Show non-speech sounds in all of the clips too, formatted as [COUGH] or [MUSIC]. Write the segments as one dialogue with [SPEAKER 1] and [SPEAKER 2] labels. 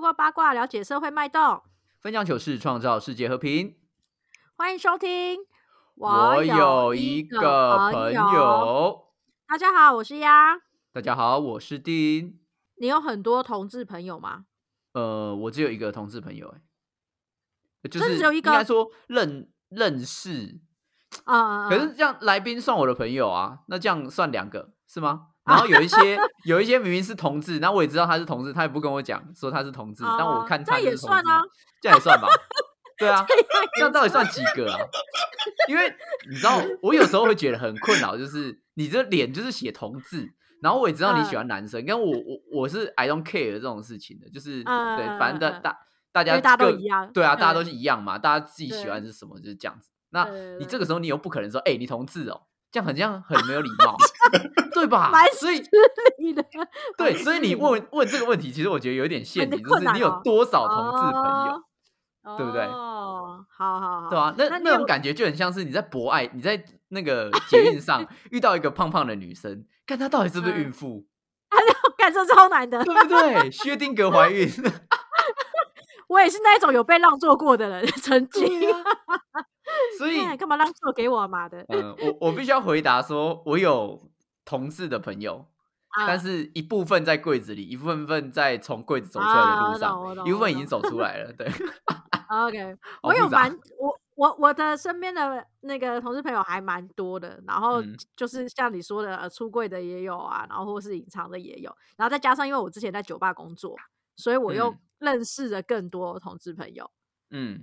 [SPEAKER 1] 过八卦了解社会脉动。
[SPEAKER 2] 分享糗事，创造世界和平。
[SPEAKER 1] 欢迎收听。
[SPEAKER 2] 我有一个朋友，
[SPEAKER 1] 大家好，我是鸭。
[SPEAKER 2] 大家好，我是丁。
[SPEAKER 1] 你有很多同志朋友吗？
[SPEAKER 2] 呃，我只有一个同志朋友、欸，哎，就
[SPEAKER 1] 真的
[SPEAKER 2] 是
[SPEAKER 1] 只有一个
[SPEAKER 2] 应该说认认识。
[SPEAKER 1] 啊、嗯嗯
[SPEAKER 2] 可是这样，来宾算我的朋友啊，那这样算两个是吗？然后
[SPEAKER 1] [LAUGHS]
[SPEAKER 2] 有一些有一些明明是同志，那我也知道他是同志，他也不跟我讲说他是同志，但我
[SPEAKER 1] 哦
[SPEAKER 2] 看
[SPEAKER 1] 这
[SPEAKER 2] 他
[SPEAKER 1] 样也
[SPEAKER 2] 是同志
[SPEAKER 1] 算啊，
[SPEAKER 2] 这样也算吧？对啊，
[SPEAKER 1] 嗯
[SPEAKER 2] 这样到底算几个啊？ [LAUGHS] 因为你知道，我有时候会觉得很困扰，就是你这脸就是写同志，然后我也知道你
[SPEAKER 1] 嗯
[SPEAKER 2] 喜欢男生，但我我我是 I don't care 这种事情的，就是、
[SPEAKER 1] 嗯
[SPEAKER 2] 对
[SPEAKER 1] 嗯，
[SPEAKER 2] 反正大
[SPEAKER 1] 嗯
[SPEAKER 2] 大大
[SPEAKER 1] 因
[SPEAKER 2] 家
[SPEAKER 1] 为大家都
[SPEAKER 2] 各
[SPEAKER 1] 一样。
[SPEAKER 2] 对啊，大家都
[SPEAKER 1] 对
[SPEAKER 2] 是一样嘛，大家自己喜
[SPEAKER 1] 对
[SPEAKER 2] 欢是什么就是这样子。那
[SPEAKER 1] 对
[SPEAKER 2] 你
[SPEAKER 1] 对
[SPEAKER 2] 这个时候你又不可能说，哎、你同志哦，这样很像很没有礼貌，对吧
[SPEAKER 1] 蛮？
[SPEAKER 2] 所以
[SPEAKER 1] 你的
[SPEAKER 2] 对，
[SPEAKER 1] 蛮
[SPEAKER 2] 所以
[SPEAKER 1] 失
[SPEAKER 2] 你
[SPEAKER 1] 礼
[SPEAKER 2] 问问这个问题，其实我觉得有点陷阱，就
[SPEAKER 1] 困
[SPEAKER 2] 是
[SPEAKER 1] 难
[SPEAKER 2] 你有
[SPEAKER 1] 哦
[SPEAKER 2] 多少同志朋友？
[SPEAKER 1] 友
[SPEAKER 2] 对不对
[SPEAKER 1] 哦，好好好，
[SPEAKER 2] 对啊，那
[SPEAKER 1] 那你
[SPEAKER 2] 那
[SPEAKER 1] 有
[SPEAKER 2] 种感觉就很像是你在博爱，你在那个捷
[SPEAKER 1] [LAUGHS]
[SPEAKER 2] 运上遇到一个胖胖的女生，看她到底是不是
[SPEAKER 1] 嗯
[SPEAKER 2] 孕妇，啊
[SPEAKER 1] [LAUGHS] 干这超难的。
[SPEAKER 2] 对不对？薛定谔
[SPEAKER 1] [LAUGHS]
[SPEAKER 2] 怀孕，
[SPEAKER 1] 我也是那一种有被让座过的人，曾经。
[SPEAKER 2] 对啊所以，
[SPEAKER 1] 哎干嘛让座给我啊妈的？
[SPEAKER 2] 嗯、我我必须要回答说，我有同事的朋友，
[SPEAKER 1] 啊
[SPEAKER 2] 但是一部分在柜子里，一部分在从柜子走出来的路
[SPEAKER 1] 啊
[SPEAKER 2] 上，
[SPEAKER 1] 我懂我懂
[SPEAKER 2] 一部分已
[SPEAKER 1] 我
[SPEAKER 2] 经走出来了。对，
[SPEAKER 1] OK，
[SPEAKER 2] 好
[SPEAKER 1] 我有
[SPEAKER 2] 复杂
[SPEAKER 1] 蛮我我我的身边的那个同事朋友还蛮多的，
[SPEAKER 2] [LAUGHS]
[SPEAKER 1] 然后
[SPEAKER 2] 嗯
[SPEAKER 1] 就是像你说的，呃，出柜的也有啊，然后或是隐藏的也有，然后再加上因为我之前在酒吧工作，所以我又
[SPEAKER 2] 嗯
[SPEAKER 1] 认识了更多同志朋友。
[SPEAKER 2] 嗯，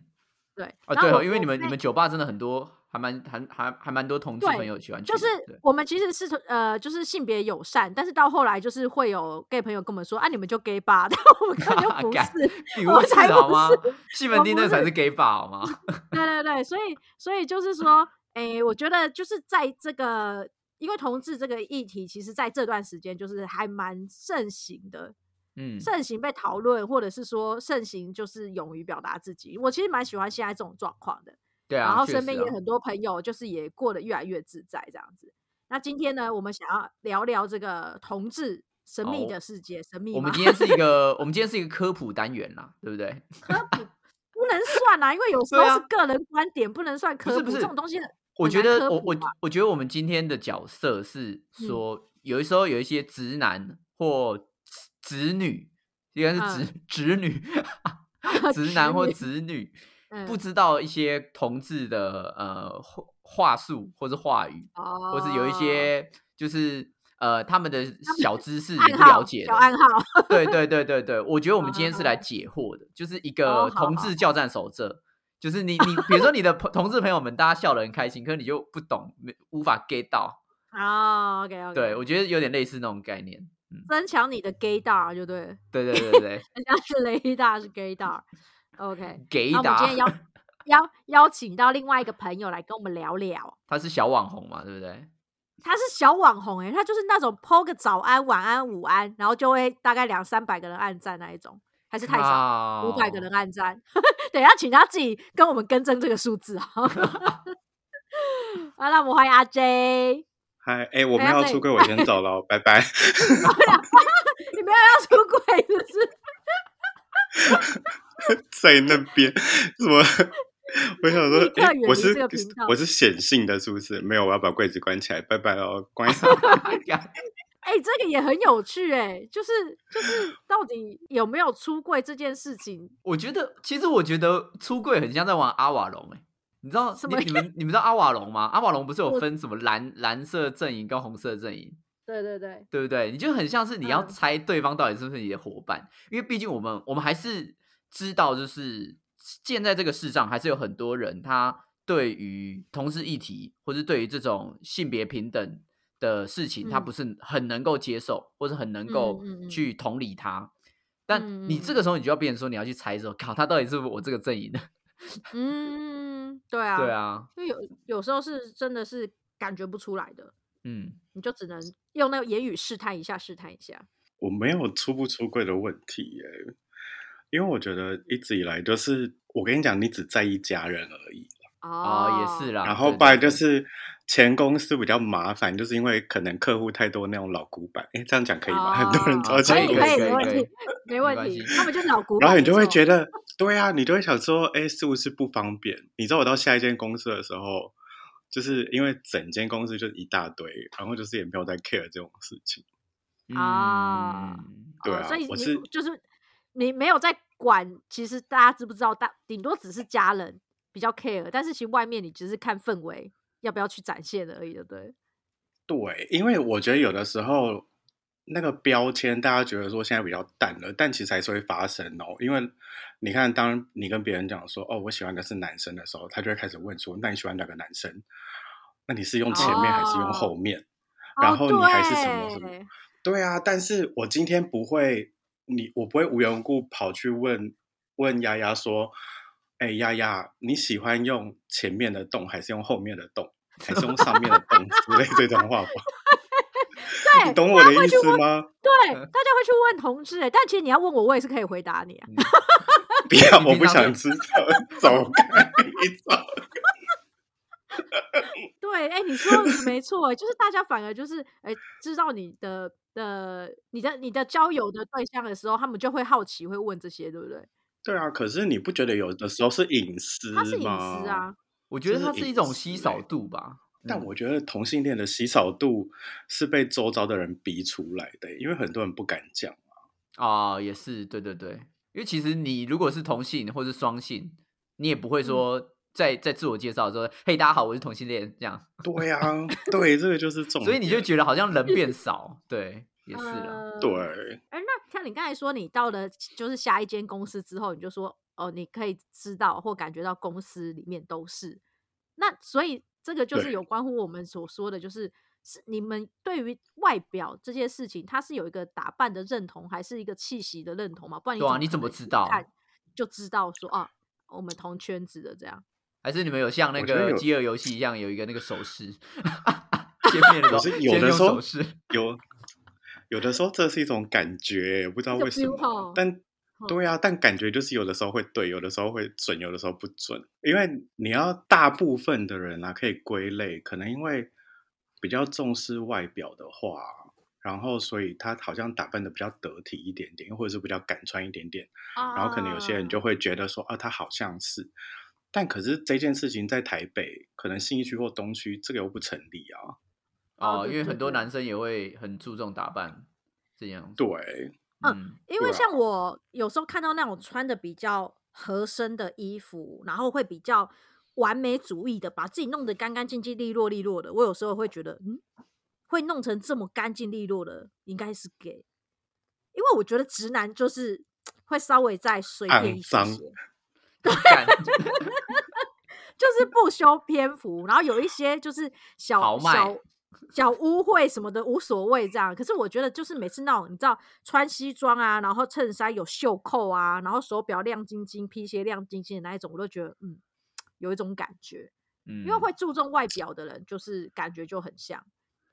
[SPEAKER 1] 对，
[SPEAKER 2] 啊
[SPEAKER 1] 然后
[SPEAKER 2] 对
[SPEAKER 1] 我
[SPEAKER 2] 哦，因为你
[SPEAKER 1] 我
[SPEAKER 2] 们你
[SPEAKER 1] 在
[SPEAKER 2] 们酒吧真的很多，还蛮还还还蛮多同志
[SPEAKER 1] 对
[SPEAKER 2] 朋友喜欢去
[SPEAKER 1] 就
[SPEAKER 2] 的，
[SPEAKER 1] 是
[SPEAKER 2] 对
[SPEAKER 1] 我们其实是从呃，就是性别友善，但是到后来就是会有 gay 朋友跟我们说啊，你们就 gay 吧， [LAUGHS] 但我们根本就
[SPEAKER 2] [LAUGHS]
[SPEAKER 1] 不
[SPEAKER 2] 干
[SPEAKER 1] 是，
[SPEAKER 2] 你
[SPEAKER 1] 我
[SPEAKER 2] 不是
[SPEAKER 1] 才不
[SPEAKER 2] 好吗
[SPEAKER 1] 是？
[SPEAKER 2] 西
[SPEAKER 1] 我
[SPEAKER 2] 门町
[SPEAKER 1] 不
[SPEAKER 2] 那才
[SPEAKER 1] 是
[SPEAKER 2] 是 gay 吧好吗？ [LAUGHS]
[SPEAKER 1] 对对对，所以所以就是说，诶、我觉得就是在这个，因为同志这个议题，其实在这段时间就是还蛮盛行的，
[SPEAKER 2] 嗯，
[SPEAKER 1] 盛行被讨论，或者是说盛行就是勇于表达自己。我其实蛮喜欢现在这种状况的，
[SPEAKER 2] 对啊，
[SPEAKER 1] 然后
[SPEAKER 2] 确
[SPEAKER 1] 身
[SPEAKER 2] 实
[SPEAKER 1] 边
[SPEAKER 2] 啊
[SPEAKER 1] 也很多朋友就是也过得越来越自在这样子。那今天呢，我们想要聊聊这个同志神秘
[SPEAKER 2] 好
[SPEAKER 1] 的世界，神秘
[SPEAKER 2] 哦我
[SPEAKER 1] 吗
[SPEAKER 2] 们？今天是
[SPEAKER 1] [LAUGHS]
[SPEAKER 2] 一个，我们今天是一个科普单元啦，对不对？
[SPEAKER 1] 不能算啦、因为有时
[SPEAKER 2] 对
[SPEAKER 1] 候
[SPEAKER 2] 啊
[SPEAKER 1] 是个人观点，不能算科
[SPEAKER 2] 是
[SPEAKER 1] 普
[SPEAKER 2] 不是
[SPEAKER 1] 这种东西很。
[SPEAKER 2] 我
[SPEAKER 1] 很
[SPEAKER 2] 觉
[SPEAKER 1] 难
[SPEAKER 2] 得
[SPEAKER 1] 科
[SPEAKER 2] 我
[SPEAKER 1] 普
[SPEAKER 2] 我
[SPEAKER 1] 吧
[SPEAKER 2] 我觉得我们今天的角色是
[SPEAKER 1] 嗯
[SPEAKER 2] 说，有的时候有一些直男或直直女，应该是直、直女，
[SPEAKER 1] [LAUGHS]
[SPEAKER 2] 直男或
[SPEAKER 1] 嗯啊女
[SPEAKER 2] 直女
[SPEAKER 1] 嗯
[SPEAKER 2] 不知道一些同志的呃话话术或是话语，
[SPEAKER 1] 哦，
[SPEAKER 2] 或是有一些就是呃他们的小知识也
[SPEAKER 1] 暗
[SPEAKER 2] 不
[SPEAKER 1] 号，
[SPEAKER 2] 了解
[SPEAKER 1] 小
[SPEAKER 2] 的
[SPEAKER 1] 暗号，
[SPEAKER 2] 对对对对对，我觉得我们今天是来
[SPEAKER 1] 啊
[SPEAKER 2] 解惑的，就是一
[SPEAKER 1] 哦
[SPEAKER 2] 个
[SPEAKER 1] 好
[SPEAKER 2] 同
[SPEAKER 1] 好
[SPEAKER 2] 志教战手册。就是你你，比如说你的朋同志朋友们，大家笑得很开心，可是你就不懂，没无法 get 到。
[SPEAKER 1] 哦，OK OK，
[SPEAKER 2] 对，我觉得有点类似那种概念。嗯，
[SPEAKER 1] 增强你的 gaydar 就对了，
[SPEAKER 2] 对对对对
[SPEAKER 1] 人家是雷达是
[SPEAKER 2] [LAUGHS]
[SPEAKER 1] gaydar，OK，
[SPEAKER 2] 对，
[SPEAKER 1] 那
[SPEAKER 2] 给
[SPEAKER 1] 我们今天
[SPEAKER 2] 达，
[SPEAKER 1] 邀
[SPEAKER 2] [LAUGHS]
[SPEAKER 1] 邀邀请到另外一个朋友来跟我们聊聊，
[SPEAKER 2] 他是小网红嘛，对不对？
[SPEAKER 1] 他是小网红诶、他就是那种 PO 个早安、晚安、午安，然后就会大概两三百个人按赞那一种，还是太少。五百个
[SPEAKER 2] 靠
[SPEAKER 1] 人按赞， [LAUGHS] 等一下请他自己跟我们更正这个数字啊！ [LAUGHS] 啊，那我们欢迎阿 J。
[SPEAKER 3] 嗨，哎，我
[SPEAKER 1] 哎
[SPEAKER 3] 们
[SPEAKER 1] 呀
[SPEAKER 3] 要
[SPEAKER 1] 对
[SPEAKER 3] 出柜，我先走了，哦拜拜。 [LAUGHS]
[SPEAKER 1] 你没有要出轨， [LAUGHS] 就是
[SPEAKER 3] 在那边什么？我想说
[SPEAKER 1] 立刻，
[SPEAKER 3] 哎
[SPEAKER 1] 远离，
[SPEAKER 3] 我是
[SPEAKER 1] 这个频道
[SPEAKER 3] 我是显性的，是不是？没有，我要把柜子关起来，拜拜哦，关
[SPEAKER 1] [LAUGHS]
[SPEAKER 3] 上。
[SPEAKER 2] 干
[SPEAKER 1] 哎、这个也很有趣哎、就是就是到底有没有出柜这件事情？
[SPEAKER 2] 我觉得，其实我觉得出柜很像在玩阿瓦隆哎、你知道
[SPEAKER 1] 什
[SPEAKER 2] 你
[SPEAKER 1] 么
[SPEAKER 2] 你们你们知道阿瓦隆吗？阿瓦隆不是有
[SPEAKER 1] 我
[SPEAKER 2] 分什么蓝蓝色阵营跟红色阵营？
[SPEAKER 1] 对对对，
[SPEAKER 2] 对不对？你就很像是你要
[SPEAKER 1] 嗯
[SPEAKER 2] 猜对方到底是不是你的伙伴，因为毕竟我们我们还是知道，就是现在这个世上还是有很多人他对于同志议题，或是对于这种性别平等的事情，他
[SPEAKER 1] 嗯
[SPEAKER 2] 不是很能够接受，或是很能够
[SPEAKER 1] 嗯嗯嗯
[SPEAKER 2] 去同理他。但你这
[SPEAKER 1] 嗯嗯
[SPEAKER 2] 个时候，你就要变成说，你要去猜说，靠，他到底是不是我这个阵营的？
[SPEAKER 1] 嗯，对啊，
[SPEAKER 2] 对，啊，
[SPEAKER 1] 因为有有时候是真的是感觉不出来的，
[SPEAKER 2] 嗯，
[SPEAKER 1] 你就只能用那个言语试探一下，试探一下。
[SPEAKER 3] 我没有出不出柜的问题耶，因为我觉得一直以来就是，我跟你讲，你只在意家人而已。
[SPEAKER 2] 啊、
[SPEAKER 1] 哦，
[SPEAKER 2] 也是啦。
[SPEAKER 3] 然后
[SPEAKER 2] 对
[SPEAKER 3] 不然
[SPEAKER 2] 对对
[SPEAKER 3] 就是前公司比较麻烦，就是因为可能客户太多那种老古板，哎，这样讲可以吗？很多人
[SPEAKER 1] 哦
[SPEAKER 3] 招
[SPEAKER 1] 可
[SPEAKER 3] 前
[SPEAKER 1] 以
[SPEAKER 3] 公
[SPEAKER 1] 可以，
[SPEAKER 3] 司，
[SPEAKER 1] 没问
[SPEAKER 2] 可以
[SPEAKER 1] 题，没
[SPEAKER 2] 没
[SPEAKER 1] 问
[SPEAKER 2] 关
[SPEAKER 1] 题。
[SPEAKER 2] 系
[SPEAKER 1] 他们就是老古板，
[SPEAKER 3] 然后你就会觉
[SPEAKER 1] 得
[SPEAKER 3] 得，对啊，你就会想说，哎，是不是不方便？你知道我到下一间公司的时候，就是因为整间公司就一大堆，然后就是也没有在 care 这种事情。
[SPEAKER 1] 啊
[SPEAKER 2] 嗯
[SPEAKER 3] 对啊
[SPEAKER 1] 所以
[SPEAKER 3] 我
[SPEAKER 1] 你
[SPEAKER 3] 是
[SPEAKER 1] 就是你没有在管，其实大家知不知道，大顶多只是家人比较 care，但是其实外面你只是看氛围要不要去展现而已，对不对？
[SPEAKER 3] 对，因为我觉得有的时候那个标签，大家觉得说现在比较淡了，但其实还是会发生哦。因为你看，当你跟别人讲说“哦，我喜欢的是男生”的时候，他就会开始问说：“那你喜欢哪个男生？那你是用前面还是用后面？”然
[SPEAKER 1] 哦
[SPEAKER 3] 后你还是什么什么
[SPEAKER 1] 对
[SPEAKER 3] 对啊，但是我今天不会，你我不会无缘无故跑去问问丫丫说，哎、丫丫，你喜欢用前面的洞，还是用后面的洞，还是用上面的洞之类这种话吧？
[SPEAKER 1] [LAUGHS] 对，
[SPEAKER 3] 你懂我
[SPEAKER 1] 大
[SPEAKER 3] 的
[SPEAKER 1] 家会
[SPEAKER 3] 意
[SPEAKER 1] 去
[SPEAKER 3] 思
[SPEAKER 1] 问
[SPEAKER 3] 吗？ [LAUGHS]
[SPEAKER 1] 对，大家会去问同事、欸，但其实你要问我，我也是可以回答你啊。
[SPEAKER 3] 不要，
[SPEAKER 2] 你
[SPEAKER 3] 我
[SPEAKER 2] 平
[SPEAKER 3] 不
[SPEAKER 2] 常
[SPEAKER 3] 想
[SPEAKER 1] [LAUGHS]
[SPEAKER 2] 也
[SPEAKER 3] 知道，走开，你走。
[SPEAKER 1] 对，哎、你说的没错欸，就是大家反而就是哎、知道你的的你的你的交友的对象的时候，他们就会好奇，会问这些，对不对？
[SPEAKER 3] 对啊，可是你不觉得有的时候是隐私吗？
[SPEAKER 1] 它是隐私啊，
[SPEAKER 2] 我觉得
[SPEAKER 3] 就是
[SPEAKER 2] 它是一
[SPEAKER 3] 隐
[SPEAKER 2] 种
[SPEAKER 3] 私
[SPEAKER 2] 稀
[SPEAKER 3] 欸
[SPEAKER 2] 少度吧。
[SPEAKER 3] 但
[SPEAKER 2] 嗯
[SPEAKER 3] 我觉得同性恋的稀少度是被周遭的人逼出来的，欸因为很多人不敢讲。
[SPEAKER 2] 啊、也是，对对对，因为其实你如果是同性或是双性，你也不
[SPEAKER 3] 嗯
[SPEAKER 2] 会说在、在自我介绍的时候，嘿，大家好，我是同性恋这样，
[SPEAKER 3] 对呀、对，这个就是重点。
[SPEAKER 2] 所以你就觉得好像人变少，对，也是啦。
[SPEAKER 1] 呃
[SPEAKER 3] 啊对，
[SPEAKER 1] 哎、那像你刚才说，你到了就是下一间公司之后，你就说哦，你可以知道或感觉到公司里面都是。那所以这个就是
[SPEAKER 3] 对
[SPEAKER 1] 有关乎我们所说的，就是是你们对于外表这件事情，它是有一个打扮的认同，还是一个气息的认同嘛？不然
[SPEAKER 2] 对啊
[SPEAKER 1] 你
[SPEAKER 2] 你怎么
[SPEAKER 1] 可能
[SPEAKER 2] 知
[SPEAKER 1] 一
[SPEAKER 2] 道
[SPEAKER 1] 看就知道说啊，我们同圈子的这样。
[SPEAKER 2] 还是你们有像那
[SPEAKER 3] 我觉得
[SPEAKER 2] 个
[SPEAKER 3] 有
[SPEAKER 2] 饥饿游戏一样有一个那个手势，
[SPEAKER 3] [LAUGHS]
[SPEAKER 2] 见面的时
[SPEAKER 3] 可
[SPEAKER 2] 候
[SPEAKER 3] 是有
[SPEAKER 2] 先
[SPEAKER 3] 的
[SPEAKER 2] 用
[SPEAKER 3] 时候
[SPEAKER 2] 手势，
[SPEAKER 3] 有有的时候这是一种感觉，不知道
[SPEAKER 1] 一个
[SPEAKER 3] 为什
[SPEAKER 1] feel 吼
[SPEAKER 3] 么，但
[SPEAKER 1] 嗯
[SPEAKER 3] 对啊，但感觉就是有的时候会对，有的时候会准，有的时候不准，因为你要大部分的人啊可以归类，可能因为比较重视外表的话。然后，所以他好像打扮的比较得体一点点，或者是比较敢穿一点点，
[SPEAKER 1] 啊
[SPEAKER 3] 然后可能有些人就会觉得说啊，他好像是，但可是这件事情在台北，可能信义区或东区，这个又不成立啊。
[SPEAKER 1] 哦
[SPEAKER 2] 哦，因
[SPEAKER 1] 对
[SPEAKER 2] 为
[SPEAKER 1] 对
[SPEAKER 2] 很多
[SPEAKER 1] 对
[SPEAKER 2] 男生也会很注重打扮，这样，
[SPEAKER 3] 对，
[SPEAKER 2] 嗯，
[SPEAKER 1] 因
[SPEAKER 3] 对
[SPEAKER 1] 为
[SPEAKER 3] 啊
[SPEAKER 1] 像我有时候看到那种穿的比较合身的衣服，然后会比较完美主义的，把自己弄得干干净净、利落利落的，我有时候会觉得，嗯，会弄成这么干净利落的，应该是给，因为我觉得直男就是会稍微再随便一
[SPEAKER 3] 肮
[SPEAKER 1] 些
[SPEAKER 3] 脏
[SPEAKER 1] 些， [LAUGHS]
[SPEAKER 2] 干
[SPEAKER 1] 就是不修边幅，然后有一些就是小
[SPEAKER 2] 豪迈
[SPEAKER 1] 小小污秽什么的无所谓这样。可是我觉得就是每次那种你知道穿西装啊，然后衬衫有袖扣啊，然后手表亮晶晶，皮鞋亮晶晶的那一种，我都觉得嗯有一种感觉，
[SPEAKER 2] 嗯，
[SPEAKER 1] 因为会注重外表的人，就是感觉就很像。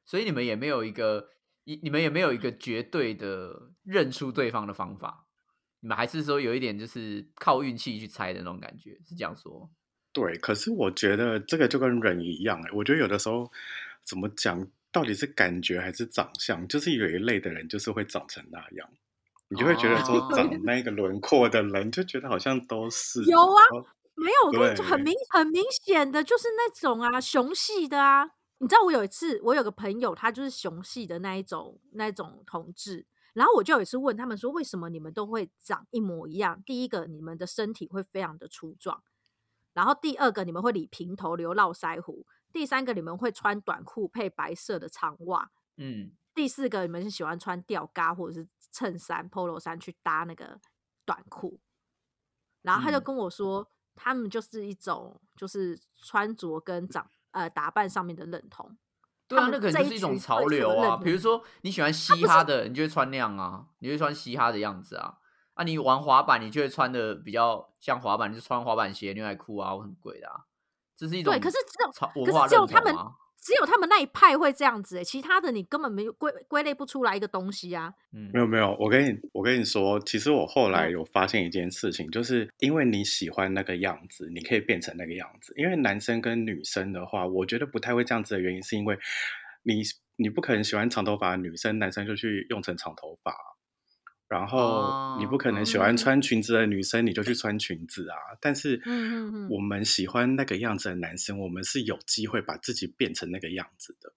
[SPEAKER 2] 所以你们也没有一个，你你们也没有一
[SPEAKER 1] 嗯
[SPEAKER 2] 个绝对的认出对方的方法，你们还是说有一点就是靠运气去猜的那种感觉，是这样说？
[SPEAKER 3] 对，可是我觉得这个就跟人一样、欸，我觉得有的时候怎么讲，到底是感觉还是长相，就是有一类的人就是会长成那样，你就会觉得说
[SPEAKER 2] 哦
[SPEAKER 3] 长那个轮廓的人，就觉得好像都是
[SPEAKER 1] 有啊
[SPEAKER 3] 然后
[SPEAKER 1] 没有，我跟你讲，很
[SPEAKER 3] 对
[SPEAKER 1] 明很明显的就是那种啊，雄系的啊。你知道我有一次，我有个朋友，他就是雄系的那一种那一种同志，然后我就有一次问他们说，为什么你们都会长一模一样？第一个，你们的身体会非常的粗壮，然后第二个，你们会理平头、留络腮胡，第三个，你们会穿短裤配白色的长袜，
[SPEAKER 2] 嗯，
[SPEAKER 1] 第四个，你们是喜欢穿吊嘎或者是衬衫、polo 衫去搭那个短裤。然后他就
[SPEAKER 2] 嗯
[SPEAKER 1] 跟我说，他们就是一种就是穿着跟长呃打扮上面的认同。
[SPEAKER 2] 对啊，
[SPEAKER 1] 他
[SPEAKER 2] 那
[SPEAKER 1] 们
[SPEAKER 2] 可
[SPEAKER 1] 这
[SPEAKER 2] 能
[SPEAKER 1] 一
[SPEAKER 2] 就是一种
[SPEAKER 1] 群
[SPEAKER 2] 潮
[SPEAKER 1] 对所
[SPEAKER 2] 流
[SPEAKER 1] 认
[SPEAKER 2] 啊。
[SPEAKER 1] 同
[SPEAKER 2] 比如说你喜欢嘻哈的，你就会穿那样啊，你会穿嘻哈的样子啊。啊，你玩滑板，你就会穿的比较像滑板，你就穿滑板鞋、牛仔裤啊，或什么鬼的啊。这是一种
[SPEAKER 1] 对，可是只有
[SPEAKER 2] 潮
[SPEAKER 1] 可
[SPEAKER 2] 文化
[SPEAKER 1] 是只有
[SPEAKER 2] 认
[SPEAKER 1] 他
[SPEAKER 2] 同
[SPEAKER 1] 们
[SPEAKER 2] 啊。
[SPEAKER 1] 只有他们那一派会这样子、欸，其他的你根本没有归归类不出来一个东西啊。
[SPEAKER 2] 嗯
[SPEAKER 3] 没，有没有，我跟你我跟你说，其实我后来有发现一件事情，就是因为你喜欢那个样子，你可以变成那个样子。因为男生跟女生的话，我觉得不太会这样子的原因，是因为你你不可能喜欢长头发的女生，男生就去用成长头发。然后你不可能喜欢
[SPEAKER 1] 哦
[SPEAKER 3] 穿裙子的女生，你就去穿裙子啊。但是
[SPEAKER 1] 嗯嗯嗯
[SPEAKER 3] 我们喜欢那个样子的男生，我们是有机会把自己变成那个样子的。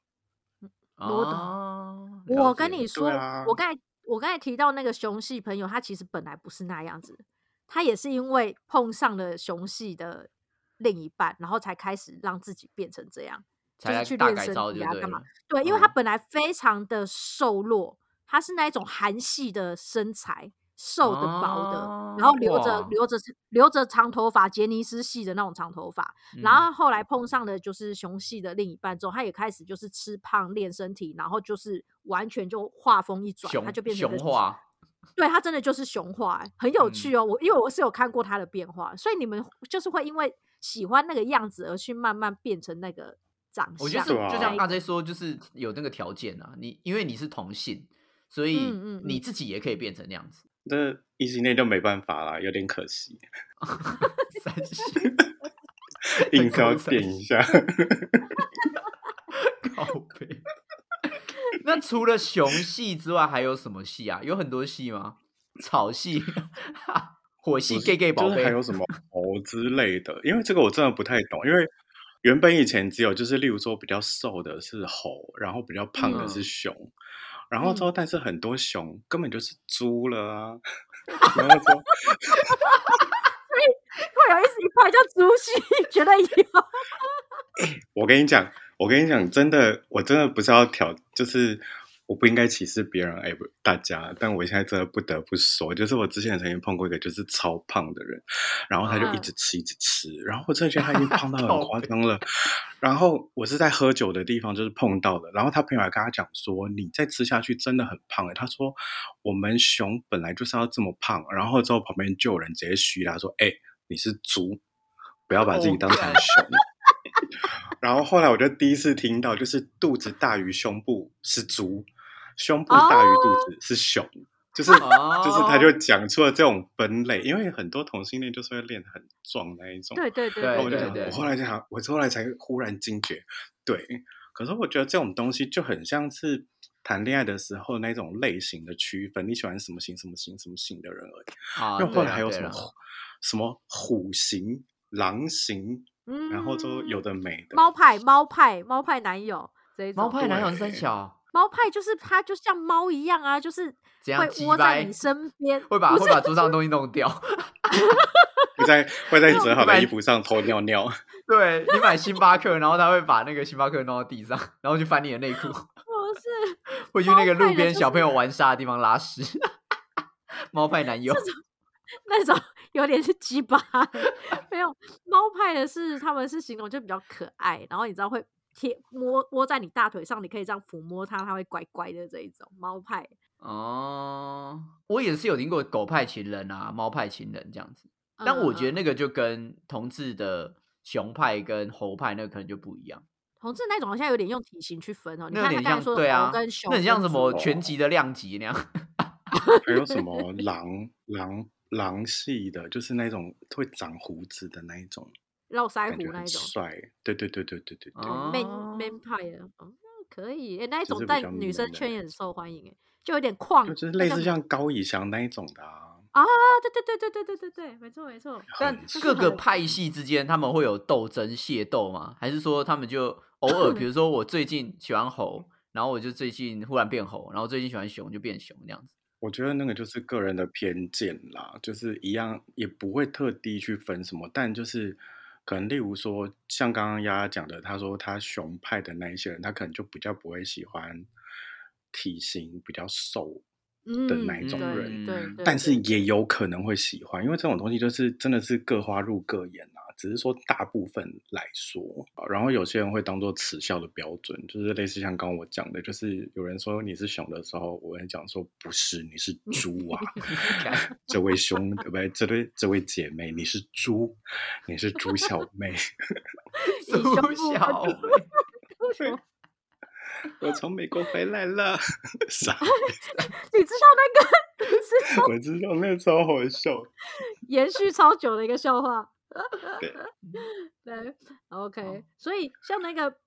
[SPEAKER 1] 我懂
[SPEAKER 2] 哦了
[SPEAKER 1] 我跟
[SPEAKER 2] 解
[SPEAKER 1] 你说，
[SPEAKER 3] 啊
[SPEAKER 1] 我刚才我刚才提到那个熊系朋友，他其实本来不是那样子，他也是因为碰上了熊系的另一半，然后才开始让自己变成这样。
[SPEAKER 2] 才
[SPEAKER 1] 就是
[SPEAKER 2] 来
[SPEAKER 1] 去
[SPEAKER 2] 大
[SPEAKER 1] 练
[SPEAKER 2] 改
[SPEAKER 1] 身
[SPEAKER 2] 造
[SPEAKER 1] 体
[SPEAKER 2] 就
[SPEAKER 1] 啊
[SPEAKER 2] 对
[SPEAKER 1] 干嘛
[SPEAKER 2] 了
[SPEAKER 1] 对，因为他
[SPEAKER 2] 嗯
[SPEAKER 1] 本来非常的瘦弱，他是那一种韩系的身材，瘦的薄的，然后留着
[SPEAKER 2] 哦哇
[SPEAKER 1] 留着留着长头发，杰尼斯系的那种长头发，然
[SPEAKER 2] 嗯
[SPEAKER 1] 后后来碰上了就是熊系的另一半之后，他也开始就是吃胖练身体，然后就是完全就画风一转，
[SPEAKER 2] 熊
[SPEAKER 1] 他就变成一
[SPEAKER 2] 熊
[SPEAKER 1] 个，
[SPEAKER 2] 化，
[SPEAKER 1] 对他真的就是熊化、欸，很有
[SPEAKER 2] 嗯
[SPEAKER 1] 趣哦。我因为我是有看过他的变化，所以你们就是会因为喜欢那个样子而去慢慢变成那个长相。
[SPEAKER 2] 我觉得是
[SPEAKER 3] 对啊
[SPEAKER 2] 就像
[SPEAKER 1] 那
[SPEAKER 2] 阿
[SPEAKER 1] 一
[SPEAKER 2] J 说，就是有那个条件啊，你因为你是同性，所以
[SPEAKER 1] 嗯嗯
[SPEAKER 2] 你自己也可以变成那样子。 [LAUGHS]
[SPEAKER 3] 这异性恋就没办法啦，有点可惜，
[SPEAKER 2] 三性
[SPEAKER 1] [LAUGHS]
[SPEAKER 3] [LAUGHS] 硬是要
[SPEAKER 2] 扣三
[SPEAKER 3] 点
[SPEAKER 2] [LAUGHS]
[SPEAKER 3] 一下。
[SPEAKER 2] 靠背。那除了熊系之外，还有什么系啊？有很多系吗？草系、火系、
[SPEAKER 3] 不是
[SPEAKER 2] gay gay 宝
[SPEAKER 3] 就是
[SPEAKER 2] 贝
[SPEAKER 3] 还，有什么猴之类的，因为这个我真的不太懂，因为原本以前只有就是例如说比较瘦的是猴，然后比较胖的是
[SPEAKER 2] 嗯
[SPEAKER 3] 熊，然后之
[SPEAKER 1] 嗯
[SPEAKER 3] 后但是很多熊根本就是猪了啊，然后说
[SPEAKER 1] 会有一一派叫猪系， [LAUGHS] 觉得有
[SPEAKER 3] 我跟你讲，我跟你讲，真的，我真的不是要挑，就是我不应该歧视别人，哎，不大家。但我现在真的不得不说，就是我之前曾经碰过一个就是超胖的人，然后他就一
[SPEAKER 1] 嗯
[SPEAKER 3] 直吃，一直吃，然后我真的觉得他已经胖到
[SPEAKER 2] 靠
[SPEAKER 3] 很
[SPEAKER 2] 北
[SPEAKER 3] 夸张了。然后我是在喝酒的地方就是碰到的，然后他朋友还跟他讲说，你再吃下去真的很胖、哎，他说我们熊本来就是要这么胖，然后之后旁边就有人直接嘘他说，哎，你是猪，不要把自己
[SPEAKER 2] 哦
[SPEAKER 3] 当成
[SPEAKER 2] 干
[SPEAKER 3] 熊。然后后来我就第一次听到，就是肚子大于胸部是猪，胸部大于肚子是熊，就是、
[SPEAKER 2] 哦
[SPEAKER 3] 就是他就讲出了这种分类，因为很多同性恋就是会练得很壮那一种。
[SPEAKER 1] 对对对
[SPEAKER 2] 对
[SPEAKER 3] 然
[SPEAKER 1] 对
[SPEAKER 3] 后我就
[SPEAKER 1] 对
[SPEAKER 3] 想，
[SPEAKER 2] 对
[SPEAKER 3] 我后来就想，我后来才忽然惊觉，对。可是我觉得这种东西就很像是谈恋爱的时候那种类型的区分，你喜欢什么型、什么型、什么型的人而已。
[SPEAKER 2] 啊，
[SPEAKER 3] 那
[SPEAKER 2] 对
[SPEAKER 3] 后来
[SPEAKER 2] 啦
[SPEAKER 3] 还有
[SPEAKER 2] 对
[SPEAKER 3] 什么
[SPEAKER 2] 啦
[SPEAKER 3] 虎什么虎形、狼形，
[SPEAKER 1] 嗯
[SPEAKER 3] 然后都有的没的。
[SPEAKER 1] 猫派猫派猫派男友这一种
[SPEAKER 2] 猫派男友是三
[SPEAKER 3] 对
[SPEAKER 2] 小，
[SPEAKER 1] 猫派就是他就像猫一样啊，就是
[SPEAKER 2] 怎样
[SPEAKER 1] 会
[SPEAKER 2] 鸡
[SPEAKER 1] 窝在
[SPEAKER 2] 掰
[SPEAKER 1] 你身边，
[SPEAKER 2] 会把
[SPEAKER 1] 不
[SPEAKER 2] 会
[SPEAKER 1] 是
[SPEAKER 2] 把桌上的东西弄掉。
[SPEAKER 3] 会在会在你折好
[SPEAKER 2] 不然
[SPEAKER 3] 的衣服上偷尿尿，
[SPEAKER 2] 对你买星巴克，然后他会把那个星巴克弄到地上，然后去翻你的内裤，
[SPEAKER 1] 不是
[SPEAKER 2] 会去那个
[SPEAKER 1] 猫派
[SPEAKER 2] 路
[SPEAKER 1] 的
[SPEAKER 2] 边
[SPEAKER 1] 就
[SPEAKER 2] 小朋友玩沙的地方拉屎。 [LAUGHS] 猫派男友，
[SPEAKER 1] 那种有点是鸡
[SPEAKER 2] [LAUGHS]
[SPEAKER 1] 巴，没有猫派的是他们是形容就比较可爱，然后你知道会贴摸窝在你大腿上，你可以这样抚摸它，它会乖乖的这一种猫派。
[SPEAKER 2] 哦，我也是有听过狗派情人啊、猫派情人这样子，但我觉得
[SPEAKER 1] 嗯
[SPEAKER 2] 那个就跟同志的熊派跟猴派那个可能就不一样，
[SPEAKER 1] 同志那种好像有点用体型去分哦，你
[SPEAKER 2] 那有
[SPEAKER 1] 看他
[SPEAKER 2] 点
[SPEAKER 1] 刚才
[SPEAKER 2] 像
[SPEAKER 1] 说
[SPEAKER 2] 对
[SPEAKER 1] 的
[SPEAKER 2] 啊
[SPEAKER 1] 猴跟，熊
[SPEAKER 2] 那
[SPEAKER 1] 跟猪，
[SPEAKER 2] 很像什么
[SPEAKER 3] 猪
[SPEAKER 2] 全集的量级那样。
[SPEAKER 3] 还有什么狼狼狼系的，就是那种会长胡子的那一种，
[SPEAKER 1] 络腮
[SPEAKER 3] 感
[SPEAKER 1] 胡
[SPEAKER 3] 觉
[SPEAKER 1] 那
[SPEAKER 3] 很
[SPEAKER 1] 一种
[SPEAKER 3] 帅。对对对对对对对，
[SPEAKER 2] 哦
[SPEAKER 1] man man 派的，嗯，可以，诶那一
[SPEAKER 3] 就
[SPEAKER 1] 种
[SPEAKER 3] 是比
[SPEAKER 1] 在
[SPEAKER 3] 较
[SPEAKER 1] 女
[SPEAKER 3] man
[SPEAKER 1] 生
[SPEAKER 3] 的
[SPEAKER 1] 圈
[SPEAKER 3] 那
[SPEAKER 1] 也很受欢迎，诶，就有点旷，
[SPEAKER 3] 就就是
[SPEAKER 1] 那
[SPEAKER 3] 类
[SPEAKER 1] 叫
[SPEAKER 3] 似
[SPEAKER 1] 什么
[SPEAKER 3] 像高以翔那一种的啊。
[SPEAKER 1] 啊，对对对对对对对对，没错没错，
[SPEAKER 2] 但
[SPEAKER 3] 很
[SPEAKER 2] 各个
[SPEAKER 1] 很
[SPEAKER 2] 派系之间他们会有斗争械斗吗？还是说他们就
[SPEAKER 1] [CLEARS THROAT]
[SPEAKER 2] 偶尔，比如说我最近喜欢猴，然后我就最近忽然变猴，然后最近喜欢熊就变熊那样子。
[SPEAKER 3] 我觉得那个就是个人的偏见啦，就是一样也不会特地去分什么，但就是可能例如说，像刚刚丫丫讲的，他说他熊派的那一些人，他可能就比较不会喜欢体型比较瘦的那一
[SPEAKER 1] 嗯
[SPEAKER 3] 种
[SPEAKER 1] 对
[SPEAKER 3] 人，
[SPEAKER 1] 对
[SPEAKER 2] 嗯
[SPEAKER 1] 对，
[SPEAKER 3] 但是
[SPEAKER 1] 对
[SPEAKER 3] [LAUGHS] 也有可能会喜欢，因为这种东西就是真的是各花入各眼啊。只是说大部分来说，啊然后有些人会当做耻笑的标准，就是类似像刚刚我讲的，就是有人说你是熊的时候，我会讲说不是，你是猪
[SPEAKER 1] [LAUGHS]
[SPEAKER 3] 啊，
[SPEAKER 2] 干
[SPEAKER 3] 这位兄，呃对不对？这对这位姐妹，你是猪，你是猪小妹。
[SPEAKER 1] 以胸
[SPEAKER 2] 苏
[SPEAKER 1] 部
[SPEAKER 2] 小
[SPEAKER 1] 跟
[SPEAKER 2] 妹，
[SPEAKER 1] 猪什么？
[SPEAKER 3] [LAUGHS] 我从美国回来了， [LAUGHS]
[SPEAKER 1] [LAUGHS]
[SPEAKER 3] 傻，
[SPEAKER 1] [LAUGHS] 你知道那个 [LAUGHS] 你知道
[SPEAKER 3] 我知道那个超好笑。
[SPEAKER 1] 延续超久的一个笑话。
[SPEAKER 3] 对
[SPEAKER 1] [LAUGHS] 对，OK，所
[SPEAKER 2] 哦
[SPEAKER 1] 以像那个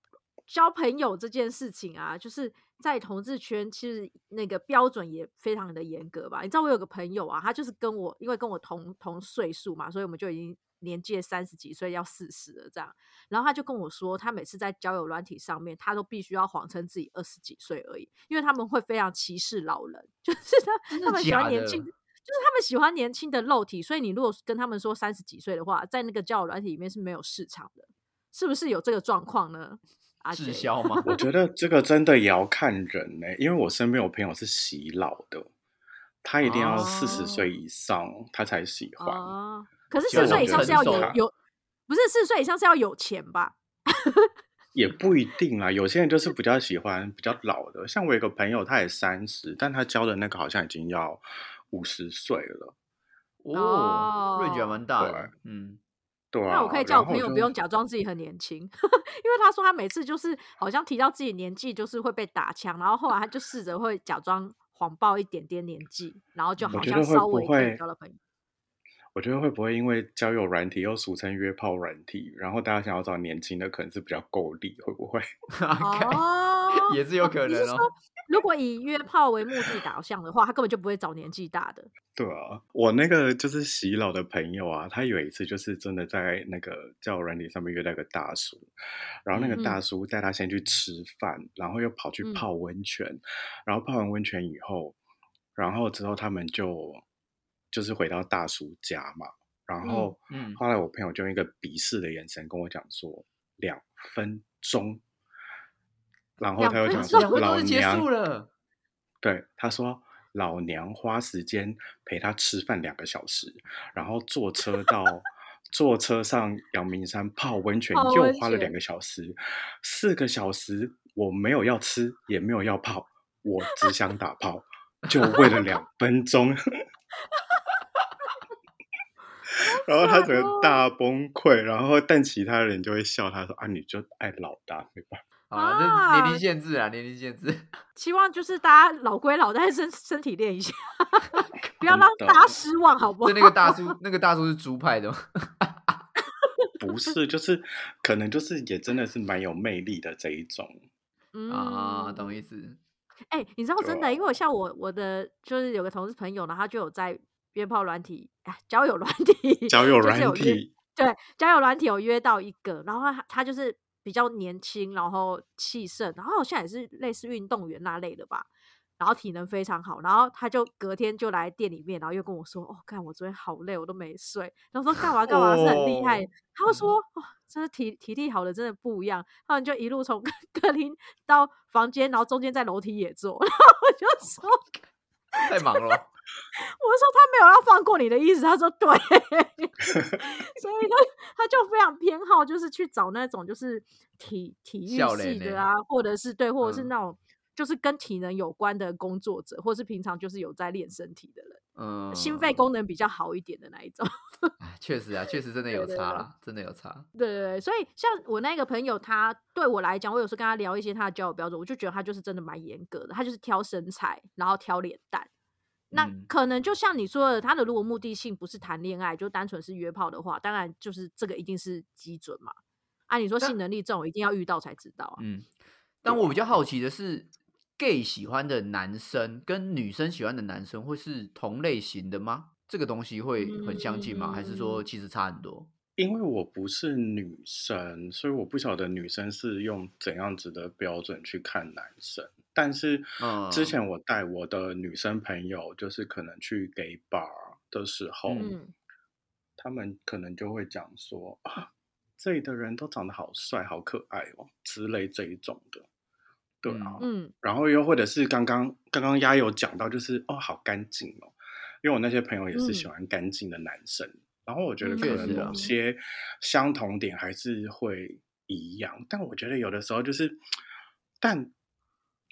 [SPEAKER 1] 交朋友这件事情啊，就是在同志圈，其实那个标准也非常的严格吧。你知道我有个朋友啊，他就是跟我，因为跟我同同岁数嘛，所以我们就已经年纪三十几岁要四十了这样。然后他就跟我说，他每次在交友软体上面，他都必须要谎称自己二十几岁而已，因为他们会非常歧视老人， [LAUGHS] 就是他
[SPEAKER 2] 真的
[SPEAKER 1] 他们喜
[SPEAKER 2] 假
[SPEAKER 1] 欢年
[SPEAKER 2] 的
[SPEAKER 1] 轻。就是他们喜欢年轻的肉体，所以你如果跟他们说三十几岁的话，在那个交友软体里面是没有市场的，是不是有这个状况呢？阿
[SPEAKER 2] 滞
[SPEAKER 1] 杰，[LAUGHS]
[SPEAKER 2] 销吗？
[SPEAKER 3] 我觉得这个真的也要看人呢、因为我身边有朋友是洗老的，他一定要
[SPEAKER 2] 哦
[SPEAKER 3] 四十岁以上他才喜欢。
[SPEAKER 1] 哦，可是四十
[SPEAKER 2] 就是
[SPEAKER 1] 岁以上是要
[SPEAKER 2] 成
[SPEAKER 1] 有
[SPEAKER 2] 熟
[SPEAKER 1] 有，不是四十岁以上是要有钱吧？
[SPEAKER 3] 也不一定啦，有些人就是比较喜欢比较老的，像我有个朋友，他也三十，但他交的那个好像已经要五十岁了，
[SPEAKER 2] 哦，瑞觉还
[SPEAKER 1] 哦
[SPEAKER 2] 蛮大的
[SPEAKER 3] 对，
[SPEAKER 2] 嗯，
[SPEAKER 3] 对啊。
[SPEAKER 1] 那我可以叫我
[SPEAKER 3] 然后
[SPEAKER 1] 朋友
[SPEAKER 3] 就
[SPEAKER 1] 不用假装自己很年轻， [LAUGHS] 因为他说他每次就是好像提到自己年纪就是会被打枪，然后后来他就试着会假装谎报一点点年纪，然后就
[SPEAKER 3] 嗯我
[SPEAKER 1] 好
[SPEAKER 3] 觉
[SPEAKER 1] 像
[SPEAKER 3] 得会
[SPEAKER 1] 稍
[SPEAKER 3] 不
[SPEAKER 1] 微可
[SPEAKER 3] 会
[SPEAKER 1] 以交了朋友。
[SPEAKER 3] 我觉得会不会因为交友软体又俗称约炮软体，然后大家想要找年轻的，可能是比较够力，会不会？
[SPEAKER 2] [LAUGHS] 看
[SPEAKER 1] 哦，
[SPEAKER 2] 也是有可
[SPEAKER 1] 你
[SPEAKER 2] 能
[SPEAKER 1] 是
[SPEAKER 2] 哦
[SPEAKER 1] 说，如果以约炮为目的导向的话，他根本就不会找年纪大的。
[SPEAKER 3] 对啊，我那个就是洗脑的朋友啊，他有一次就是真的在那个交友软体上面约到一个大叔，然后那
[SPEAKER 2] 嗯
[SPEAKER 3] 个大叔带他先去吃饭，然后又跑去
[SPEAKER 1] 嗯
[SPEAKER 3] 泡温泉，然后泡完温泉以后，然后之后他们就就是回到大叔家嘛，然
[SPEAKER 1] 嗯
[SPEAKER 3] 后
[SPEAKER 2] 嗯
[SPEAKER 3] 后来我朋友就用一个鄙视的眼神跟我讲说两分钟，然后
[SPEAKER 1] 两
[SPEAKER 3] 他又
[SPEAKER 1] 分
[SPEAKER 3] 讲
[SPEAKER 1] 钟
[SPEAKER 3] 说
[SPEAKER 2] 两分
[SPEAKER 3] 老
[SPEAKER 2] 钟就结
[SPEAKER 3] 娘
[SPEAKER 2] 束了，
[SPEAKER 3] 对，他说老娘花时间陪他吃饭两个小时，然后坐车到坐车上阳明山泡温泉
[SPEAKER 1] 泡
[SPEAKER 3] 又
[SPEAKER 1] 温
[SPEAKER 3] 花了两
[SPEAKER 1] 泉
[SPEAKER 3] 个小时，四个小时我没有要吃也没有要泡，我只想打泡，就为
[SPEAKER 1] [LAUGHS]
[SPEAKER 3] 了两分钟。 [LAUGHS] 然后他
[SPEAKER 1] 好
[SPEAKER 3] 整个
[SPEAKER 1] 爽
[SPEAKER 3] 大崩溃，然后但其他人就会笑他说啊，你就爱老大，没办法。
[SPEAKER 2] 好啊，这年龄
[SPEAKER 1] 啊
[SPEAKER 2] 限制啊，年龄限制，
[SPEAKER 1] 希望就是大家老归老，但是身身体练一下，不要让
[SPEAKER 3] 真的
[SPEAKER 1] 大家失望，好不好
[SPEAKER 2] 就？那个大叔，那个大叔是猪派的吗， [LAUGHS]
[SPEAKER 3] 不是，就是可能就是也真的是蛮有魅力的这一种。
[SPEAKER 2] 啊，
[SPEAKER 1] 嗯
[SPEAKER 2] 懂意思，
[SPEAKER 1] 哎、你知道
[SPEAKER 3] 对
[SPEAKER 1] 真的，因为
[SPEAKER 3] 啊
[SPEAKER 1] 我像我我的就是有个同事朋友呢，他就有在约炮软体、哎、交友软体、
[SPEAKER 3] 交
[SPEAKER 1] 就
[SPEAKER 3] 友
[SPEAKER 1] 是
[SPEAKER 3] 软
[SPEAKER 1] 有约
[SPEAKER 3] 体，
[SPEAKER 1] 对，交友软体有约到一个，然后他他就是比较年轻，然后气盛，然后好像也是类似运动员那类的吧，然后体能非常好，然后他就隔天就来店里面，然后又跟我说：“哦，看我昨天好累，我都没睡。”然后说干嘛干嘛是很厉害，
[SPEAKER 2] 哦
[SPEAKER 1] 他就说：“哦，真的体体力好的真的不一样。”他们就一路从 [LAUGHS] 客厅到房间，然后中间在楼梯也坐，然后我就说：“
[SPEAKER 2] 太忙了，
[SPEAKER 1] 我说他没有要放过你的意思，他说
[SPEAKER 2] [LAUGHS]
[SPEAKER 1] 对，所以他他就非常偏好，就是去找那种就是体体育
[SPEAKER 2] 笑
[SPEAKER 1] 系
[SPEAKER 2] 脸欸
[SPEAKER 1] 的啊，或者是对，或者是
[SPEAKER 2] 嗯
[SPEAKER 1] 那种就是跟体能有关的工作者，或是平常就是有在练身体的人，
[SPEAKER 2] 嗯，
[SPEAKER 1] 心肺功能比较好一点的那一种。
[SPEAKER 2] 哎，确实啊，确实真的
[SPEAKER 1] 对
[SPEAKER 2] 有
[SPEAKER 1] 对
[SPEAKER 2] 差
[SPEAKER 1] 对
[SPEAKER 2] 啦，真的有差，
[SPEAKER 1] 对对对，所以像我那个朋友他，对我来讲，我有时候跟他聊一些他的交友标准，我就觉得他就是真的蛮严格的，他就是挑身材，然后挑脸蛋。那
[SPEAKER 2] 嗯
[SPEAKER 1] 可能就像你说的，他的如果目的性不是谈恋爱，就单纯是约炮的话，当然就是这个一定是基准嘛。按理说
[SPEAKER 2] 但
[SPEAKER 1] 性能力这种一定要遇到才知道啊。
[SPEAKER 2] 嗯，但我比较好奇的是，gay 喜欢的男生跟女生喜欢的男生会是同类型的吗？这个东西会很相近吗？还是说其实差很多？
[SPEAKER 3] 因为我不是女生，所以我不晓得女生是用怎样子的标准去看男生。但是
[SPEAKER 2] 嗯
[SPEAKER 3] 之前我带我的女生朋友，就是可能去 gay bar 的时候，
[SPEAKER 2] 嗯
[SPEAKER 1] 嗯，
[SPEAKER 3] 他们可能就会讲说啊，这里的人都长得好帅、好可爱哦之类这一种的。对啊，
[SPEAKER 1] 嗯，
[SPEAKER 3] 然后又或者是刚刚刚刚丫有讲到，就是哦，好干净哦，因为我那些朋友也是
[SPEAKER 1] 嗯
[SPEAKER 3] 喜欢干净的男生，然后我觉得
[SPEAKER 1] 嗯
[SPEAKER 3] 可
[SPEAKER 2] 确
[SPEAKER 3] 能
[SPEAKER 2] 实啊
[SPEAKER 3] 某些相同点还是会一样，但我觉得有的时候就是，但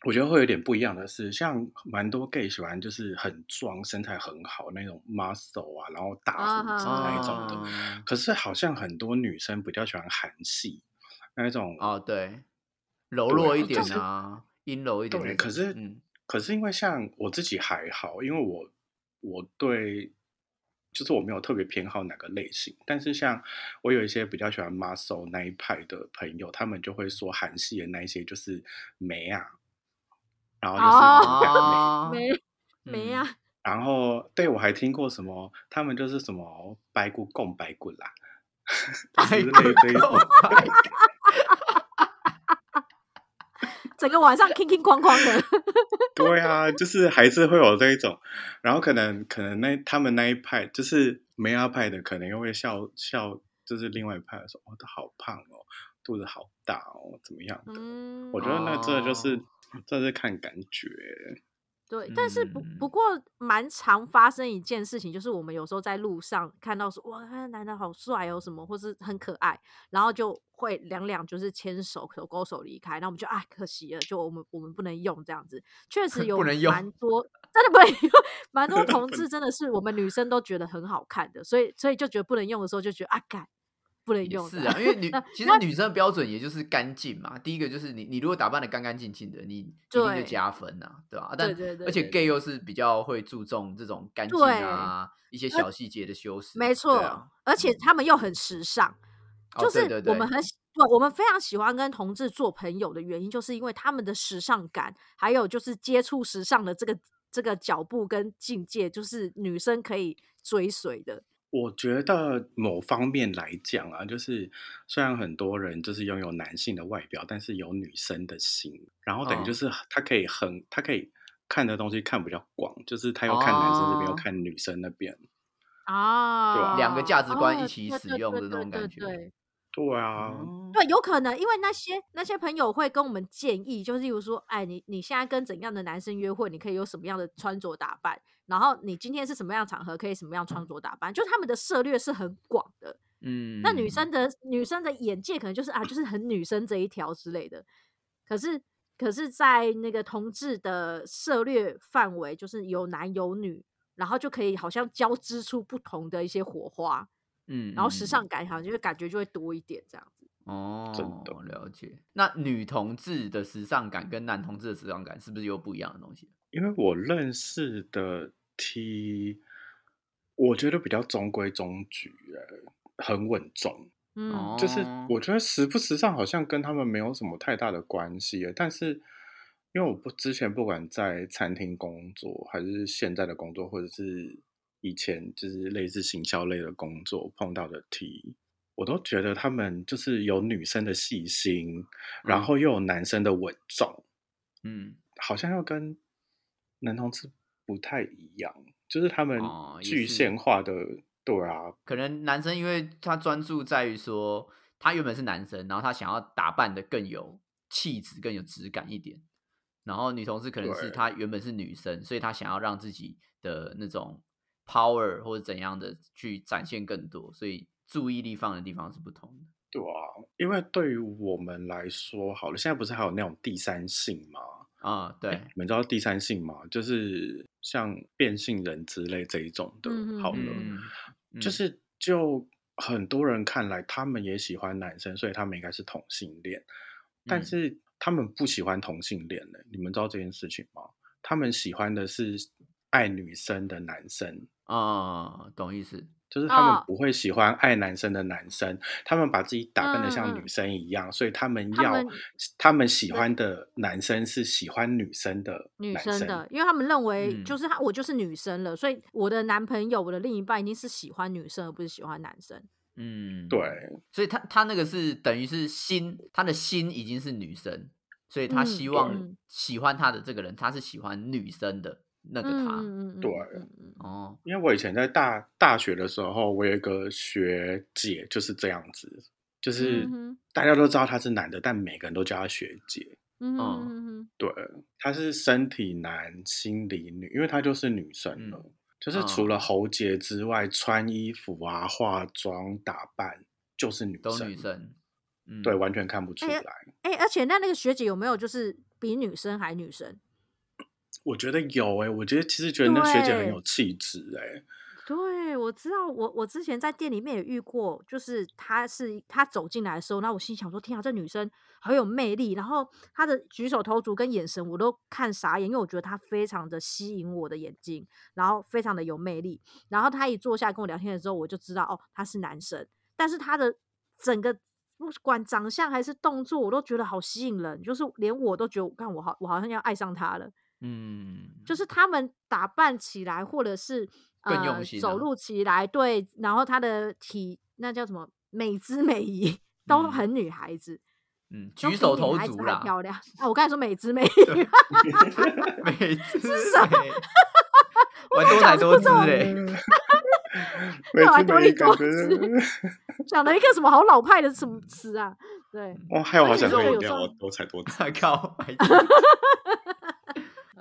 [SPEAKER 3] 我觉得会有点不一样的是，像蛮多 gay 喜欢就是很壮、身材很好那种 muscle 啊，然后大胡子
[SPEAKER 1] 啊
[SPEAKER 3] 那一种的，
[SPEAKER 2] 啊
[SPEAKER 3] 可是好像很多女生比较喜欢韩系那一种
[SPEAKER 2] 哦，对，柔弱一
[SPEAKER 1] 对
[SPEAKER 2] 点
[SPEAKER 1] 就是
[SPEAKER 2] 啊，阴柔一点那
[SPEAKER 3] 对，
[SPEAKER 2] 种。
[SPEAKER 3] 可是、
[SPEAKER 2] 嗯，
[SPEAKER 3] 可是因为像我自己还好，因为我我对就是我没有特别偏好哪个类型，但是像我有一些比较喜欢 muscle 那一派的朋友，他们就会说韩系的那一些就是美啊，然后就是
[SPEAKER 1] 哦
[SPEAKER 3] 美感美
[SPEAKER 2] 啊，
[SPEAKER 1] 没没
[SPEAKER 2] 嗯
[SPEAKER 1] 啊，，
[SPEAKER 3] 然后对我还听过什么，他们就是什么白骨共白骨啦，
[SPEAKER 2] 白
[SPEAKER 3] 之类这一种
[SPEAKER 2] 骨白
[SPEAKER 1] 整个晚上 [LAUGHS] king king 哐哐的，
[SPEAKER 3] 对啊，就是还是会有这一种，然后可能可能那他们那一派就是梅阿派的，可能又会笑笑，就是另外一派说，哦，他好胖哦，肚子好大哦，怎么样的？
[SPEAKER 1] 嗯，
[SPEAKER 3] 我觉得那这就是、
[SPEAKER 2] 哦
[SPEAKER 3] 这是看感觉，
[SPEAKER 1] 对，但是不不
[SPEAKER 2] 嗯
[SPEAKER 1] 过蛮常发生一件事情，就是我们有时候在路上看到说哇，那男的好帅哦，什么或是很可爱，然后就会两两就是牵手手勾手离开，那我们就哎可惜了，就我们我们不能用这样子，确
[SPEAKER 2] [LAUGHS]
[SPEAKER 1] 实有
[SPEAKER 2] 不能用
[SPEAKER 1] 蛮多真的不能用，蛮多同
[SPEAKER 2] [LAUGHS]
[SPEAKER 3] 不
[SPEAKER 1] 志真的是我们女生都觉得很好看的，所以所以就觉得不能用的时候就觉得啊干不能
[SPEAKER 2] 也
[SPEAKER 1] 用
[SPEAKER 2] 是
[SPEAKER 1] 这样
[SPEAKER 2] 啊，因为女其
[SPEAKER 1] 那
[SPEAKER 2] 实女生的标准也就是干净嘛。第一个就是你你如果打扮的干干净净的，你一定就
[SPEAKER 1] 对
[SPEAKER 2] 加分呐、对吧、啊但
[SPEAKER 1] 对对对，
[SPEAKER 2] 而且
[SPEAKER 1] 对
[SPEAKER 2] gay 又是比较会注重这种干净
[SPEAKER 1] 对呃
[SPEAKER 2] 啊，一些小细节的修饰。
[SPEAKER 1] [LAUGHS] 没错，
[SPEAKER 2] 对啊
[SPEAKER 1] 而且他们又很时尚，
[SPEAKER 2] 哦
[SPEAKER 1] 就
[SPEAKER 2] 对
[SPEAKER 1] 是
[SPEAKER 2] 对
[SPEAKER 1] 我
[SPEAKER 2] 对
[SPEAKER 1] 们很喜对我们非常喜欢跟同志做朋友的原因，就是因为他们的时尚感，还有就是接触时尚的这个这个脚步跟境界，就是女生可以追随的。
[SPEAKER 3] 我觉得某方面来讲啊，就是虽然很多人就是拥有男性的外表，但是有女生的心，然后等于
[SPEAKER 2] 哦
[SPEAKER 3] 就是他可以很，他可以看的东西看比较广，就是他又看男生这边，又
[SPEAKER 2] 哦
[SPEAKER 3] 看女生那边。
[SPEAKER 1] 啊
[SPEAKER 2] 两个价值观
[SPEAKER 1] 哦
[SPEAKER 2] 一起
[SPEAKER 1] 对
[SPEAKER 2] 使
[SPEAKER 1] 对
[SPEAKER 2] 用
[SPEAKER 1] 对
[SPEAKER 2] 的那
[SPEAKER 1] 对
[SPEAKER 2] 种
[SPEAKER 1] 对
[SPEAKER 2] 感觉
[SPEAKER 1] 对
[SPEAKER 3] 对啊，
[SPEAKER 2] 哦
[SPEAKER 1] 对，有可能，因为那些那些朋友会跟我们建议，就是例如说，哎，你你现在跟怎样的男生约会，你可以有什么样的穿着打扮，然后你今天是什么样的场合，可以什么样穿着打扮，就他们的涉略是很广的。
[SPEAKER 2] 嗯，
[SPEAKER 1] 那女生的女生的眼界可能就是啊，就是很女生这一条之类的。可是可是，在那个同志的涉略范围，就是有男有女，然后就可以好像交织出不同的一些火花，
[SPEAKER 2] 嗯，嗯，
[SPEAKER 1] 然后时
[SPEAKER 2] 嗯
[SPEAKER 1] 尚感好像就会感觉就会多一点这样子。
[SPEAKER 2] 哦，
[SPEAKER 3] 真的
[SPEAKER 2] 了解。那女同志的时尚感跟男同志的时尚感是不是有不一样的东西？
[SPEAKER 3] 因为我认识的 T，我觉得比较中规中矩，呃很稳重。
[SPEAKER 1] 嗯，
[SPEAKER 2] 哦
[SPEAKER 3] 就是我觉得时不时尚好像跟他们没有什么太大的关系耶，但是因为我不之前不管在餐厅工作，还是现在的工作，或者是以前就是类似行销类的工作碰到的 T，我都觉得他们就是有女生的细心，然
[SPEAKER 2] 嗯
[SPEAKER 3] 后又有男生的稳重，
[SPEAKER 2] 嗯，
[SPEAKER 3] 好像又跟男同志不太一样，就是他们
[SPEAKER 2] 哦也
[SPEAKER 3] 具
[SPEAKER 2] 是
[SPEAKER 3] 现化的，对啊，
[SPEAKER 2] 可能男生因为他专注在于说，他原本是男生，然后他想要打扮的更有气质、更有质感一点。然后女同志可能是
[SPEAKER 3] 对
[SPEAKER 2] 她原本是女生，所以她想要让自己的那种 power 或者怎样的去展现更多，所以注意力放的地方是不同的。
[SPEAKER 3] 对啊，因为对于我们来说，好了，现在不是还有那种第三性吗？
[SPEAKER 2] 啊、对，
[SPEAKER 3] 你们知道第三性吗？就是像变性人之类这一种的。
[SPEAKER 1] 嗯哼
[SPEAKER 3] 好了，
[SPEAKER 2] 嗯，嗯
[SPEAKER 3] 就，是就很多人看来，他们也喜欢男生，所以他们应该是同性恋，但
[SPEAKER 2] 嗯
[SPEAKER 3] 是他们不喜欢同性恋呢、你们知道这件事情吗？他们喜欢的是爱女生的男生。
[SPEAKER 2] 啊、懂意思。
[SPEAKER 3] 就是他们
[SPEAKER 1] 哦
[SPEAKER 3] 不会喜欢爱男生的男生，他们把自己打扮的
[SPEAKER 1] 嗯嗯
[SPEAKER 3] 像女生一样，所以他们
[SPEAKER 1] 他
[SPEAKER 3] 要
[SPEAKER 1] 们
[SPEAKER 3] 他们喜欢的男生是喜欢女生的
[SPEAKER 1] 女
[SPEAKER 3] 男
[SPEAKER 1] 生的，因为他们认为
[SPEAKER 2] 嗯
[SPEAKER 1] 就是他，我就是女生了，所以我的男朋友、我的另一半一定是喜欢女生，而不是喜欢男生。
[SPEAKER 2] 嗯，
[SPEAKER 3] 对，
[SPEAKER 2] 所以他他那个是等于是心，他的心已经是女生，所以他
[SPEAKER 1] 嗯
[SPEAKER 2] 希
[SPEAKER 1] 对
[SPEAKER 2] 望
[SPEAKER 1] 嗯
[SPEAKER 2] 喜欢他的这个人，他是喜欢女生的那个
[SPEAKER 1] 嗯
[SPEAKER 2] 他。
[SPEAKER 1] 嗯嗯，
[SPEAKER 3] 对
[SPEAKER 1] 嗯嗯嗯
[SPEAKER 2] 哦，
[SPEAKER 3] 因为我以前在大大学的时候，我有一个学姐就是这样子，就是
[SPEAKER 1] 嗯哼
[SPEAKER 3] 大家都知道她是男的，但每个人都叫她学姐。
[SPEAKER 1] 嗯
[SPEAKER 2] 哦
[SPEAKER 1] 嗯嗯嗯
[SPEAKER 3] 对，她是身体男，心理女，因为她就是女生
[SPEAKER 2] 嗯
[SPEAKER 3] 了。就是除
[SPEAKER 2] 哦
[SPEAKER 1] 嗯
[SPEAKER 3] 了喉结之外，穿衣服啊、化妆打扮就是女
[SPEAKER 2] 都
[SPEAKER 3] 生，
[SPEAKER 2] 女生，嗯，
[SPEAKER 3] 对，完全看不出
[SPEAKER 1] 哎
[SPEAKER 3] 来。
[SPEAKER 1] 呀哎、而且那那个学姐有没有就是比女生还女生？
[SPEAKER 3] 我觉得有哎、我觉得其实觉得那学姐很
[SPEAKER 1] 对
[SPEAKER 3] 有气质哎、
[SPEAKER 1] 对，我知道，我我之前在店里面也遇过，就是她是她走进来的时候，那我心想说：天啊，这女生好有魅力。然后她的举手投足跟眼神，我都看傻眼，因为我觉得她非常的吸引我的眼睛，然后非常的有魅力。然后她一坐下来跟我聊天的时候，我就知道哦，她是男生，但是她的整个。不管长相还是动作，我都觉得好吸引人，就是连我都觉得，看我好，我好像要爱上她了。
[SPEAKER 2] 嗯，
[SPEAKER 1] 就是他们打扮起来，或者是
[SPEAKER 2] 更
[SPEAKER 1] 呃
[SPEAKER 2] 用心啊
[SPEAKER 1] 走路起来，对，然后她的体那叫什么美姿美仪都
[SPEAKER 2] 嗯
[SPEAKER 1] 很女孩子，
[SPEAKER 2] 嗯，
[SPEAKER 1] 都比
[SPEAKER 2] 举手
[SPEAKER 1] 女
[SPEAKER 2] 投
[SPEAKER 1] 孩子
[SPEAKER 2] 足
[SPEAKER 1] 还
[SPEAKER 2] 啦，
[SPEAKER 1] 漂亮啊！我刚才说美姿
[SPEAKER 3] [LAUGHS]
[SPEAKER 1] 美仪，
[SPEAKER 2] 每次
[SPEAKER 1] 什么 [LAUGHS]
[SPEAKER 2] 美玩多才多姿嘞，
[SPEAKER 3] 每
[SPEAKER 1] 还
[SPEAKER 3] 次
[SPEAKER 1] 多
[SPEAKER 3] 每
[SPEAKER 1] 利多
[SPEAKER 3] 感觉
[SPEAKER 1] 姿
[SPEAKER 3] [LAUGHS]
[SPEAKER 1] 讲了一个什么好老派的什么词啊？对，
[SPEAKER 3] 哦，还有好
[SPEAKER 1] 而且
[SPEAKER 3] 想喝
[SPEAKER 1] 这个
[SPEAKER 3] 饮
[SPEAKER 1] 有时
[SPEAKER 3] 料，
[SPEAKER 1] 候
[SPEAKER 3] 我多才多姿。
[SPEAKER 2] 靠！白痴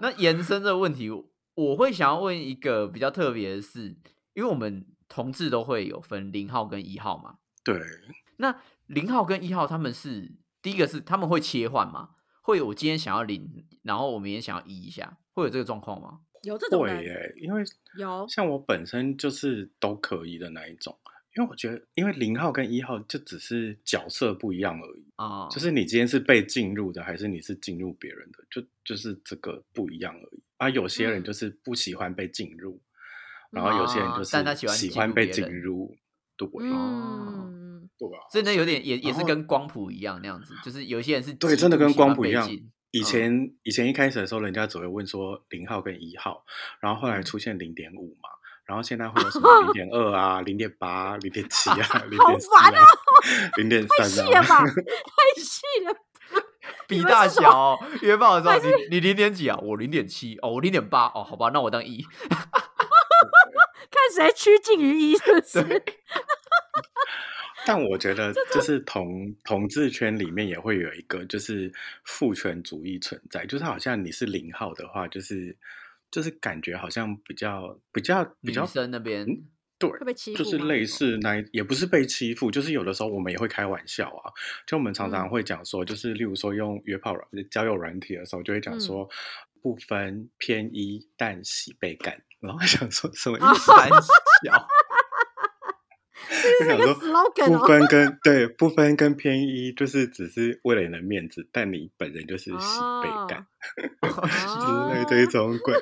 [SPEAKER 2] 那延伸这个问题，我会想要问一个比较特别的是，因为我们同志都会有分零号跟一号嘛。
[SPEAKER 3] 对，
[SPEAKER 2] 那零号跟一号他们是第一个是他们会切换吗？会有我今天想要零，然后我明天想要一一下，会有这个状况吗？
[SPEAKER 1] 有这种
[SPEAKER 3] 会
[SPEAKER 1] 人，
[SPEAKER 3] 耶，因为
[SPEAKER 1] 有
[SPEAKER 3] 像我本身就是都可以的那一种，因为我觉得，因为零号跟一号就只是角色不一样而已，
[SPEAKER 2] 啊、
[SPEAKER 3] 就是你今天是被进入的，还是你是进入别人的，就就是这个不一样而已。啊，有些人
[SPEAKER 1] 嗯
[SPEAKER 3] 就是不喜欢被进入，
[SPEAKER 1] 嗯
[SPEAKER 3] 然后有些人
[SPEAKER 2] 啊
[SPEAKER 3] 就
[SPEAKER 2] 但他喜
[SPEAKER 3] 是
[SPEAKER 2] 欢
[SPEAKER 3] 喜
[SPEAKER 2] 进
[SPEAKER 3] 欢
[SPEAKER 2] 入
[SPEAKER 3] 被
[SPEAKER 2] 别
[SPEAKER 3] 进
[SPEAKER 2] 人
[SPEAKER 3] 入，对，哦
[SPEAKER 1] 嗯，
[SPEAKER 3] 对啊吧？
[SPEAKER 2] 所以呢，有点也也
[SPEAKER 3] 然
[SPEAKER 2] 是
[SPEAKER 3] 后
[SPEAKER 2] 跟光谱一样那样子，就是有一些人是
[SPEAKER 3] 对，
[SPEAKER 2] 极
[SPEAKER 3] 真的
[SPEAKER 2] 度
[SPEAKER 3] 跟
[SPEAKER 2] 喜
[SPEAKER 3] 光
[SPEAKER 2] 欢
[SPEAKER 3] 谱一
[SPEAKER 2] 被
[SPEAKER 3] 样
[SPEAKER 2] 进。
[SPEAKER 3] 以
[SPEAKER 2] 嗯
[SPEAKER 3] 前、以前一开始的时候，人家只会问说零号跟一号，然后后
[SPEAKER 1] 嗯
[SPEAKER 3] 来出现零点五嘛，然后现在会有什么
[SPEAKER 1] [LAUGHS]
[SPEAKER 3] 零点二啊、零点八、零点七啊、零点四
[SPEAKER 1] 烦
[SPEAKER 3] 啊
[SPEAKER 1] 哦、
[SPEAKER 3] 零点
[SPEAKER 1] 太细
[SPEAKER 3] 三
[SPEAKER 1] 了
[SPEAKER 3] 啊。 [LAUGHS]
[SPEAKER 1] 吧，太细了吧。
[SPEAKER 2] 比
[SPEAKER 1] 们
[SPEAKER 2] 大
[SPEAKER 1] 是什
[SPEAKER 2] 小哦、约炮的时候，你你零点几啊？我零点七哦，我零点八哦，好吧，那我当一。
[SPEAKER 1] 看谁趋近于一，是不是？
[SPEAKER 3] 但我觉得就是同同志圈里面也会有一个就是父权主义存在，就是好像你是零号的话，就是就是感觉好像比较比较比
[SPEAKER 2] 女
[SPEAKER 3] 较
[SPEAKER 2] 生那边，
[SPEAKER 3] 嗯对，
[SPEAKER 1] 会被欺负吗？
[SPEAKER 3] 就是类似那一，也不是被欺负，就是有的时候我们也会开玩笑啊。就我们常常
[SPEAKER 1] 嗯
[SPEAKER 3] 会讲说，就是例如说用约炮软呃交友软体的时候，就会
[SPEAKER 1] 嗯
[SPEAKER 3] 讲说、不分偏一，但喜被干。然后我想说什么
[SPEAKER 1] 哦
[SPEAKER 3] 意思？
[SPEAKER 2] 三小，
[SPEAKER 3] 就
[SPEAKER 1] 这
[SPEAKER 3] 想
[SPEAKER 1] 个
[SPEAKER 3] 说
[SPEAKER 1] slogan
[SPEAKER 3] 不
[SPEAKER 1] 哦，
[SPEAKER 3] 分跟对不分跟偏一，就是只是为了你的面子，但你本人就是喜被干、之类
[SPEAKER 1] 哦
[SPEAKER 3] 这一种鬼。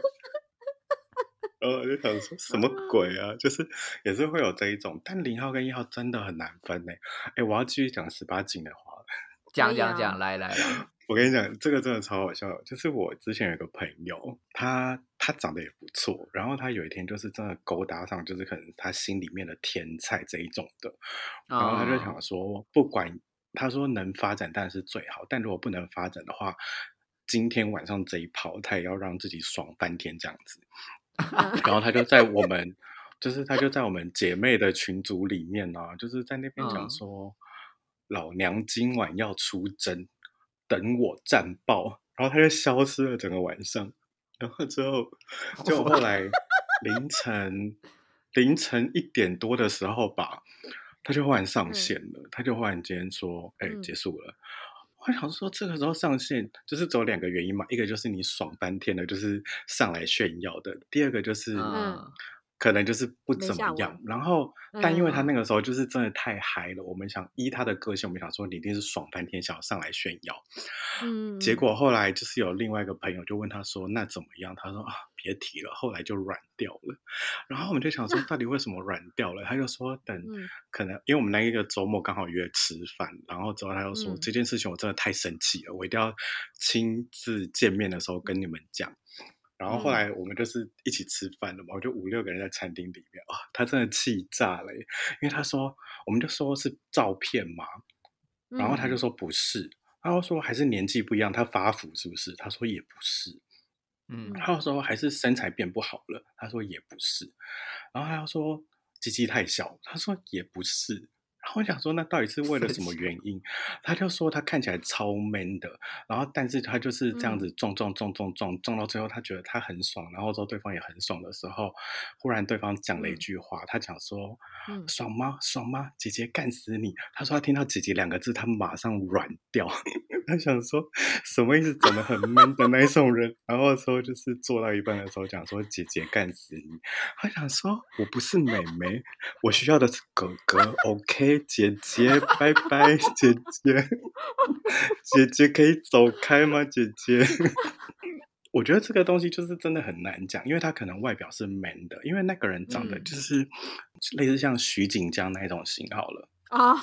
[SPEAKER 3] 然后我就想说什么鬼啊？就是也是会有这一种，但零号跟一号真的很难分呢、哎、我要继续讲十八禁的话了。
[SPEAKER 1] 可
[SPEAKER 2] 讲
[SPEAKER 1] 以啊
[SPEAKER 2] 讲讲，来来来，
[SPEAKER 3] 我跟你讲，这个真的超好笑的。就是我之前有一个朋友，他他长得也不错，然后他有一天就是真的勾搭上，就是可能他心里面的天菜这一种的，然后他就
[SPEAKER 2] 嗯
[SPEAKER 3] 想说，不管他说能发展当然是最好，但如果不能发展的话，今天晚上这一炮他也要让自己爽翻天这样子。然后他就在我们，就是他就在我们姐妹的群组里面呢、就是在那边讲
[SPEAKER 2] 嗯
[SPEAKER 3] 说，老娘今晚要出征，等我战爆。然后他就消失了整个晚上。然后之后，就后来凌晨凌晨一点多的时候吧，他就忽然上
[SPEAKER 1] 嗯
[SPEAKER 3] 线了，他就忽然间说：“哎、
[SPEAKER 1] 嗯
[SPEAKER 3] 结束了。”我想说，这个时候上线就是只有两个原因嘛，一个就是你爽翻天了，就是上来炫耀的；第二个就是、
[SPEAKER 2] 嗯，
[SPEAKER 3] 可能就是不
[SPEAKER 1] 没
[SPEAKER 3] 怎
[SPEAKER 1] 下
[SPEAKER 3] 么
[SPEAKER 1] 文
[SPEAKER 3] 样。然后，但因为他
[SPEAKER 1] 嗯
[SPEAKER 3] 那个时候就是真的太嗨了，我们想依他的个性，我们想说你一定是爽翻天，想要上来炫耀。
[SPEAKER 1] 嗯，
[SPEAKER 3] 结果后来就是有另外一个朋友就问他说：“那怎么样？”他说：“啊，别提了。”后来就软掉了。然后我们就想说，
[SPEAKER 1] [LAUGHS]
[SPEAKER 3] 到底为什么软掉了？他就说等。
[SPEAKER 1] 嗯
[SPEAKER 3] 可能因为我们那一个周末刚好约吃饭，然后之后他就说、
[SPEAKER 1] 嗯
[SPEAKER 3] 这件事情我真的太生气了，我一定要亲自见面的时候跟你们讲。然后后
[SPEAKER 1] 嗯
[SPEAKER 3] 来我们就是一起吃饭了嘛，我就五六个人在餐厅里面，哦，他真的气炸了耶，因为他说我们就说是照片嘛，
[SPEAKER 1] 嗯，
[SPEAKER 3] 然后他就说不是，他就说还是年纪不一样，他发福是不是？他说也不是，
[SPEAKER 2] 嗯
[SPEAKER 1] 嗯
[SPEAKER 3] 他就说还是身材变不好了，他说也不是，然后他又说鸡鸡太小，他说也不是。然后我想说，那到底是为了什么原因？他就说他看起来超 man 的，然后但是他就是这样子撞撞撞撞撞撞到最后，他觉得他很爽，然后之后对方也很爽的时候，忽然对方讲了一
[SPEAKER 1] 嗯
[SPEAKER 3] 句话，他讲说
[SPEAKER 1] 嗯
[SPEAKER 3] 爽吗？爽吗？姐姐干死你！他说他听到姐姐两个字，他马上软掉。 [LAUGHS] 他想说什么意思？怎么很 man 的那一种人？ [LAUGHS] 然后说就是做到一半的时候讲说姐姐干死你。他想说我不是妹妹，我需要的是哥哥。OK，姐姐，拜拜，姐姐，姐姐可以走开吗？姐姐。 [LAUGHS] 我觉得这个东西就是真的很难讲，因为他可能外表是 man 的，因为那个人长得
[SPEAKER 1] 嗯
[SPEAKER 3] 就是类似像徐锦江那一种型号了。
[SPEAKER 1] 啊、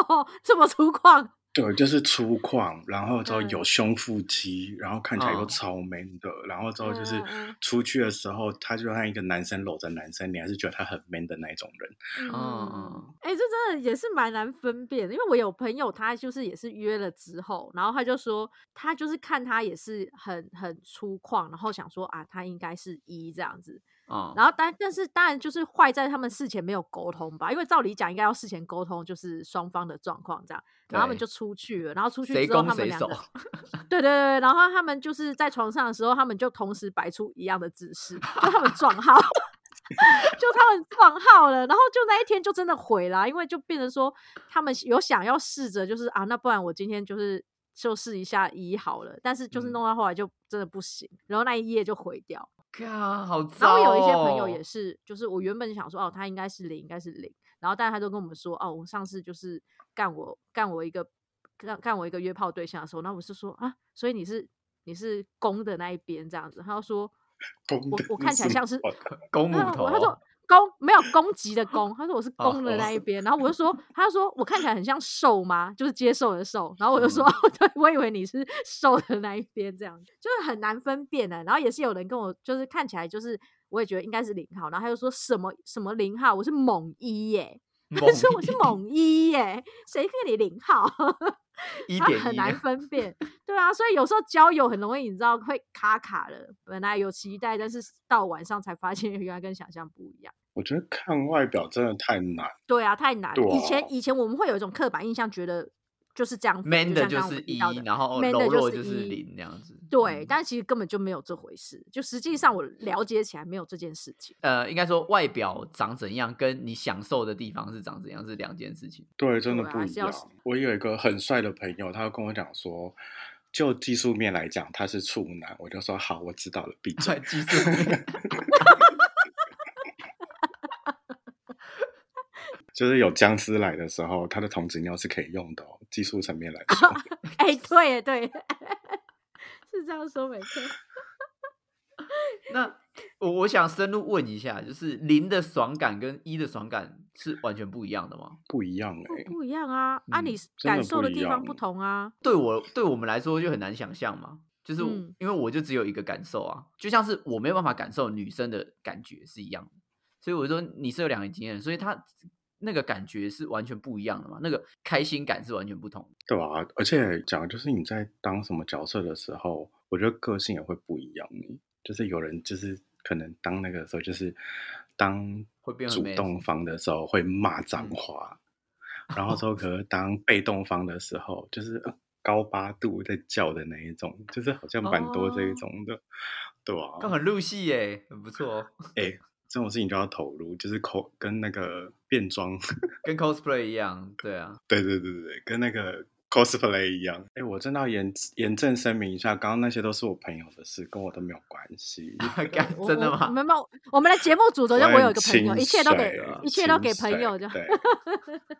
[SPEAKER 1] [LAUGHS] 这么粗犷，
[SPEAKER 3] 对，就是粗犷，然后之后
[SPEAKER 1] 嗯
[SPEAKER 3] 有胸腹肌，然后看起来又
[SPEAKER 2] 哦
[SPEAKER 3] 超 man 的，然后之后就是
[SPEAKER 1] 嗯嗯嗯
[SPEAKER 3] 出去的时候，他就像一个男生搂着男生，你还是觉得他很 man 的那一种人。
[SPEAKER 1] 嗯
[SPEAKER 2] 哦，
[SPEAKER 1] 哎、这真的也是蛮难分辨的，因为我有朋友，他就是也是约了之后，然后他就说，他就是看他也是很很粗犷，然后想说啊，他应该是一这样子，
[SPEAKER 2] 哦，
[SPEAKER 1] 然后但但是当然就是坏在他们事前没有沟通吧，因为照理讲应该要事前沟通，就是双方的状况这样，然后他们
[SPEAKER 2] 对
[SPEAKER 1] 就出去了，然后出去
[SPEAKER 2] 谁
[SPEAKER 1] 之后
[SPEAKER 2] 攻
[SPEAKER 1] 他们
[SPEAKER 2] 谁
[SPEAKER 1] 两
[SPEAKER 2] 守 [LAUGHS]
[SPEAKER 1] 个，对对对，然后他们就是在床上的时候，他们就同时摆出一样的姿势，就他们撞号， [LAUGHS] 就他们撞号了，然后就那一天就真的毁了啊、因为就变成说他们有想要试着就是啊，那不然我今天就是就试一下一好了，但是就是
[SPEAKER 2] 嗯
[SPEAKER 1] 弄到后来就真的不行，然后那一夜就毁掉。
[SPEAKER 2] 看好
[SPEAKER 1] 然后
[SPEAKER 2] 糟哦。
[SPEAKER 1] 有一些朋友也是，就是我原本想说哦，他应该是零，应该是零，然后但他就跟我们说哦，我上次就是干我干我一个干干我一个约炮对象的时候，那我是说啊，所以你是你是公的那一边这样子，他就说
[SPEAKER 3] 公 [LAUGHS]
[SPEAKER 1] 我
[SPEAKER 3] 的
[SPEAKER 1] 我看起来像是
[SPEAKER 2] 公母
[SPEAKER 1] 啊
[SPEAKER 2] 头，
[SPEAKER 1] 我他说公没有攻击的攻，他说我是
[SPEAKER 2] 哦
[SPEAKER 1] 公的那
[SPEAKER 3] 哦
[SPEAKER 1] 一边，然后我就 [LAUGHS] 说，他说我看起来很像受吗？就是接受的受，然后我就说，哦， [LAUGHS] 对我以为你是受的那一边，这样就是很难分辨的。然后也是有人跟我，就是看起来就是我也觉得应该是零号，然后他就说什么什么零号，我是猛一耶，他说 [LAUGHS] 我是猛一耶，谁跟你零号？
[SPEAKER 2] 一
[SPEAKER 1] 他
[SPEAKER 2] 点
[SPEAKER 1] 啊很
[SPEAKER 2] 一，啊
[SPEAKER 1] 难分辨，对啊，所以有时候交友很容易，你知道会卡卡的。本来有期待，但是到晚上才发现 [LAUGHS] 原来跟想象不一样。
[SPEAKER 3] 我觉得看外表真的太难。
[SPEAKER 1] 对啊，太难了。
[SPEAKER 3] 对
[SPEAKER 1] 以前
[SPEAKER 2] 哦
[SPEAKER 3] 啊
[SPEAKER 1] 以前我们会有一种刻板印象，觉得就是这样分
[SPEAKER 2] man 的
[SPEAKER 1] 就像刚刚我
[SPEAKER 2] 是
[SPEAKER 1] 们提
[SPEAKER 2] 一
[SPEAKER 1] 到的，
[SPEAKER 2] 然后
[SPEAKER 1] man 的
[SPEAKER 2] 柔
[SPEAKER 1] 就
[SPEAKER 2] 弱
[SPEAKER 1] 是
[SPEAKER 2] 是
[SPEAKER 1] 一
[SPEAKER 2] 零这样子。
[SPEAKER 1] 对，
[SPEAKER 2] 嗯
[SPEAKER 1] 但其实根本就没有这回事。就实际
[SPEAKER 2] [LAUGHS]
[SPEAKER 1] 上我了解起来没有这件事情。
[SPEAKER 2] 呃，应该说外表长怎样，跟你享受的地方是长怎样是两件事情。
[SPEAKER 3] 对，真的
[SPEAKER 1] 对啊
[SPEAKER 3] 不
[SPEAKER 1] 还
[SPEAKER 3] 一
[SPEAKER 1] 是要
[SPEAKER 3] 样。我有一个很帅的朋友，他跟我讲说，就技术面来讲，他是处男。我就说好，我知道了，
[SPEAKER 1] [LAUGHS]
[SPEAKER 3] 闭嘴。
[SPEAKER 2] 技术面 [LAUGHS]
[SPEAKER 3] 就是有僵尸来的时候，他的童子尿是可以用的、哦，技术层面来
[SPEAKER 1] [LAUGHS]
[SPEAKER 3] 说。
[SPEAKER 1] 哎、对耶对耶， [LAUGHS] 是这样说没错。
[SPEAKER 2] 那我我想深入问一下，就是零的爽感跟一的爽感是完全不一样的吗？
[SPEAKER 3] 不一样
[SPEAKER 1] 不
[SPEAKER 3] 哎、欸，
[SPEAKER 1] 不一样啊，啊，
[SPEAKER 2] 嗯
[SPEAKER 1] 你
[SPEAKER 3] 真
[SPEAKER 1] 感
[SPEAKER 3] 的
[SPEAKER 1] 受
[SPEAKER 3] 不
[SPEAKER 1] 的
[SPEAKER 3] 一
[SPEAKER 1] 地方
[SPEAKER 3] 样
[SPEAKER 2] 欸
[SPEAKER 1] 不同啊。
[SPEAKER 2] 对我对我们来说就很难想象嘛，就是我、
[SPEAKER 1] 嗯
[SPEAKER 2] 因为我就只有一个感受啊，就像是我没有办法感受女生的感觉是一样的，所以我说你是有两个经验，所以他那个感觉是完全不一样的嘛，那个开心感是完全不同的。
[SPEAKER 3] 对吧、而且讲的就是你在当什么角色的时候，我觉得个性也会不一样。就是有人就是可能当那个的时候，就是当
[SPEAKER 2] 会变很
[SPEAKER 3] 主
[SPEAKER 2] man
[SPEAKER 3] 动方的时候会骂
[SPEAKER 2] 嗯
[SPEAKER 3] 脏话，然后
[SPEAKER 2] [LAUGHS]
[SPEAKER 3] 之后可能当被动方的时候，就是呃高八度在叫的那一种，就是好像蛮多这一
[SPEAKER 2] 哦
[SPEAKER 3] 种的，对吧、
[SPEAKER 2] 刚很入戏耶，很不错哦，
[SPEAKER 3] 哎、这种事情就要投入，就是口跟那个变装，
[SPEAKER 2] 跟 cosplay 一样，对 [LAUGHS] 啊，
[SPEAKER 3] 对对对对对，跟那个 cosplay 一样。哎、我真的要严严正声明一下，刚刚那些都是我朋友的事，跟我都没有关系。
[SPEAKER 2] 干
[SPEAKER 1] 我
[SPEAKER 2] 真的
[SPEAKER 1] 我
[SPEAKER 2] 吗？
[SPEAKER 1] 没有，我们的节目组 [LAUGHS] 昨天我有一个朋友，
[SPEAKER 3] 很
[SPEAKER 1] 一切都
[SPEAKER 3] 轻
[SPEAKER 1] 给
[SPEAKER 3] 率啊
[SPEAKER 1] 一切都
[SPEAKER 3] 轻
[SPEAKER 1] 给朋友
[SPEAKER 3] 率
[SPEAKER 1] 就
[SPEAKER 3] 对，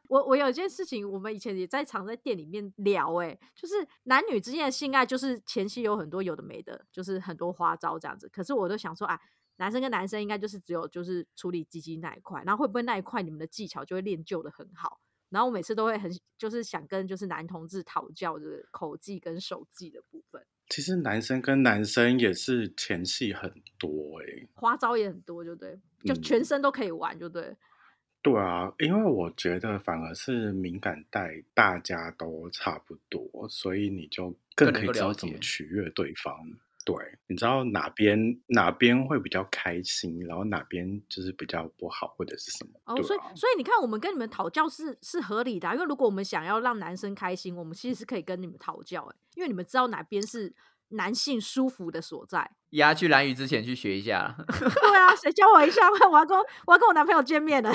[SPEAKER 1] 我我有一件事情，我们以前也在常在店里面聊、欸，就是男女之间的性爱，就是前期有很多有的没的，就是很多花招这样子。可是我都想说，啊，男生跟男生应该就是只有就是处理鸡鸡那一块，然后会不会那一块你们的技巧就会练就的很好？然后我每次都会很就是想跟就是男同志讨教这个口技跟手技的部分，
[SPEAKER 3] 其实男生跟男生也是前戏很多哎、
[SPEAKER 1] 花招也很多，就对，就全
[SPEAKER 3] 嗯
[SPEAKER 1] 身都可以玩，就对。
[SPEAKER 3] 对啊，因为我觉得反而是敏感带大家都差不多，所以你就
[SPEAKER 2] 更
[SPEAKER 3] 更
[SPEAKER 2] 能
[SPEAKER 3] 可以
[SPEAKER 2] 够
[SPEAKER 3] 知道
[SPEAKER 2] 了
[SPEAKER 3] 怎么
[SPEAKER 2] 解
[SPEAKER 3] 取悦对方。对，你知道哪边哪边会比较开心，然后哪边就是比较不好或者是什么？
[SPEAKER 1] 哦，
[SPEAKER 3] 对
[SPEAKER 1] 所以
[SPEAKER 3] 啊，
[SPEAKER 1] 所以你看，我们跟你们讨教是是合理的啊、因为如果我们想要让男生开心，我们其实是可以跟你们讨教、欸，因为你们知道哪边是男性舒服的所在。 [LAUGHS]
[SPEAKER 2] 丫去蓝屿之前去学一下啦， [LAUGHS]
[SPEAKER 1] [LAUGHS] 对啊，谁教我一下？我要跟我要跟我男朋友见面了。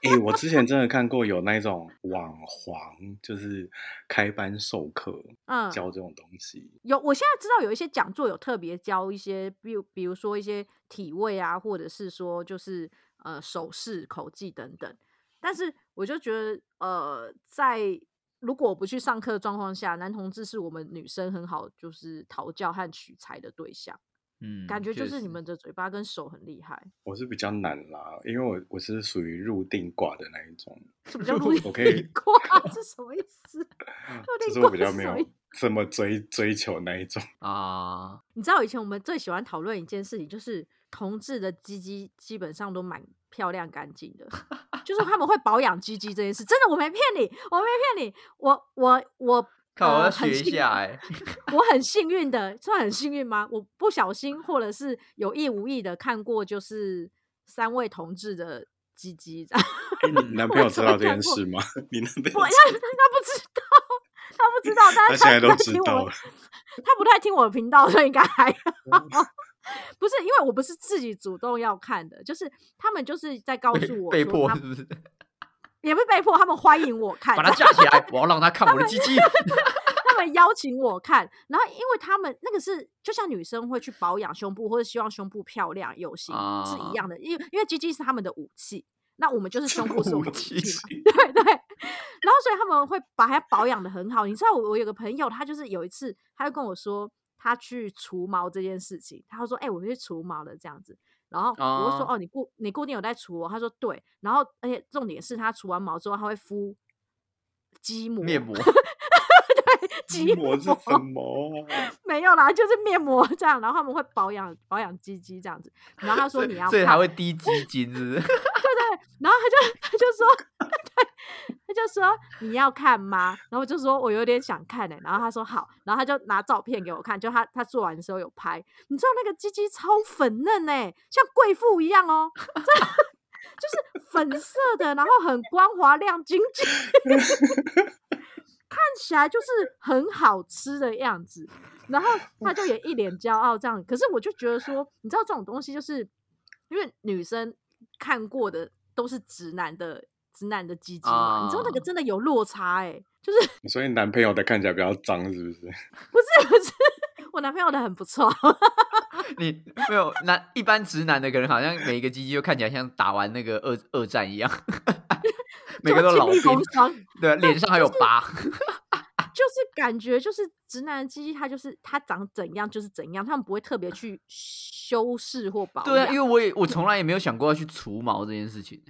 [SPEAKER 3] 哎、我之前真的看过有那种网黄，就是开班授课
[SPEAKER 1] [LAUGHS] 嗯，
[SPEAKER 3] 教这种东西。
[SPEAKER 1] 有，我现在知道有一些讲座有特别教一些，比如比如说一些体位啊，或者是说就是呃手势、口技等等。但是我就觉得，呃，在如果我不去上课的状况下，男同志是我们女生很好就是讨教和取材的对象，
[SPEAKER 2] 嗯，
[SPEAKER 1] 感觉就
[SPEAKER 2] 确
[SPEAKER 1] 是你
[SPEAKER 2] 实
[SPEAKER 1] 们的嘴巴跟手很厉害，
[SPEAKER 3] 我是比较难啦，因为我我是属于入定挂的那一种，
[SPEAKER 1] 什么
[SPEAKER 3] [LAUGHS]
[SPEAKER 1] 叫 [LAUGHS] 录
[SPEAKER 3] 我可以
[SPEAKER 1] 影挂？这什么意
[SPEAKER 3] [LAUGHS]
[SPEAKER 1] 思？ [LAUGHS] 定
[SPEAKER 3] 就是我
[SPEAKER 1] 挂
[SPEAKER 3] 比较
[SPEAKER 1] 是什
[SPEAKER 3] 没
[SPEAKER 1] 么
[SPEAKER 3] 有
[SPEAKER 1] 意
[SPEAKER 3] 这么追追求那一种。
[SPEAKER 2] 啊，
[SPEAKER 1] 你知道以前我们最喜欢讨论一件事情，就是同志的鸡鸡基本上都蛮漂亮干净的，就是他们会保养鸡鸡这件事。真的，我没骗你，我没骗你，我我我，
[SPEAKER 2] 看我
[SPEAKER 1] 呃
[SPEAKER 2] 要
[SPEAKER 1] 很
[SPEAKER 2] 学一
[SPEAKER 1] 幸
[SPEAKER 2] 下哎、
[SPEAKER 1] 我很幸运的，算很幸运吗？我不小心或者是有意无意的看过，就是三位同志的鸡鸡这样，
[SPEAKER 3] 哎、你男朋友知道这件事吗？ [LAUGHS] 你男朋友
[SPEAKER 1] [LAUGHS] 我他
[SPEAKER 3] 知
[SPEAKER 1] 他不知道。他不知道，但
[SPEAKER 3] 他
[SPEAKER 1] 是他
[SPEAKER 3] 现在
[SPEAKER 1] 不
[SPEAKER 3] 都
[SPEAKER 1] 太
[SPEAKER 3] 知
[SPEAKER 1] 听我
[SPEAKER 3] 道
[SPEAKER 1] 们
[SPEAKER 3] 了
[SPEAKER 1] 他不太听我的频道，所以应该还 [LAUGHS] 不是，因为我不是自己主动要看的，就是他们就是在告诉我
[SPEAKER 2] 被
[SPEAKER 1] 说
[SPEAKER 2] 迫
[SPEAKER 1] 他
[SPEAKER 2] 是不是？
[SPEAKER 1] 也不是被迫，他们欢迎我看，[LAUGHS]
[SPEAKER 2] 把它架起来，我要让他看我的鸡 [LAUGHS] 鸡。
[SPEAKER 1] 他们邀请我看，然后因为他们那个是就像女生会去保养胸部或者希望胸部漂亮有型、是
[SPEAKER 2] 啊
[SPEAKER 1] 一样的，因为因为鸡鸡是他们的武器，那我们就是胸部是我们的武器
[SPEAKER 2] 武器
[SPEAKER 1] 嘛， [LAUGHS] 对对。然后所以他们会把它保养的很好。你知道我我有个朋友，他就是有一次他就跟我说他去除毛这件事情，他就说哎、我去除毛了这样子。然后我就说：“
[SPEAKER 2] 啊
[SPEAKER 1] 哦，你固你固定有在除、哦？”他说：“对。”然后而且重点是他除完毛之后，他会敷肌膜， [LAUGHS]
[SPEAKER 2] 面膜
[SPEAKER 1] 肌
[SPEAKER 3] 我是什么啊？
[SPEAKER 1] [LAUGHS]
[SPEAKER 3] [LAUGHS]
[SPEAKER 1] 没有啦，就是面膜这样，然后他们会保养保养鸡鸡这样子。然后他说你要
[SPEAKER 2] 所以
[SPEAKER 1] 看
[SPEAKER 2] 他会滴鸡精，是 [LAUGHS] 不是？
[SPEAKER 1] 然后他就 [LAUGHS] 他就说，对，他就说你要看吗？然后我就说我有点想看呢、欸然后他说好，然后他就拿照片给我看，就他他做完的时候有拍，你知道那个鸡鸡超粉嫩呢、像贵妇一样哦、真的就是粉色的，然后很光滑亮晶晶，看起来就是很好吃的样子。然后他就也一脸骄傲这样。可是我就觉得说，你知道这种东西，就是因为女生看过的都是直男的直男的鸡鸡嘛，你知道那个
[SPEAKER 2] 啊
[SPEAKER 1] 真的有落差哎、就是
[SPEAKER 3] 所以男朋友的看起来比较脏，是不 [LAUGHS] 是？
[SPEAKER 1] 不 [LAUGHS] 是不是， [LAUGHS] 我男朋友的很不错，
[SPEAKER 2] 你没有男一般直男的，可能好像每一个鸡鸡就看起来像打完那个二二战一样， [LAUGHS] 每个
[SPEAKER 1] 就
[SPEAKER 2] 都老
[SPEAKER 1] 经历
[SPEAKER 2] 兵， [LAUGHS]
[SPEAKER 1] 风霜，
[SPEAKER 2] 对，啊脸上还有疤。
[SPEAKER 1] 就是感觉就是直男的鸡鸡，它就是它长怎样就是怎样，他们不会特别去修饰或保养。
[SPEAKER 2] 对啊，因为我也我从来也没有想过要去除毛这件事情，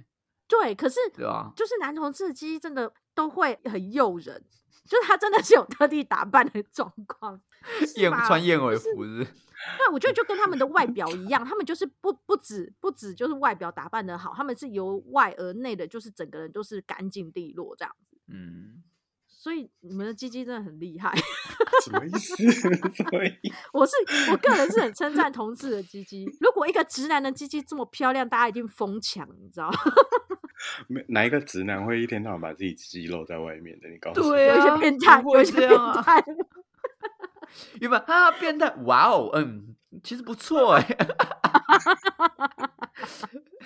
[SPEAKER 1] 对，可是
[SPEAKER 2] 对吧？
[SPEAKER 1] 就是男同志的鸡真的都会很诱人， [LAUGHS] 就是他真的是有特地打扮的状况，是
[SPEAKER 2] 燕
[SPEAKER 1] 吧
[SPEAKER 2] 穿燕尾
[SPEAKER 1] 就是
[SPEAKER 2] 服是不是
[SPEAKER 1] 对，我觉得就跟他们的外表一样，他们就是不不止不止就是外表打扮的好，他们是由外而内的，就是整个人都是干净利落这样子。
[SPEAKER 2] 嗯，
[SPEAKER 1] 所以你们的鸡鸡真的很厉害，
[SPEAKER 3] 什么意思？ [LAUGHS] 什么意思？
[SPEAKER 1] 我是我个人是很称赞同志的鸡鸡。如果一个直男的鸡鸡这么漂亮，大家一定疯抢，你知道吗？
[SPEAKER 3] 没哪一个直男会一天到晚把自己肌肉在外面的？你告诉我。
[SPEAKER 2] 对
[SPEAKER 1] 有一些
[SPEAKER 2] 啊，
[SPEAKER 1] 变
[SPEAKER 2] 不
[SPEAKER 1] 态，有
[SPEAKER 2] 会
[SPEAKER 1] 一些
[SPEAKER 2] 这
[SPEAKER 1] 变
[SPEAKER 2] 样啊
[SPEAKER 1] 态。
[SPEAKER 2] 原本啊变态，哇哦，嗯，其实不错 [LAUGHS] 哎、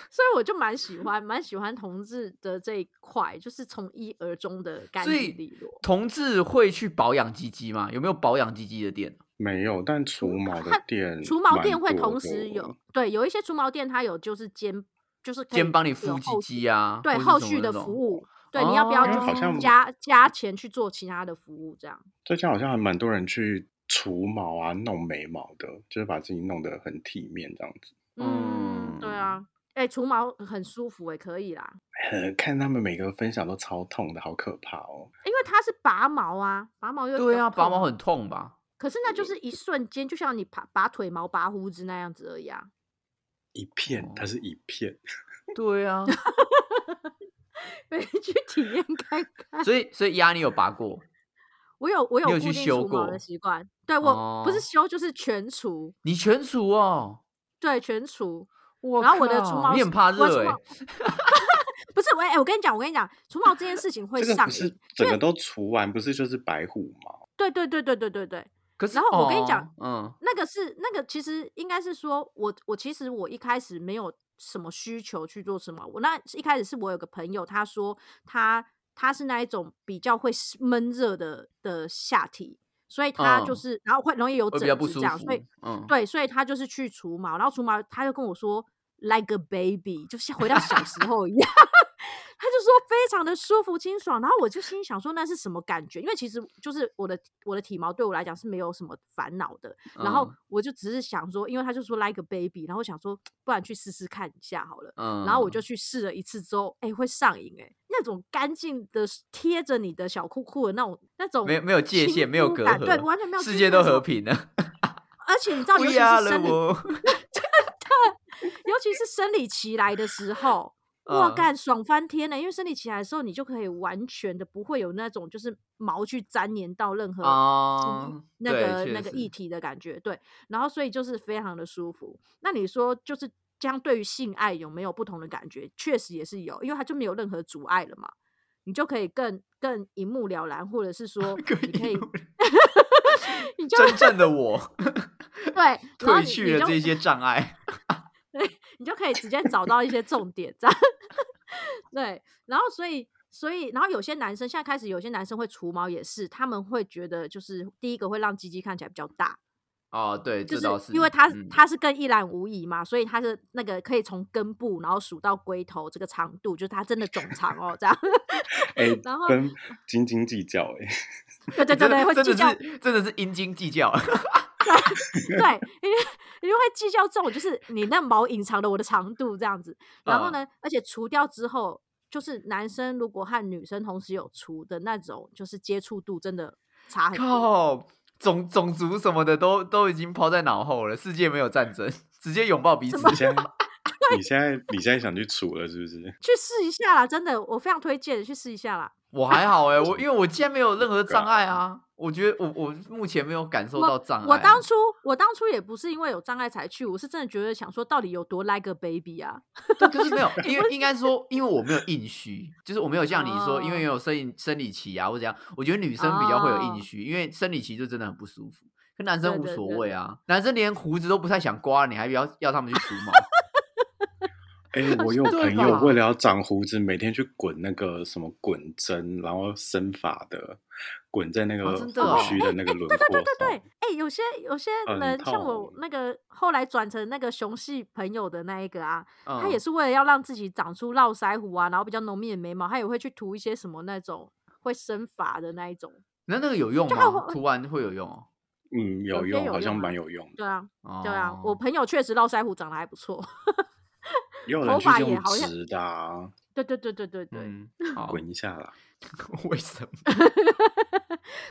[SPEAKER 1] 所以我就蛮喜欢，蛮喜欢同志的这一块，就是从一而终的干
[SPEAKER 2] 所
[SPEAKER 1] 净
[SPEAKER 2] 以
[SPEAKER 1] 利落。
[SPEAKER 2] 同志会去保养鸡鸡吗？有没有保养鸡鸡的店？
[SPEAKER 3] 没有，但除毛
[SPEAKER 1] 它
[SPEAKER 3] 的店，
[SPEAKER 1] 除毛店会同时有，，对，有一些除毛店它有就是兼，就是可以
[SPEAKER 2] 先帮你敷
[SPEAKER 1] 有
[SPEAKER 2] 鸡
[SPEAKER 1] 后续
[SPEAKER 2] 鸡啊，
[SPEAKER 1] 对
[SPEAKER 2] 或是
[SPEAKER 1] 后
[SPEAKER 2] 什么
[SPEAKER 1] 续
[SPEAKER 2] 那
[SPEAKER 1] 的
[SPEAKER 2] 种
[SPEAKER 1] 服务，对，你要不要
[SPEAKER 2] 哦
[SPEAKER 1] 就
[SPEAKER 3] 因为好
[SPEAKER 1] 是
[SPEAKER 3] 像
[SPEAKER 1] 加加钱去做其他的服务？这样
[SPEAKER 3] 最近好像还蛮多人去除毛啊、弄眉毛的，就是把自己弄得很体面这样子。 [LAUGHS]
[SPEAKER 1] 嗯，对啊，哎、除毛很舒服、哎，可以啦，
[SPEAKER 3] 呃看他们每个分享都超痛的，好可怕哦！
[SPEAKER 1] 因为它是拔毛啊，拔毛又比
[SPEAKER 2] 对
[SPEAKER 1] 较
[SPEAKER 2] 啊，拔毛
[SPEAKER 1] 痛，
[SPEAKER 2] 很痛吧？
[SPEAKER 1] 可是那就是一瞬间，就像你拔拔腿毛、拔胡子那样子而已啊。 [LAUGHS]
[SPEAKER 3] 一片，
[SPEAKER 1] 哦
[SPEAKER 3] 它是一片，
[SPEAKER 2] 对啊，
[SPEAKER 1] 可以去体验看看。
[SPEAKER 2] [LAUGHS] 所以所以鸭你有拔过？
[SPEAKER 1] 我有我有
[SPEAKER 2] 你有
[SPEAKER 1] 固
[SPEAKER 2] 去
[SPEAKER 1] 定
[SPEAKER 2] 修
[SPEAKER 1] 除毛的
[SPEAKER 2] 过
[SPEAKER 1] 习惯，对我、不是
[SPEAKER 2] 哦
[SPEAKER 1] 修就是全除，
[SPEAKER 2] 你全除哦。
[SPEAKER 1] 对全除。
[SPEAKER 2] 我
[SPEAKER 1] 然后我的除
[SPEAKER 2] 靠
[SPEAKER 1] 毛
[SPEAKER 2] 你
[SPEAKER 1] 是
[SPEAKER 2] 很怕
[SPEAKER 1] 我的除
[SPEAKER 2] 热哎、
[SPEAKER 1] 毛不是我哎、我跟你讲，我跟你讲，除毛这件事情会
[SPEAKER 3] 这个
[SPEAKER 1] 上
[SPEAKER 3] 不是
[SPEAKER 1] 瘾。
[SPEAKER 3] 整个都除完，不是就是白虎吗？
[SPEAKER 1] 对对对对对对对，
[SPEAKER 2] 可是
[SPEAKER 1] 然后我跟你讲
[SPEAKER 2] 哦
[SPEAKER 1] 那个是那个其实应该是说我我其实我一开始没有什么需求去做什么。我那一开始是我有个朋友，他说他他是那一种比较会闷热的的下体，所以他就
[SPEAKER 2] 嗯
[SPEAKER 1] 是、然后会容易有
[SPEAKER 2] 会
[SPEAKER 1] 疹
[SPEAKER 2] 比较不
[SPEAKER 1] 子这
[SPEAKER 2] 舒
[SPEAKER 1] 样，所以
[SPEAKER 2] 服。嗯，
[SPEAKER 1] 对，所以他就是去除毛，然后除毛他就跟我说 like a baby，就像回到小时候一样， [LAUGHS] 他就说非常的舒服清爽。然后我就心里想说那是什么感觉？因为其实就是我的我的体毛对我来讲是没有什么烦恼的。然后
[SPEAKER 2] 嗯
[SPEAKER 1] 我就只是想说，因为他就说 like a baby，然后我想说不然去试试看一下好了。
[SPEAKER 2] 嗯，
[SPEAKER 1] 然后我就去试了一次之后，哎、会上瘾哎、那种干净的贴着你的小裤裤的那种那种
[SPEAKER 2] 没有没有界
[SPEAKER 1] 亲
[SPEAKER 2] 限，没有
[SPEAKER 1] 肤
[SPEAKER 2] 隔
[SPEAKER 1] 感
[SPEAKER 2] 阂，
[SPEAKER 1] 对，完全没有
[SPEAKER 2] 世
[SPEAKER 1] 距
[SPEAKER 2] 界
[SPEAKER 1] 离
[SPEAKER 2] 都
[SPEAKER 1] 的时
[SPEAKER 2] 和
[SPEAKER 1] 候
[SPEAKER 2] 平了。
[SPEAKER 1] 而且你知道，尤其
[SPEAKER 2] We are
[SPEAKER 1] 是
[SPEAKER 2] the
[SPEAKER 1] 生理
[SPEAKER 2] world
[SPEAKER 1] 尤其是生理期来的时
[SPEAKER 2] [LAUGHS]
[SPEAKER 1] 候，哇
[SPEAKER 2] 嗯
[SPEAKER 1] 干爽翻天了、因为生理期来的时候，你就可以完全的不会有那种就是毛去粘连到任何
[SPEAKER 2] 啊，
[SPEAKER 1] 那
[SPEAKER 2] 对
[SPEAKER 1] 个
[SPEAKER 2] 确
[SPEAKER 1] 那个
[SPEAKER 2] 实
[SPEAKER 1] 议题的感觉，对。然后所以就是非常的舒服。那你说就是这样，对于性爱有没有不同的感觉？确实也是有，因为它就没有任何阻碍了嘛，你就可以更更一目了然，或者
[SPEAKER 2] [LAUGHS]
[SPEAKER 1] 是说
[SPEAKER 2] 各
[SPEAKER 1] 你可
[SPEAKER 2] 一
[SPEAKER 1] 以
[SPEAKER 2] 路
[SPEAKER 1] [LAUGHS] 你就
[SPEAKER 2] 真正的我 [LAUGHS]
[SPEAKER 1] 对，然后
[SPEAKER 2] 褪
[SPEAKER 1] 你
[SPEAKER 2] 去
[SPEAKER 1] 你
[SPEAKER 2] 了
[SPEAKER 1] 就
[SPEAKER 2] 这些障碍。
[SPEAKER 1] 你就可以直接找到一些重点，这样 [LAUGHS] 对。然后所以所以然后有些男生现在开始，有些男生会除毛也是，他们会觉得就是第一个会让鸡鸡看起来比较大，
[SPEAKER 2] 哦，对，
[SPEAKER 1] 就
[SPEAKER 2] 这倒
[SPEAKER 1] 是
[SPEAKER 2] 是
[SPEAKER 1] 因为它
[SPEAKER 2] 嗯
[SPEAKER 1] 它是更一览无遗嘛，所以它是那个可以从根部然后数到龟头这个长度，就是它真的总长哦，
[SPEAKER 2] [LAUGHS]
[SPEAKER 1] 这样。
[SPEAKER 3] 哎、
[SPEAKER 1] 然后
[SPEAKER 3] 跟斤斤计较、哎，
[SPEAKER 1] 对对对
[SPEAKER 2] 真
[SPEAKER 1] 对，
[SPEAKER 2] 的
[SPEAKER 1] 会
[SPEAKER 2] 真
[SPEAKER 1] 计
[SPEAKER 2] 的
[SPEAKER 1] 较
[SPEAKER 2] 是真的是斤斤计较。
[SPEAKER 1] 对，因为因为会计较这种，就是你那毛隐藏了我的长度这样子。然后
[SPEAKER 2] 嗯
[SPEAKER 1] 呢，而且除掉之后，就是男生如果和女生同时有除的那种，就是接触度真的差很多。
[SPEAKER 2] 靠，种种族什么的都都已经抛在脑后了，世界没有战争， [LAUGHS] 直接拥抱彼此。
[SPEAKER 1] [LAUGHS]
[SPEAKER 3] 你现在你现在你现在想去除了是不是？
[SPEAKER 1] 去试一下啦，真的，我非常推荐去试一下啦。
[SPEAKER 2] [LAUGHS] 我还好哎、我因为我竟然没有任何障碍啊，我觉得我我目前没有感受到障碍啊、
[SPEAKER 1] 我当初我当初也不是因为有障碍才去，我是真的觉得想说到底有多 like a baby 啊？
[SPEAKER 2] 对，
[SPEAKER 1] [LAUGHS]
[SPEAKER 2] 可是没有，因为应该说，因为我没有硬虚，就是我没有像你说，因为
[SPEAKER 1] 哦
[SPEAKER 2] 有生理生理期啊或怎样，我觉得女生比较会有
[SPEAKER 1] 哦
[SPEAKER 2] 硬虚，因为生理期就真的很不舒服。可男生
[SPEAKER 1] 对
[SPEAKER 2] 无
[SPEAKER 1] 对
[SPEAKER 2] 所
[SPEAKER 1] 对
[SPEAKER 2] 谓啊，男生连胡子都不太想刮，你还要要他们去除毛？
[SPEAKER 1] [LAUGHS]
[SPEAKER 3] 哎、我有
[SPEAKER 2] 像对
[SPEAKER 3] 朋友
[SPEAKER 2] 吧
[SPEAKER 3] 为了要长胡子，每天去滚那个什么滚针，然后生发的，滚在那个
[SPEAKER 2] 真的哦
[SPEAKER 3] 胡须的那个轮
[SPEAKER 1] 哎对对
[SPEAKER 3] 廓
[SPEAKER 1] 对对
[SPEAKER 3] 上。，
[SPEAKER 1] 哎、有些有些
[SPEAKER 2] 呃
[SPEAKER 3] 很
[SPEAKER 1] 人像
[SPEAKER 2] 哦
[SPEAKER 1] 我
[SPEAKER 2] 嗯
[SPEAKER 3] 痛
[SPEAKER 1] 那个后来转成那个雄系朋友的那一个啊，
[SPEAKER 2] 嗯、
[SPEAKER 1] 他也是为了要让自己长出络腮胡啊，然后比较浓密的眉毛，他也会去涂一些什么那种会生发的那一种。
[SPEAKER 2] 那那个有用
[SPEAKER 1] 就他
[SPEAKER 2] 吗？
[SPEAKER 1] 会
[SPEAKER 2] 涂完会有用哦。
[SPEAKER 3] 嗯，有
[SPEAKER 1] 些
[SPEAKER 3] 用，
[SPEAKER 1] 有
[SPEAKER 3] 好像
[SPEAKER 1] 用啊
[SPEAKER 3] 蛮有用的。
[SPEAKER 1] 对啊，
[SPEAKER 2] 哦
[SPEAKER 1] 对啊，我朋友确实络腮胡长得还不错。 [LAUGHS]
[SPEAKER 3] 也有
[SPEAKER 1] 头
[SPEAKER 3] 人去
[SPEAKER 1] 发也
[SPEAKER 3] 用
[SPEAKER 1] 好像
[SPEAKER 3] 直的、啊，
[SPEAKER 1] 对对对对对对，
[SPEAKER 2] 嗯，好，
[SPEAKER 3] 滚一下啦。
[SPEAKER 2] [LAUGHS] 为什么？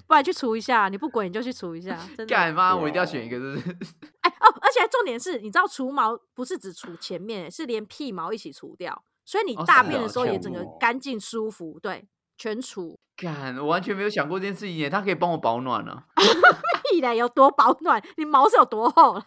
[SPEAKER 1] 不然去除一下，你不滚你就去除一下，真的。
[SPEAKER 2] 干妈，我一定要
[SPEAKER 3] 哇
[SPEAKER 2] 选一个，就是 [LAUGHS]
[SPEAKER 1] 哎哦，而且重点是，你知道除毛不是只除前面，欸是连屁毛一起除掉，所以你
[SPEAKER 2] 哦
[SPEAKER 1] 大
[SPEAKER 2] 是
[SPEAKER 1] 便
[SPEAKER 2] 哦
[SPEAKER 1] 的时候也
[SPEAKER 3] 全
[SPEAKER 1] 整个
[SPEAKER 3] 部哦
[SPEAKER 1] 干净舒服，对，全除。
[SPEAKER 2] 干，我完全没有想过这件事情耶，他可以帮我保暖啊。
[SPEAKER 1] 屁嘞，有多保暖？你毛是有多厚啦？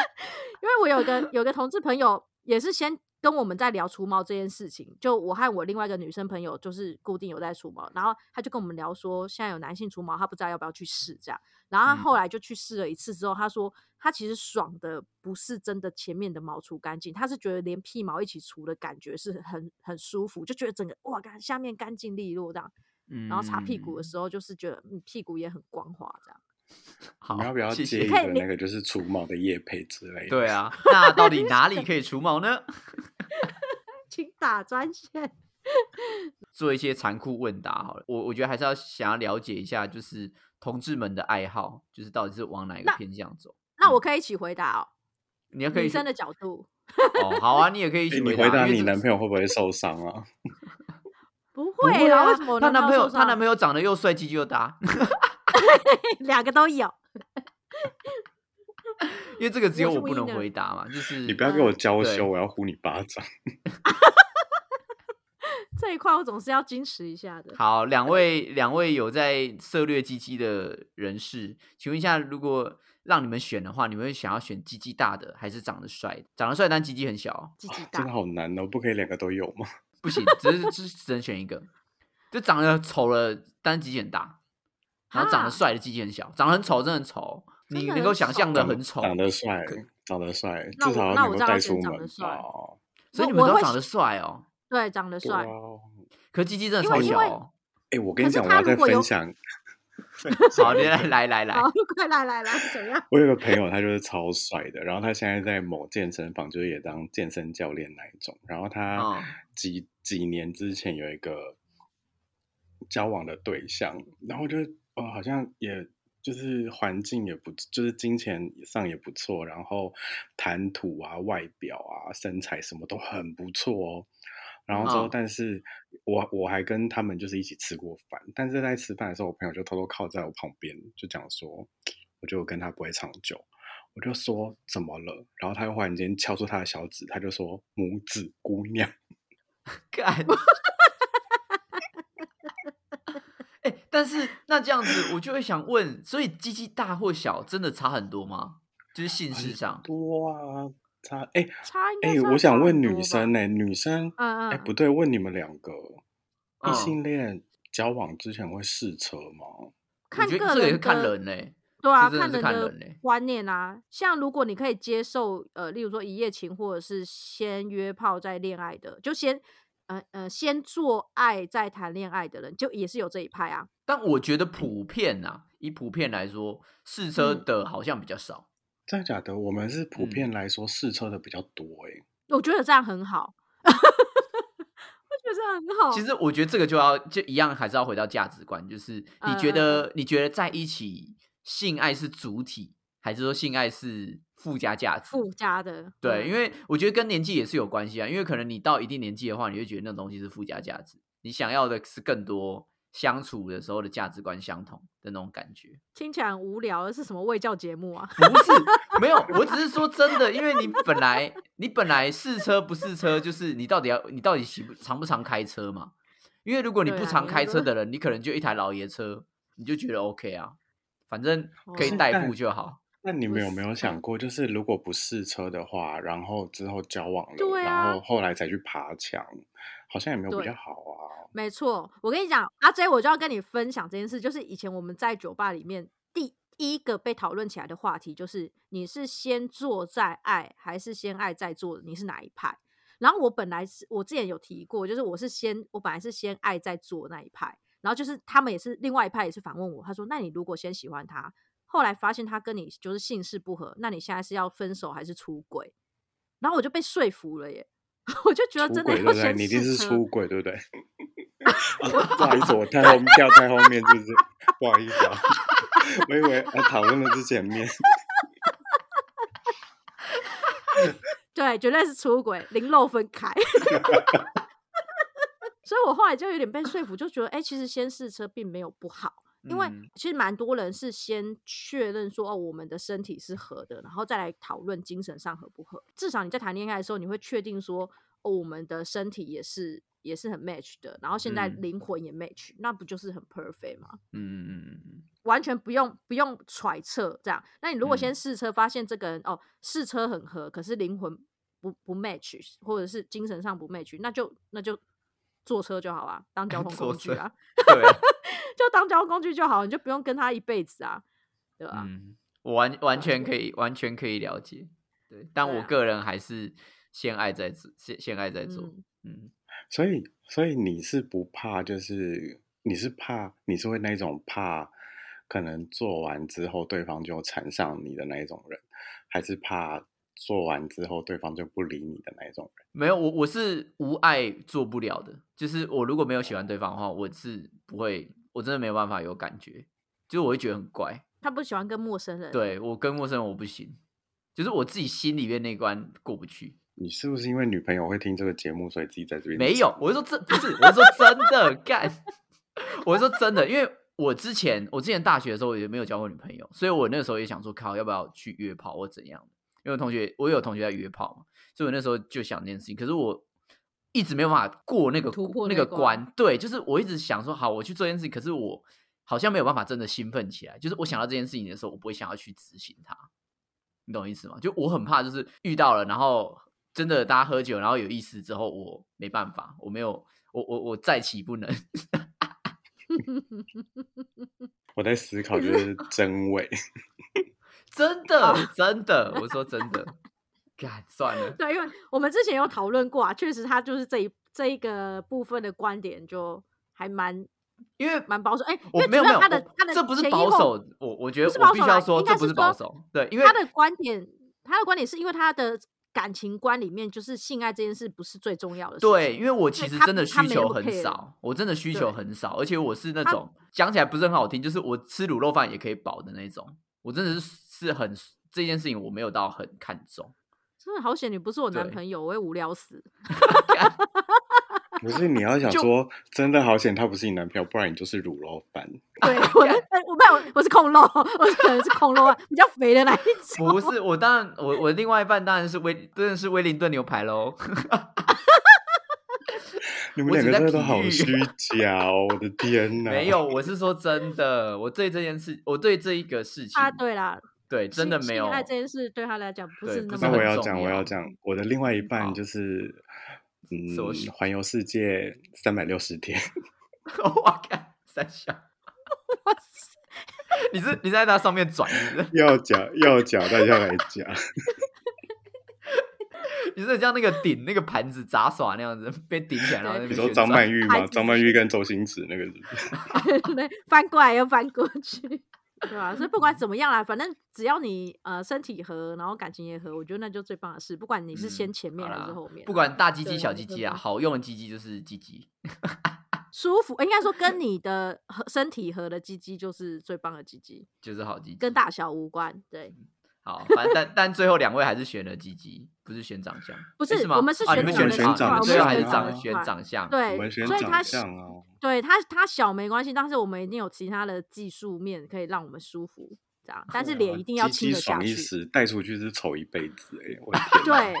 [SPEAKER 1] [LAUGHS] 因为我有个有个同志朋友，也是先跟我们在聊除毛这件事情。就我和我另外一个女生朋友，就是固定有在除毛，然后他就跟我们聊说，现在有男性除毛，他不知道要不要去试这样。然后他
[SPEAKER 2] 嗯
[SPEAKER 1] 后来就去试了一次之后，他说他其实爽的不是真的前面的毛除干净，他是觉得连屁毛一起除的感觉是很很舒服，就觉得整个哇，感下面干净利落这样。
[SPEAKER 2] 嗯，
[SPEAKER 1] 然后擦屁股的时候，就是觉得嗯屁股也很光滑这样。
[SPEAKER 2] 好，
[SPEAKER 3] 你要不要
[SPEAKER 2] 谢
[SPEAKER 3] 接
[SPEAKER 2] 谢
[SPEAKER 3] 一
[SPEAKER 1] 可以
[SPEAKER 3] 个
[SPEAKER 1] 你
[SPEAKER 3] 那个就是除毛的叶配之类的？
[SPEAKER 2] 对啊，那到
[SPEAKER 1] [LAUGHS]
[SPEAKER 2] 底哪里可以除毛呢？
[SPEAKER 1] 请打专线。
[SPEAKER 2] 做一些残酷问答好了，我我觉得还是要想要了解一下，就是同志们的爱好，就是到底是往哪一个
[SPEAKER 1] 那
[SPEAKER 2] 偏向走。
[SPEAKER 1] 那我可以一起回答哦，
[SPEAKER 2] 你要可以
[SPEAKER 1] 女生
[SPEAKER 2] 说
[SPEAKER 1] 的角度
[SPEAKER 2] 哦，好啊，你也可
[SPEAKER 3] [LAUGHS]
[SPEAKER 2] 以一
[SPEAKER 3] 哎
[SPEAKER 2] 起
[SPEAKER 3] 你
[SPEAKER 2] 回
[SPEAKER 3] 回答
[SPEAKER 2] 因为
[SPEAKER 3] 你
[SPEAKER 2] 这
[SPEAKER 3] 男朋友会不会受伤啊？
[SPEAKER 1] 不
[SPEAKER 2] 不
[SPEAKER 1] 会啦，
[SPEAKER 2] 啊
[SPEAKER 1] 为什么我
[SPEAKER 2] 她男
[SPEAKER 1] 朋
[SPEAKER 2] 朋友
[SPEAKER 1] 友
[SPEAKER 2] 她男朋
[SPEAKER 1] 友
[SPEAKER 2] 友长得又帅，鸡鸡又大， [LAUGHS]
[SPEAKER 1] [LAUGHS] 两个都有？
[SPEAKER 2] 因为这个只有
[SPEAKER 1] 我是
[SPEAKER 2] 我不能
[SPEAKER 1] winner
[SPEAKER 2] 回答嘛，就是
[SPEAKER 1] 嗯
[SPEAKER 3] 你不要给我娇
[SPEAKER 2] 对
[SPEAKER 3] 羞，我要呼你巴掌。
[SPEAKER 1] [LAUGHS] 这一块我总是要矜持一下的。
[SPEAKER 2] 好，两位两位有在涉略鸡鸡的人士，请问一下，如果让你们选的话，你们会想要选鸡鸡大的还是长得帅的？长得帅但鸡鸡很小哦，
[SPEAKER 1] 鸡鸡
[SPEAKER 3] 真的
[SPEAKER 1] 大，
[SPEAKER 3] 好难哦，不可以两个都有吗？
[SPEAKER 2] 不行，只是只只能选一个。就长得丑了，但鸡鸡很大；然后长得
[SPEAKER 1] 哈
[SPEAKER 2] 帅的鸡鸡很小，长得很丑真的很丑，
[SPEAKER 1] 啊真
[SPEAKER 2] 你
[SPEAKER 1] 的
[SPEAKER 2] 能够
[SPEAKER 1] 很
[SPEAKER 2] 想
[SPEAKER 1] 丑
[SPEAKER 2] 象的
[SPEAKER 3] 长得
[SPEAKER 2] 很丑。
[SPEAKER 3] 长得帅
[SPEAKER 2] 可，
[SPEAKER 3] 长得帅，
[SPEAKER 1] 那
[SPEAKER 3] 至
[SPEAKER 1] 我
[SPEAKER 3] 少要
[SPEAKER 1] 那
[SPEAKER 3] 能
[SPEAKER 1] 我
[SPEAKER 3] 够
[SPEAKER 1] 知道
[SPEAKER 3] 带
[SPEAKER 1] 选
[SPEAKER 3] 出
[SPEAKER 1] 长
[SPEAKER 3] 门
[SPEAKER 1] 得帅
[SPEAKER 3] 吧。
[SPEAKER 2] 所以
[SPEAKER 1] 我
[SPEAKER 2] 你们
[SPEAKER 1] 我
[SPEAKER 2] 都
[SPEAKER 1] 会
[SPEAKER 2] 长得帅哦。
[SPEAKER 1] 对，长得帅。
[SPEAKER 3] 哇哦
[SPEAKER 2] 可是鸡鸡真的
[SPEAKER 1] 因
[SPEAKER 2] 超
[SPEAKER 1] 为因
[SPEAKER 2] 小
[SPEAKER 1] 为
[SPEAKER 2] 哦。
[SPEAKER 3] 哎、我跟
[SPEAKER 1] 可
[SPEAKER 3] 你
[SPEAKER 1] 是
[SPEAKER 3] 讲，我
[SPEAKER 1] 他
[SPEAKER 3] 要
[SPEAKER 1] 如
[SPEAKER 3] 再
[SPEAKER 1] 果有
[SPEAKER 3] 分
[SPEAKER 1] [LAUGHS]
[SPEAKER 3] 享。
[SPEAKER 2] 好，你来来来来
[SPEAKER 1] 好，，快来来来，怎么样？
[SPEAKER 3] 我有个朋友，他就是超帅的，然后他现在在某健身房，就是也当健身教练那一种。然后他
[SPEAKER 1] 哦
[SPEAKER 2] 嗯
[SPEAKER 3] 几、几年之前有一个交往的对象，然后就是哦，好像也就是环境也不，就是金钱上也不错，然后谈吐啊、外表啊、身材什么都很不错哦。然后之后，
[SPEAKER 2] 嗯
[SPEAKER 3] 但是我我还跟他们就是一起吃过饭，但是在吃饭的时候，我朋友就偷偷靠在我旁边，就讲说，我觉得我跟他不会长久。我就说怎么了？然后他又忽然间敲出他的小指，他就说拇指姑娘。
[SPEAKER 2] 干。 [LAUGHS] 哎、但是那这样子，我就会想问，所以鸡鸡大或小真的差很多吗？就是性事上，
[SPEAKER 3] 多啊，他哎
[SPEAKER 1] 差应该
[SPEAKER 3] 哎，
[SPEAKER 1] 是要
[SPEAKER 3] 我想
[SPEAKER 1] 差
[SPEAKER 3] 问
[SPEAKER 1] 很
[SPEAKER 3] 女
[SPEAKER 1] 多
[SPEAKER 3] 生
[SPEAKER 1] 吧，
[SPEAKER 3] 呢、女生
[SPEAKER 1] 嗯
[SPEAKER 3] 哎、
[SPEAKER 1] 嗯，
[SPEAKER 3] 不对，问你们两个，异
[SPEAKER 2] 嗯
[SPEAKER 3] 性恋交往之前会试车吗？
[SPEAKER 2] 我
[SPEAKER 1] 看
[SPEAKER 2] 觉得
[SPEAKER 1] 个
[SPEAKER 2] 这个也是
[SPEAKER 1] 人
[SPEAKER 2] 看
[SPEAKER 1] 的
[SPEAKER 2] 人嘞、
[SPEAKER 1] 对啊，
[SPEAKER 2] 这真的是
[SPEAKER 1] 人
[SPEAKER 2] 看
[SPEAKER 1] 的
[SPEAKER 2] 人欸
[SPEAKER 1] 观念啊。像如果你可以接受，呃，例如说一夜情，或者是先约炮再恋爱的，就先呃呃先做爱再谈恋爱的人，就也是有这一派啊。
[SPEAKER 2] 但我觉得普遍呐、以普遍来说，试车
[SPEAKER 1] 嗯
[SPEAKER 2] 的好像比较少。
[SPEAKER 3] 真的假的？我们是普
[SPEAKER 2] 嗯
[SPEAKER 3] 遍来说试车的比较多哎、
[SPEAKER 1] 我觉得这样很好， [LAUGHS] 我觉得这样很好。
[SPEAKER 2] 其实我觉得这个就要就一样，还是要回到价值观，就是
[SPEAKER 1] 嗯
[SPEAKER 2] 你觉得、你觉得在一起性爱是主体，还是说性爱是附加价值？
[SPEAKER 1] 附加的，
[SPEAKER 2] 对，
[SPEAKER 1] 嗯
[SPEAKER 2] 因为我觉得跟年纪也是有关系啊，因为可能你到一定年纪的话，你会觉得那东西是附加价值，你想要的是更多相处的时候的价值观相同的那种感觉。
[SPEAKER 1] 听起来很无聊，是什么卫教节目啊？
[SPEAKER 2] 不是，没有，我只是说真的，因为你本来你本来试车不试车，就是你到底要你到底喜不常不常开车嘛？因为如果你
[SPEAKER 1] 对
[SPEAKER 2] 不
[SPEAKER 1] 啊
[SPEAKER 2] 常
[SPEAKER 1] 你
[SPEAKER 2] 开
[SPEAKER 1] 如
[SPEAKER 2] 车
[SPEAKER 1] 果
[SPEAKER 2] 的人，你可能就一台老爷车，你就觉得 OK 啊，反正可以
[SPEAKER 1] 哦
[SPEAKER 2] 代步就好。
[SPEAKER 3] 那你
[SPEAKER 1] 不
[SPEAKER 3] 们有没
[SPEAKER 1] 是啊
[SPEAKER 3] 有想过，就是如果不试车的话，然后之后交往了，
[SPEAKER 1] 对啊
[SPEAKER 3] 然后后来才去爬墙，好像也没有比
[SPEAKER 1] 对
[SPEAKER 3] 较好啊。
[SPEAKER 1] 没错，我跟你讲，阿 J，我就要跟你分享这件事，就是以前我们在酒吧里面第一个被讨论起来的话题，就是你是先做再爱，还是先爱再做？你是哪一派？然后我本来是我之前有提过，就是我是先我本来是先爱再做那一派，然后就是他们也是另外一派也是反问我，他说：“那你如果先喜欢他，后来发现他跟你就是性事不合，那你现在是要分手还是出轨？”然后我就被说服了耶， [LAUGHS] 我就觉得
[SPEAKER 3] 出
[SPEAKER 1] 哦真的
[SPEAKER 3] 轨对
[SPEAKER 1] 要
[SPEAKER 3] 不对？
[SPEAKER 1] 先
[SPEAKER 3] 你一定
[SPEAKER 1] 试
[SPEAKER 3] 是
[SPEAKER 1] 车
[SPEAKER 3] 出轨对不对？啊不好意思，我
[SPEAKER 1] [LAUGHS]
[SPEAKER 3] 太后跳太后面是不是？不好意思啊， [LAUGHS] 我以为啊讨论的是前面。
[SPEAKER 1] 对，绝对是出轨，零漏分开。 [LAUGHS] 所以我后来就有点被说服，就觉得哎、诶其实先试车并没有不好，因为
[SPEAKER 2] 嗯
[SPEAKER 1] 其实蛮多人是先确认说哦，我们的身体是合的，然后再来讨论精神上合不合。至少你在谈恋爱的时候，你会确定说哦，我们的身体也是也是很 match 的，然后现在
[SPEAKER 2] 嗯
[SPEAKER 1] 灵魂也 match，、那不就是很 perfect 吗？
[SPEAKER 2] 嗯嗯嗯
[SPEAKER 1] [LAUGHS]
[SPEAKER 2] 嗯
[SPEAKER 1] 完全不用不用揣测这样。那你如果
[SPEAKER 2] 嗯
[SPEAKER 1] 先试车，发现这个人、哦试车很合，可是灵魂不不 match，或者是精神上不 match，那就那就坐车就好啊，当
[SPEAKER 2] [LAUGHS]
[SPEAKER 1] 交通
[SPEAKER 2] 坐
[SPEAKER 1] 工具
[SPEAKER 2] 车
[SPEAKER 1] 啊， [LAUGHS]
[SPEAKER 2] 嗯，对啊，
[SPEAKER 1] 就当交通工具就好，你就不用跟他一辈子啊，对吧、
[SPEAKER 2] 嗯，我完完
[SPEAKER 1] 对
[SPEAKER 2] 全可以完全可以了解。对，但
[SPEAKER 1] 对
[SPEAKER 2] 我
[SPEAKER 1] 啊
[SPEAKER 2] 个人还是先爱再做，先先爱再做。
[SPEAKER 1] 嗯，
[SPEAKER 2] 嗯，
[SPEAKER 3] 所以，所以你是不怕，就是你是怕，你是会那种怕，可能做完之后对方就缠上你的那一种人，还是怕做完之后对方就不理你的那一种人？
[SPEAKER 2] 没有，我我是无爱做不了的，就是我如果没有喜欢对方的话，我是不会，我真的没有办法有感觉，就是我会觉得很怪。
[SPEAKER 1] 他不喜欢跟陌生人，，
[SPEAKER 2] 对我跟陌生人我不行，就是我自己心里面那一关过不去。
[SPEAKER 3] 你是不是因为女朋友会听这个节目，所以自己在这边
[SPEAKER 2] 没
[SPEAKER 3] 讲
[SPEAKER 2] 有，我是说这不是，我是说真的 [LAUGHS] 干，我是说真的，因为我之前我之前大学的时候也没有交过女朋友，所以我那时候也想说靠，要不要去约炮或怎样的？因为我同学我有同学在约炮嘛，所以我那时候就想这件事情，可是我一直没有办法过那个
[SPEAKER 1] 突
[SPEAKER 2] 过
[SPEAKER 1] 破
[SPEAKER 2] 那
[SPEAKER 1] 那
[SPEAKER 2] 个
[SPEAKER 1] 关
[SPEAKER 2] 关，对，就是我一直想说好，我去做这件事情，可是我好像没有办法真的兴奋起来，就是我想到这件事情的时候，我不会想要去执行它。你懂我意思吗？就我很怕，就是遇到了，然后真的大家喝酒，然后有意思之后，我没办法，我没有，我我我再起不能。 [LAUGHS]
[SPEAKER 3] 我在
[SPEAKER 2] [LAUGHS]
[SPEAKER 3] 思考就是真伪。 [LAUGHS]
[SPEAKER 1] 啊
[SPEAKER 2] 真的，真的，我说真的， [LAUGHS] 干算了，
[SPEAKER 1] [LAUGHS] 对，因为我们之前有讨论过啊，确实他就是这一这一个部分的观点就还蛮
[SPEAKER 2] 因为
[SPEAKER 1] 蛮保守。哎、因
[SPEAKER 2] 我
[SPEAKER 1] 为
[SPEAKER 2] 没有
[SPEAKER 1] 主
[SPEAKER 2] 没
[SPEAKER 1] 要
[SPEAKER 2] 有，
[SPEAKER 1] 他的
[SPEAKER 2] 我
[SPEAKER 1] 他的
[SPEAKER 2] 这不是
[SPEAKER 1] 前因
[SPEAKER 2] 保
[SPEAKER 1] 后
[SPEAKER 2] 守，我我觉
[SPEAKER 1] 不
[SPEAKER 2] 得
[SPEAKER 1] 是
[SPEAKER 2] 我
[SPEAKER 1] 保
[SPEAKER 2] 必
[SPEAKER 1] 守
[SPEAKER 2] 须要
[SPEAKER 1] 啦
[SPEAKER 2] 说
[SPEAKER 1] 应
[SPEAKER 2] 这
[SPEAKER 1] 该
[SPEAKER 2] 不
[SPEAKER 1] 是
[SPEAKER 2] 是保
[SPEAKER 1] 说
[SPEAKER 2] 守，对，因为
[SPEAKER 1] 他的观点，他的观点是因为他的感情观里面，就是性爱这件事不是最重要的事情。
[SPEAKER 2] 对，因为我其
[SPEAKER 1] 对
[SPEAKER 2] 实
[SPEAKER 1] 他
[SPEAKER 2] 真的
[SPEAKER 1] 不他
[SPEAKER 2] 需
[SPEAKER 1] 没
[SPEAKER 2] 求
[SPEAKER 1] 那么
[SPEAKER 2] 很
[SPEAKER 1] care
[SPEAKER 2] 少，我真的需求
[SPEAKER 1] 对
[SPEAKER 2] 很少，而且我是那
[SPEAKER 1] 他
[SPEAKER 2] 种讲起来不是很好听，就是我吃卤肉饭也可以饱的那种，我真的是是很这件事情我没有到很看重。
[SPEAKER 1] 真的好险，你不是我男
[SPEAKER 2] 对
[SPEAKER 1] 朋友，我会无聊死。 [LAUGHS]
[SPEAKER 3] 不是你要想
[SPEAKER 2] 就
[SPEAKER 3] 说，真的好险他不是你男朋友，不然你就是卤肉饭。
[SPEAKER 1] 对，我是我没有，我是控肉，我可能是控肉啊，比较肥的那一种。
[SPEAKER 2] 不是，我当然我我另外一半当然是威真的是威灵顿牛排喽，
[SPEAKER 3] 你们
[SPEAKER 2] 我
[SPEAKER 3] 两
[SPEAKER 2] 只
[SPEAKER 3] 个
[SPEAKER 2] 在
[SPEAKER 3] 真的都好
[SPEAKER 2] 比喻啊
[SPEAKER 3] 虚假哦！我的天哪，
[SPEAKER 2] [LAUGHS] 没有，我是说真的，我对这件事，我对这一个事情，
[SPEAKER 1] 啊，对啦，
[SPEAKER 2] 对真的
[SPEAKER 1] 性
[SPEAKER 2] 没有
[SPEAKER 1] 性爱这件事对他来讲不
[SPEAKER 2] 对
[SPEAKER 1] 是
[SPEAKER 2] 不
[SPEAKER 1] 那
[SPEAKER 2] 是
[SPEAKER 3] 那
[SPEAKER 1] 么
[SPEAKER 3] 我
[SPEAKER 2] 很
[SPEAKER 3] 要
[SPEAKER 2] 重
[SPEAKER 3] 讲，我
[SPEAKER 2] 要
[SPEAKER 3] 要讲，我的另外一
[SPEAKER 2] 好
[SPEAKER 3] 半就是，嗯
[SPEAKER 2] 是我是，
[SPEAKER 3] 环游世界三百六十天，
[SPEAKER 2] [LAUGHS] 我看三小，你是你在那上面转是不是？
[SPEAKER 3] 要讲要讲，大家来
[SPEAKER 1] [LAUGHS]
[SPEAKER 3] 讲。
[SPEAKER 2] 你是很像那个顶那个盘子杂耍那样子被顶
[SPEAKER 3] [LAUGHS]
[SPEAKER 2] 起来，然后那
[SPEAKER 1] 对
[SPEAKER 3] 你
[SPEAKER 2] 边
[SPEAKER 3] 说
[SPEAKER 2] 旋
[SPEAKER 3] 张
[SPEAKER 2] 转
[SPEAKER 3] 曼玉
[SPEAKER 1] 孩
[SPEAKER 3] 吗？
[SPEAKER 1] 子
[SPEAKER 3] 张曼玉跟周星驰那个是不
[SPEAKER 1] [LAUGHS]
[SPEAKER 3] 是
[SPEAKER 1] 对翻过来又翻过去，对吧、所以不管怎么样啦，反正只要你呃身体合，然后感情也合，我觉得那就最棒的事。不管你是先
[SPEAKER 2] 嗯
[SPEAKER 1] 前面
[SPEAKER 2] 好
[SPEAKER 1] 还是
[SPEAKER 2] 啦
[SPEAKER 1] 后面，
[SPEAKER 2] 不管大鸡鸡
[SPEAKER 1] 对
[SPEAKER 2] 小
[SPEAKER 1] 我
[SPEAKER 2] 鸡
[SPEAKER 1] 觉
[SPEAKER 2] 鸡啊，
[SPEAKER 1] 得
[SPEAKER 2] 好用的鸡鸡就是鸡鸡。
[SPEAKER 1] 舒服，呃应该说跟你的合身体合的鸡鸡就是最棒的鸡鸡，
[SPEAKER 2] 就是好鸡鸡，
[SPEAKER 1] 跟大小无关。对，
[SPEAKER 2] 嗯好，反正但但最后两位还是选了鸡鸡，不是选长相，
[SPEAKER 1] 不
[SPEAKER 2] 诶是
[SPEAKER 1] 是
[SPEAKER 2] 吗？
[SPEAKER 1] 我们是
[SPEAKER 2] 啊你
[SPEAKER 1] 选
[SPEAKER 2] 们
[SPEAKER 3] 长
[SPEAKER 2] 了
[SPEAKER 3] 相
[SPEAKER 2] 啊你们
[SPEAKER 3] 我们
[SPEAKER 2] 最
[SPEAKER 3] 是
[SPEAKER 2] 后还是
[SPEAKER 3] 选
[SPEAKER 2] 长
[SPEAKER 1] 长
[SPEAKER 2] 选
[SPEAKER 1] 相
[SPEAKER 2] 长相，
[SPEAKER 3] 我
[SPEAKER 1] 对，
[SPEAKER 3] 们选
[SPEAKER 1] 所以
[SPEAKER 3] 长
[SPEAKER 1] 他是
[SPEAKER 3] 相哦。
[SPEAKER 1] 对他他小没关系，但是我们一定有其他的技术面可以让我们舒服，这样，但是
[SPEAKER 3] 哇
[SPEAKER 1] 脸一定要
[SPEAKER 3] 鸡
[SPEAKER 1] 亲
[SPEAKER 3] 鸡
[SPEAKER 1] 得下
[SPEAKER 3] 爽
[SPEAKER 1] 去。
[SPEAKER 3] 一时，带出去是丑一辈子哎、
[SPEAKER 1] [LAUGHS]
[SPEAKER 3] 我的天
[SPEAKER 1] 对，
[SPEAKER 3] 哪，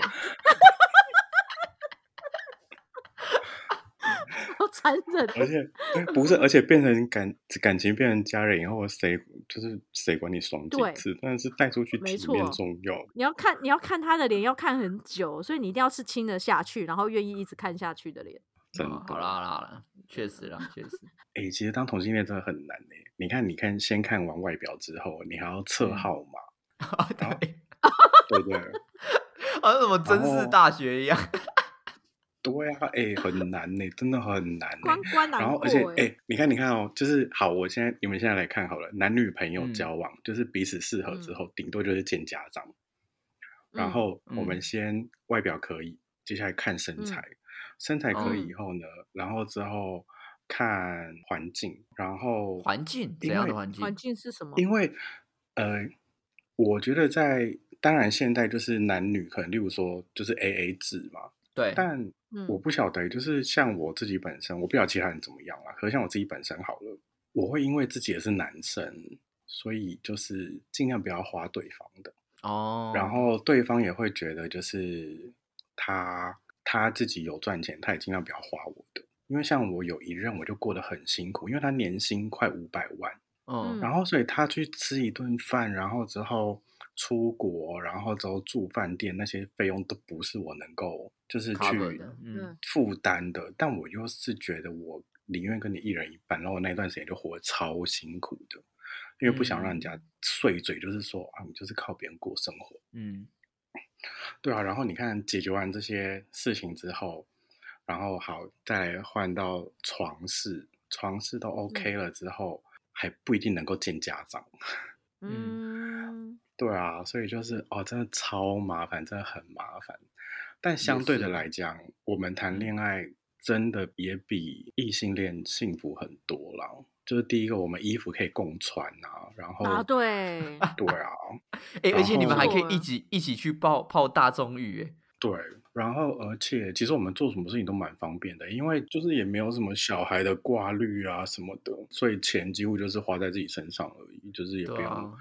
[SPEAKER 1] 好残忍
[SPEAKER 3] 而且对不是，而且变成感感情变成家人以后，谁就是谁管你爽几
[SPEAKER 1] 对
[SPEAKER 3] 次？但是带出去
[SPEAKER 1] 没
[SPEAKER 3] 体面
[SPEAKER 1] 错
[SPEAKER 3] 重要。
[SPEAKER 1] 你要看你要看他的脸，要看很久，所以你一定要是亲得下去，然后愿意一直看下去的脸。
[SPEAKER 3] 真的
[SPEAKER 2] 啊好啦好啦好啦，确
[SPEAKER 1] [LAUGHS]
[SPEAKER 2] 实啦确实， [LAUGHS]
[SPEAKER 3] 哎、其实当同性恋真的很难哎、你看，你看，先看完外表之后，你还要测
[SPEAKER 2] 嗯
[SPEAKER 3] 号码，
[SPEAKER 2] 对，
[SPEAKER 3] 对不对？
[SPEAKER 2] 好像什么真
[SPEAKER 3] 然
[SPEAKER 2] 是
[SPEAKER 3] 后
[SPEAKER 2] 大学一样，
[SPEAKER 3] 对啊，哎、很难呢、真的很难、欸
[SPEAKER 1] 关。关难
[SPEAKER 3] 然后，
[SPEAKER 1] 过、
[SPEAKER 3] 而且，哎、
[SPEAKER 2] 欸
[SPEAKER 1] 哎、
[SPEAKER 3] 你看，你看哦，就是好，我现在你们现在来看好了，男女朋友
[SPEAKER 2] 嗯
[SPEAKER 3] 交往，就是彼此适合之
[SPEAKER 1] 嗯
[SPEAKER 3] 后，顶多就是见家长。然
[SPEAKER 1] 嗯
[SPEAKER 3] 后我
[SPEAKER 2] 嗯
[SPEAKER 3] 们先外表可以，接下来看身材，身材可
[SPEAKER 2] 嗯
[SPEAKER 3] 以以后呢，然后之后看环境，然后
[SPEAKER 2] 环境
[SPEAKER 3] 因
[SPEAKER 2] 怎样的
[SPEAKER 3] 为
[SPEAKER 2] 环境？
[SPEAKER 1] 环境是什么？
[SPEAKER 3] 因为呃，我觉得在当然现在就是男女可能，例如说就是 A A 制嘛，
[SPEAKER 2] 对，
[SPEAKER 3] 但
[SPEAKER 1] 嗯
[SPEAKER 3] 我不晓得，就是像我自己本身，我不晓得其他人怎么样啊。可是像我自己本身好了，我会因为自己也是男生，所以就是尽量不要花对方的。
[SPEAKER 2] 哦，
[SPEAKER 3] 然后对方也会觉得就是他他自己有赚钱，他也尽量不要花我的。因为像我有一任我就过得很辛苦，因为他年薪快五百万，
[SPEAKER 2] 嗯
[SPEAKER 3] 然后所以他去吃一顿饭，然后之后出国，然后之后住饭店那些费用都不是我能够就是
[SPEAKER 2] ，cover
[SPEAKER 3] 去
[SPEAKER 2] 的，嗯
[SPEAKER 1] 嗯，
[SPEAKER 3] 负担的。但我又是觉得我宁愿跟你一人一半，然后我那段时间就活得超辛苦的，因为不想
[SPEAKER 2] 嗯
[SPEAKER 3] 让人家碎嘴，就是说啊，你就是靠别人过生活。
[SPEAKER 2] 嗯，
[SPEAKER 3] 对啊，然后你看解决完这些事情之后，然后好再来换到床事，床事
[SPEAKER 2] 嗯
[SPEAKER 3] 都 OK 了之后，还不一定能够见家长。
[SPEAKER 1] 嗯，
[SPEAKER 3] 对啊，所以就是哦，真的超麻烦，真的很麻烦。但相对的
[SPEAKER 2] 是
[SPEAKER 3] 来讲，我们谈
[SPEAKER 2] 嗯
[SPEAKER 3] 恋爱真的也比异性恋幸福很多啦。就是第一个，我们衣服可以共穿啊，然后
[SPEAKER 1] 答对，
[SPEAKER 3] 对啊，
[SPEAKER 2] 哎，而且你们
[SPEAKER 3] 然
[SPEAKER 2] 还
[SPEAKER 1] 后
[SPEAKER 2] 可以一起一起去泡泡大众浴，哎，
[SPEAKER 3] 对，然后而且其实我们做什么事情都蛮方便的，因为就是也没有什么小孩的挂虑啊什么的，所以钱几乎就是花在自己身上而已，就是也不
[SPEAKER 2] 对
[SPEAKER 3] 用、
[SPEAKER 2] 啊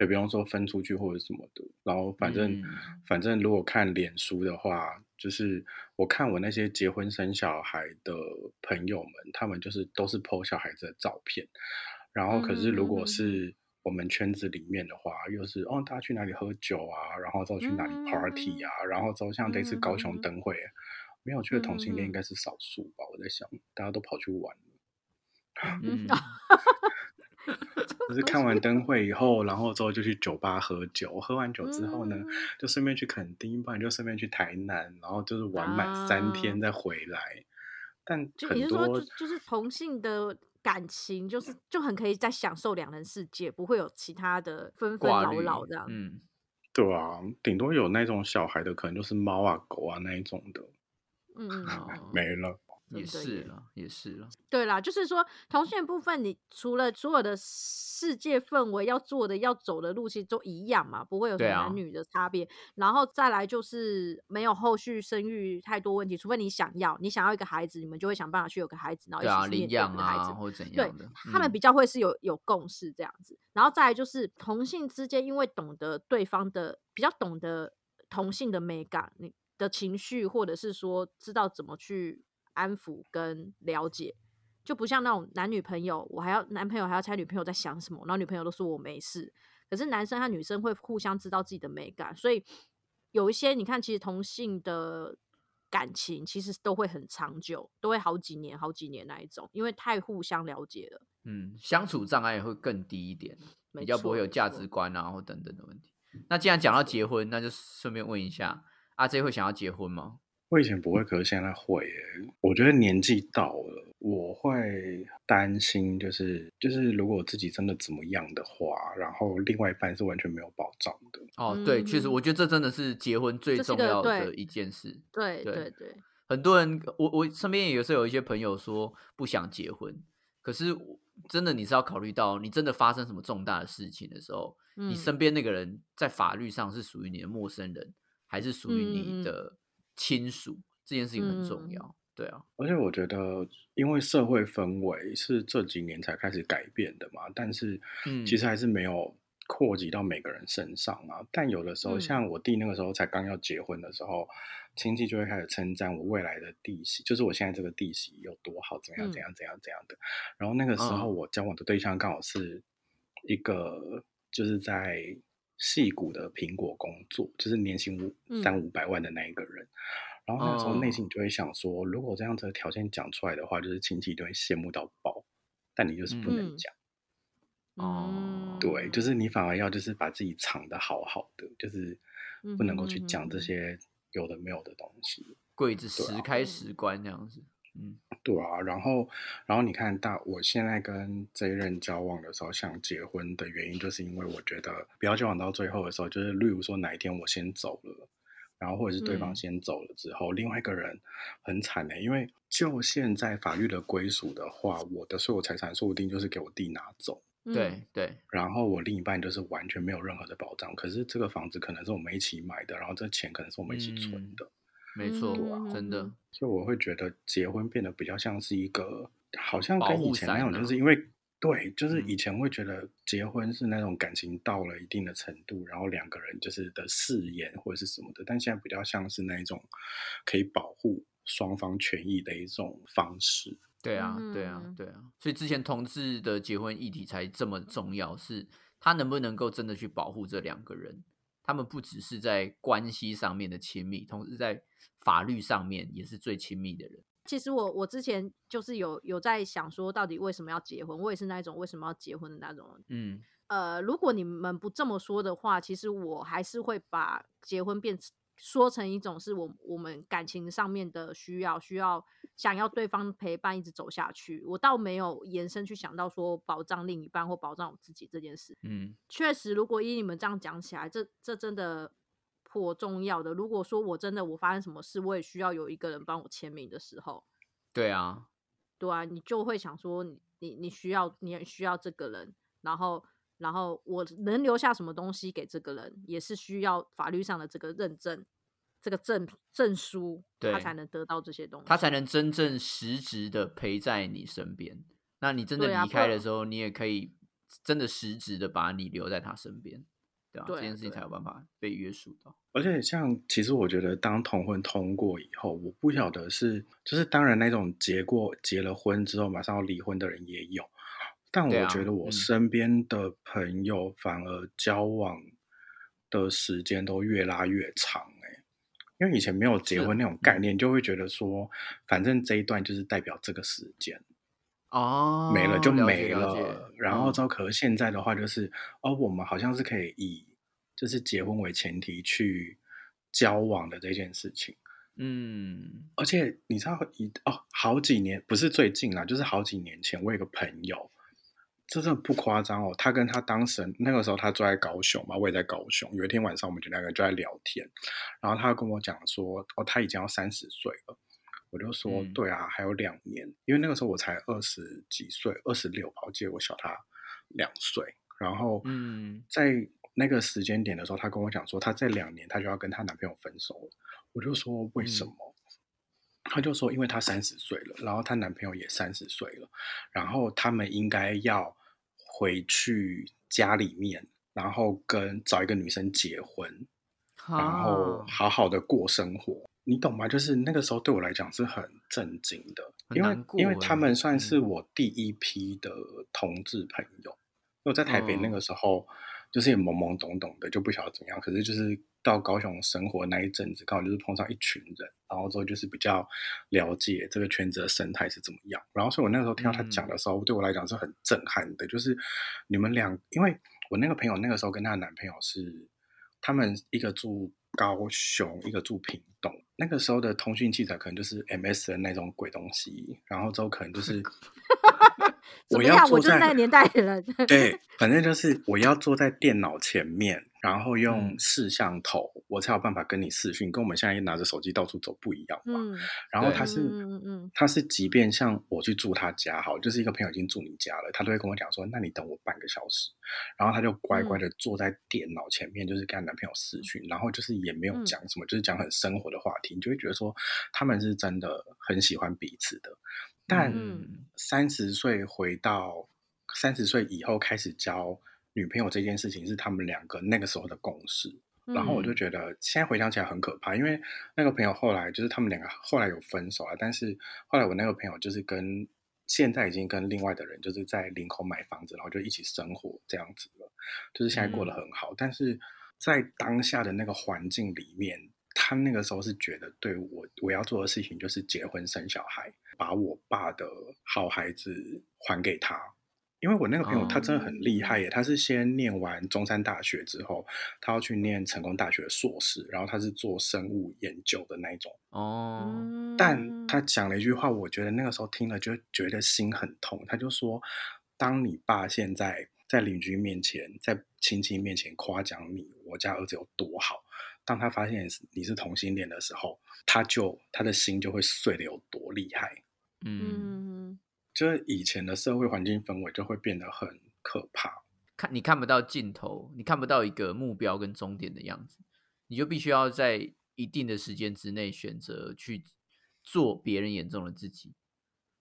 [SPEAKER 3] 也不用说分出去或者什么的。然后反正、
[SPEAKER 2] 嗯
[SPEAKER 3] 反正如果看脸书的话，就是我看我那些结婚生小孩的朋友们，他们就是都是 PO 小孩子的照片，然后可是
[SPEAKER 1] 嗯
[SPEAKER 3] 如
[SPEAKER 1] 哼嗯
[SPEAKER 3] 果
[SPEAKER 1] 哼
[SPEAKER 3] 是我们圈子里面的话，又是哦，大家去哪里喝酒啊，然后之后去哪里
[SPEAKER 1] 嗯
[SPEAKER 3] party 啊，然后之后像这次高
[SPEAKER 1] 嗯
[SPEAKER 3] 雄
[SPEAKER 1] 哼
[SPEAKER 3] 灯会，没有去的同性
[SPEAKER 1] 嗯哼
[SPEAKER 3] 恋应该是少数嗯吧，我在想，大家都跑去玩了。
[SPEAKER 2] 嗯
[SPEAKER 1] 嗯，
[SPEAKER 3] 就是看完灯会以后，然后之后就去酒吧喝酒，喝完酒之后呢，
[SPEAKER 1] 嗯
[SPEAKER 3] 就顺便去垦丁，不然就顺便去台南，然后就是玩满三天
[SPEAKER 1] 啊
[SPEAKER 3] 再回来。但
[SPEAKER 1] 就
[SPEAKER 3] 很
[SPEAKER 1] 也就是说，
[SPEAKER 3] 多
[SPEAKER 1] 就就是同性的感情，就是就很可以在享受两人世界，不会有其他的纷纷
[SPEAKER 2] 挂
[SPEAKER 1] 扰
[SPEAKER 2] 虑
[SPEAKER 1] 扰这样。
[SPEAKER 2] 嗯，
[SPEAKER 3] 对啊，顶多有那种小孩的，可能就是猫啊、狗啊那一种的，
[SPEAKER 1] 嗯嗯，嗯
[SPEAKER 2] 哦
[SPEAKER 3] 没了。
[SPEAKER 2] 也
[SPEAKER 1] 真的
[SPEAKER 2] 是
[SPEAKER 1] 耶
[SPEAKER 2] 了，也是了。
[SPEAKER 1] 对啦，就是说同性的部分，你除了所有的世界氛围要做的、要走的路，其实都一样嘛，不会有什
[SPEAKER 2] 对
[SPEAKER 1] 么
[SPEAKER 2] 啊
[SPEAKER 1] 男女的差别。然后再来就是没有后续生育太多问题，除非你想要，你想要一个孩子，你们就会想办法去有个孩子，然后
[SPEAKER 2] 对
[SPEAKER 1] 一
[SPEAKER 2] 啊，
[SPEAKER 1] 起去
[SPEAKER 2] 领
[SPEAKER 1] 面对
[SPEAKER 2] 养
[SPEAKER 1] 这个孩子
[SPEAKER 2] 啊，。或者怎
[SPEAKER 1] 对
[SPEAKER 2] 样的，，
[SPEAKER 1] 他们
[SPEAKER 2] 嗯
[SPEAKER 1] 比较会是有有共识这样子。然后再来就是同性之间，因为懂得对方的，比较懂得同性的美感，你的情绪，或者是说知道怎么去安抚跟了解。就不像那种男女朋友，我还要男朋友还要猜女朋友在想什么，然后女朋友都说我没事。可是男生和女生会互相知道自己的美感，所以有一些你看，其实同性的感情其实都会很长久，都会好几年、好几年那一种，因为太互相了解了。
[SPEAKER 2] 嗯相处障碍会更低一点，比
[SPEAKER 1] 没
[SPEAKER 2] 较不
[SPEAKER 1] 错
[SPEAKER 2] 会有
[SPEAKER 1] 没
[SPEAKER 2] 价
[SPEAKER 1] 错
[SPEAKER 2] 值观啊或等等的问题。那既然讲到结婚，那就顺便问一下，阿 J 会想要结婚吗？
[SPEAKER 3] 我以前不会，可是现在会耶。我觉得年纪到了，我会担心，就是就是，如果自己真的怎么样的话，然后另外一半是完全没有保障的。
[SPEAKER 2] 哦，对，确实，
[SPEAKER 1] 嗯
[SPEAKER 2] 我觉得这真的是结婚最
[SPEAKER 1] 这是
[SPEAKER 2] 重
[SPEAKER 1] 个
[SPEAKER 2] 要
[SPEAKER 1] 对
[SPEAKER 2] 的一件事。
[SPEAKER 1] 对
[SPEAKER 2] 对
[SPEAKER 1] 对对，
[SPEAKER 2] 很多人，我我身边也有时候有一些朋友说不想结婚，可是我真的你是要考虑到，你真的发生什么重大的事情的时候，你
[SPEAKER 1] 嗯
[SPEAKER 2] 身边那个人在法律上是属于你的陌生人，还是属于
[SPEAKER 1] 嗯嗯
[SPEAKER 2] 你
[SPEAKER 1] 嗯
[SPEAKER 2] 的亲属，这件事情很重
[SPEAKER 1] 嗯
[SPEAKER 2] 要。对啊，
[SPEAKER 3] 而且我觉得，因为社会氛围是这几年才开始改变的嘛，但是
[SPEAKER 2] 嗯
[SPEAKER 3] 其实还是没有扩及到每个人身上啊。但有的时候，
[SPEAKER 1] 嗯
[SPEAKER 3] 像我弟那个时候才刚要结婚的时候，亲戚就会开始称赞我未来的弟媳，就是我现在这个弟媳有多好，怎样
[SPEAKER 1] 嗯
[SPEAKER 3] 怎样怎样怎样的。然后那个时候，
[SPEAKER 2] 嗯
[SPEAKER 3] 我交往的对象刚好是一个就是在戏谷的苹果工作，就是年薪五
[SPEAKER 1] 嗯
[SPEAKER 3] 三五百万的那一个人。然后那个时候内
[SPEAKER 2] 哦
[SPEAKER 3] 心你就会想说，如果这样子的条件讲出来的话，就是亲戚一定会羡慕到爆，但你就是不能
[SPEAKER 1] 嗯
[SPEAKER 3] 讲，
[SPEAKER 2] 哦
[SPEAKER 3] 对，就是是你反而要就是把自己藏得好好的，就是不能够去讲这
[SPEAKER 1] 嗯哼嗯哼嗯哼
[SPEAKER 3] 些有的没有的东西，
[SPEAKER 2] 柜子
[SPEAKER 3] 对啊
[SPEAKER 2] 十开
[SPEAKER 1] 嗯
[SPEAKER 2] 十关这样子。嗯，
[SPEAKER 3] 对啊。然后，然后你看大，我现在跟这一任交往的时候想结婚的原因，就是因为我觉得不要交往到最后的时候，就是例如说哪一天我先走了。然后或者是对
[SPEAKER 2] 嗯
[SPEAKER 3] 方先走了之后，另外一个人很惨欸的、因为就现在法律的归属的话，我的所有财产说不定就是给我弟拿走，
[SPEAKER 1] 嗯
[SPEAKER 2] 对对，
[SPEAKER 3] 然后我另一半就是完全没有任何的保障。可是这个房子可能是我们一起买的，然后这钱可能是我们一起存
[SPEAKER 2] 嗯
[SPEAKER 3] 的，
[SPEAKER 2] 没错，
[SPEAKER 3] 啊
[SPEAKER 1] 嗯
[SPEAKER 2] 真的。
[SPEAKER 3] 所以我会觉得结婚变得比较像是一个，好像
[SPEAKER 2] 保
[SPEAKER 3] 跟以
[SPEAKER 2] 护
[SPEAKER 3] 前那种，
[SPEAKER 2] 伞啊
[SPEAKER 3] 就是因为对，就是以
[SPEAKER 2] 嗯
[SPEAKER 3] 前会觉得结婚是那种感情到了一定的程度，然后两个人就是的誓言或者是什么的，但现在比较像是那一种可以保护双方权益的一种方式。
[SPEAKER 2] 对啊，对啊，
[SPEAKER 1] 嗯
[SPEAKER 2] 对啊，所以之前同志的结婚议题才这么重要，是他能不能够真的去保护这两个人？他们不只是在关系上面的亲密，同时在法律上面也是最亲密的人。
[SPEAKER 1] 其实我我之前就是有有在想说，到底为什么要结婚？我也是那一种为什么要结婚的那种人
[SPEAKER 2] 嗯，
[SPEAKER 1] 呃，如果你们不这么说的话，其实我还是会把结婚变成说成一种是我我们感情上面的需要，需要想要对方陪伴一直走下去。我倒没有延伸去想到说保障另一半或保障我自己这件事。
[SPEAKER 2] 嗯，
[SPEAKER 1] 确实，如果依你们这样讲起来，这这真的颇重要的。如果说我真的我发生什么事，我也需要有一个人帮我签名的时候，
[SPEAKER 2] 对啊，
[SPEAKER 1] 对啊，你就会想说你你你需要你也需要这个人，然后然后我能留下什么东西给这个人，也是需要法律上的这个认证，这个证证书，他
[SPEAKER 2] 对
[SPEAKER 1] 才能得到这些东西。
[SPEAKER 2] 他才能真正实质的陪在你身边。那你真的
[SPEAKER 1] 对啊
[SPEAKER 2] 离
[SPEAKER 1] 不
[SPEAKER 2] 开的
[SPEAKER 1] 然
[SPEAKER 2] 时候，你也可以真的实质的把你留在他身边，对啊，
[SPEAKER 1] 对
[SPEAKER 2] 这
[SPEAKER 1] 啊
[SPEAKER 2] 件事情
[SPEAKER 1] 对
[SPEAKER 2] 才有办法被约束到。
[SPEAKER 3] 而且像，其实我觉得，当同婚通过以后，我不晓得是，就是当然那种结过结了婚之后马上要离婚的人也有，但
[SPEAKER 2] 对啊
[SPEAKER 3] 我觉得我
[SPEAKER 2] 嗯
[SPEAKER 3] 身边的朋友反而交往的时间都越拉越长、欸，因为以前没有结
[SPEAKER 2] 是
[SPEAKER 3] 婚那
[SPEAKER 2] 哦
[SPEAKER 3] 种概念，就会觉得说，反正这一段就是代表这个时间，
[SPEAKER 2] 哦，
[SPEAKER 3] 没了就没
[SPEAKER 2] 了
[SPEAKER 3] 了。
[SPEAKER 2] 解。
[SPEAKER 3] 然后
[SPEAKER 2] 嗯
[SPEAKER 3] 之后，可是现在的话就是，哦，我们好像是可以以就是结婚为前提去交往的这件事情。
[SPEAKER 2] 嗯，
[SPEAKER 3] 而且你知道，以哦好几年不是最近啦，就是好几年前，我有个朋友，这真的不夸张哦。他跟他当时那个时候他住在高雄嘛，我也在高雄。有一天晚上，我们就两个人就在聊天，然后他跟我讲说，哦，他已经要三十岁了。我就说，
[SPEAKER 2] 嗯
[SPEAKER 3] 对啊，还有两年，因为那个时候我才二十几岁，二十六吧，我记得我小他两岁。然后，
[SPEAKER 2] 嗯
[SPEAKER 3] 在那个时间点的时候，他跟我讲说，他在两年他就要跟他男朋友分手了。我就说为什
[SPEAKER 2] 嗯
[SPEAKER 3] 么？他就说因为她三十岁了，然后她男朋友也三十岁了，然后他们应该要回去家里面，然后跟找一个女生结婚，然后
[SPEAKER 2] 哈
[SPEAKER 3] 好好的过生活。你懂吗？就是那个时候对我来讲是很震惊的，
[SPEAKER 2] 很
[SPEAKER 3] 因为
[SPEAKER 2] 难
[SPEAKER 3] 因为
[SPEAKER 2] 过
[SPEAKER 3] 他
[SPEAKER 2] 欸
[SPEAKER 3] 们算是
[SPEAKER 2] 嗯
[SPEAKER 3] 我第一批的同志朋友。因为我在台北那
[SPEAKER 2] 嗯
[SPEAKER 3] 个时候，就是也懵懵懂懂的，就不晓得怎么样。可是就是到高雄生活那一阵子，刚好就是碰上一群人，然后之后就是比较了解这个圈子的生态是怎么样。然后所以我那个时候听到他讲的时候，对我来讲是很震撼的，就是你们俩，因为我那个朋友那个时候跟她的男朋友是，他们一个住。高雄一个住屏东，那个时候的通讯器材可能就是 MSN 那种鬼东西，然后之后可能就是
[SPEAKER 1] 怎么
[SPEAKER 3] 要
[SPEAKER 1] 样？啊
[SPEAKER 3] 坐
[SPEAKER 1] 我就是
[SPEAKER 3] 在
[SPEAKER 1] 那个年代的
[SPEAKER 3] [LAUGHS]
[SPEAKER 1] 人。
[SPEAKER 3] 对，反正就是我要坐在电脑前面，然后用
[SPEAKER 2] 嗯
[SPEAKER 3] 摄像头，我才有办法跟你视讯，跟我们现在拿着手机到处走不一样嘛。
[SPEAKER 1] 嗯，
[SPEAKER 3] 然后
[SPEAKER 2] 对
[SPEAKER 3] 他是，
[SPEAKER 1] 嗯嗯嗯
[SPEAKER 3] 他是，即便像我去住他家，好，就是一个朋友已经住你家了，他都会跟我讲说，那你等我半个小时，然后他就乖
[SPEAKER 1] 嗯
[SPEAKER 3] 乖的坐在电脑前面，就是跟她男朋友视讯，然后就是也没有
[SPEAKER 1] 嗯
[SPEAKER 3] 讲什么，就是讲很生活的话题，你就会觉得说他们是真的很喜欢彼此的，但。
[SPEAKER 2] 嗯
[SPEAKER 3] 三十岁回到三十岁以后开始交女朋友这件事情是他们两个那个时候的共识。
[SPEAKER 1] 嗯。
[SPEAKER 3] 然后我
[SPEAKER 2] 嗯
[SPEAKER 3] 就觉得现在回想起来很可怕，因为那个朋友后来就是他们两个后来有分手啊，但是后来我那个朋友就是跟现在已经跟另外的人就是在林口买房子，然后就一起生活这样子了，就是现在过得很好，但是在当下的那个环境里面。他那个时候是觉得，对我我要做的事情就是结婚生小孩，把我爸的好孩子还给他。因为我那个朋友他真的很厉害耶，他是先念完中山大学之后，他要去念成功大学的硕士，然后他是做生物研究的那一种。
[SPEAKER 2] 哦，
[SPEAKER 1] 嗯
[SPEAKER 3] 但他讲了一句话，我觉得那个时候听了就觉得心很痛。他就说，当你爸现在在邻居面前、在亲戚面前夸奖你我家儿子有多好，当他发现你是同性恋的时候，他就他的心就会碎的有多厉害。
[SPEAKER 2] 嗯，
[SPEAKER 1] 嗯，
[SPEAKER 3] 就是以前的社会环境氛围就会变得很可怕。
[SPEAKER 2] 看你看不到尽头，你看不到一个目标跟终点的样子，你就必须要在一定的时间之内选择去做别人眼中的自己，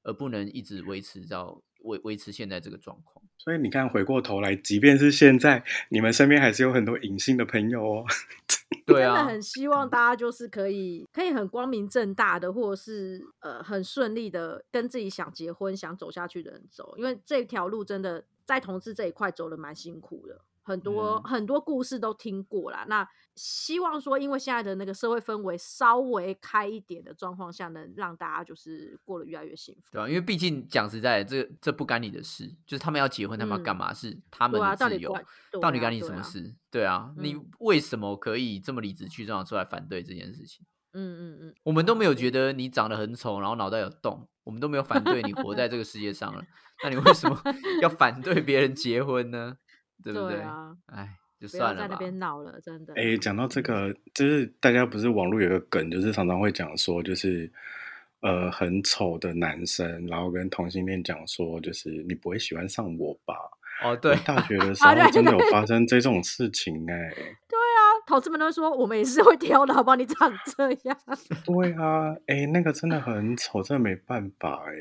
[SPEAKER 2] 而不能一直维持到维维持现在这个状况。
[SPEAKER 3] 所以你看，回过头来，即便是现在，你们身边还是有很多隐性的朋友哦。 [LAUGHS]
[SPEAKER 2] 对
[SPEAKER 1] 真的
[SPEAKER 2] 啊，
[SPEAKER 1] 很希望大家就是可以可以很光明正大的，或者是呃很顺利的跟自己想结婚、想走下去的人走，因为这条路真的在同志这一块走的蛮辛苦的。很多、
[SPEAKER 2] 嗯
[SPEAKER 1] 很多故事都听过啦，那希望说，因为现在的那个社会氛围稍微开一点的状况下，能让大家就是过得越来越幸福。
[SPEAKER 2] 对啊，因为毕竟讲实在的，这这不干你的事，就是他们要结婚，他们要干
[SPEAKER 1] 嗯
[SPEAKER 2] 嘛是他们
[SPEAKER 1] 对啊，
[SPEAKER 2] 的
[SPEAKER 1] 到
[SPEAKER 2] 自
[SPEAKER 1] 底
[SPEAKER 2] 由，
[SPEAKER 1] 关
[SPEAKER 2] 到
[SPEAKER 1] 对
[SPEAKER 2] 底
[SPEAKER 1] 啊
[SPEAKER 2] 干你
[SPEAKER 1] 对
[SPEAKER 2] 什么
[SPEAKER 1] 啊
[SPEAKER 2] 事？对啊，你
[SPEAKER 1] 嗯
[SPEAKER 2] 为什么可以这么理直气壮的出来反对这件事情？
[SPEAKER 1] 嗯嗯嗯，
[SPEAKER 2] 我们都没有
[SPEAKER 1] 对
[SPEAKER 2] 觉得你长得很丑，然后脑袋有洞，我们都没有反对你活在这个世
[SPEAKER 1] [LAUGHS]
[SPEAKER 2] 界上了，那你为什么要反对别人结婚呢？对不对？
[SPEAKER 1] 啊，
[SPEAKER 2] 哎，就
[SPEAKER 1] 不要
[SPEAKER 2] 算
[SPEAKER 1] 在
[SPEAKER 2] 了
[SPEAKER 1] 那
[SPEAKER 2] 吧。
[SPEAKER 1] 边闹了，真的。
[SPEAKER 3] 哎，讲到这个，就是大家不是网络有个梗，就是常常会讲说，就是呃很丑的男生，然后跟同性恋讲说，就是你不会喜欢上我吧？
[SPEAKER 2] 哦，对
[SPEAKER 3] [LAUGHS] 我，大学的时候
[SPEAKER 1] 对
[SPEAKER 3] 真的有
[SPEAKER 1] 对
[SPEAKER 3] 发生这种事情哎、
[SPEAKER 1] 同事们都说我们也是会挑的，好不好？你长这
[SPEAKER 3] [LAUGHS]
[SPEAKER 1] 样，
[SPEAKER 3] 对啊，哎，那个真的很丑，真的没办法哎、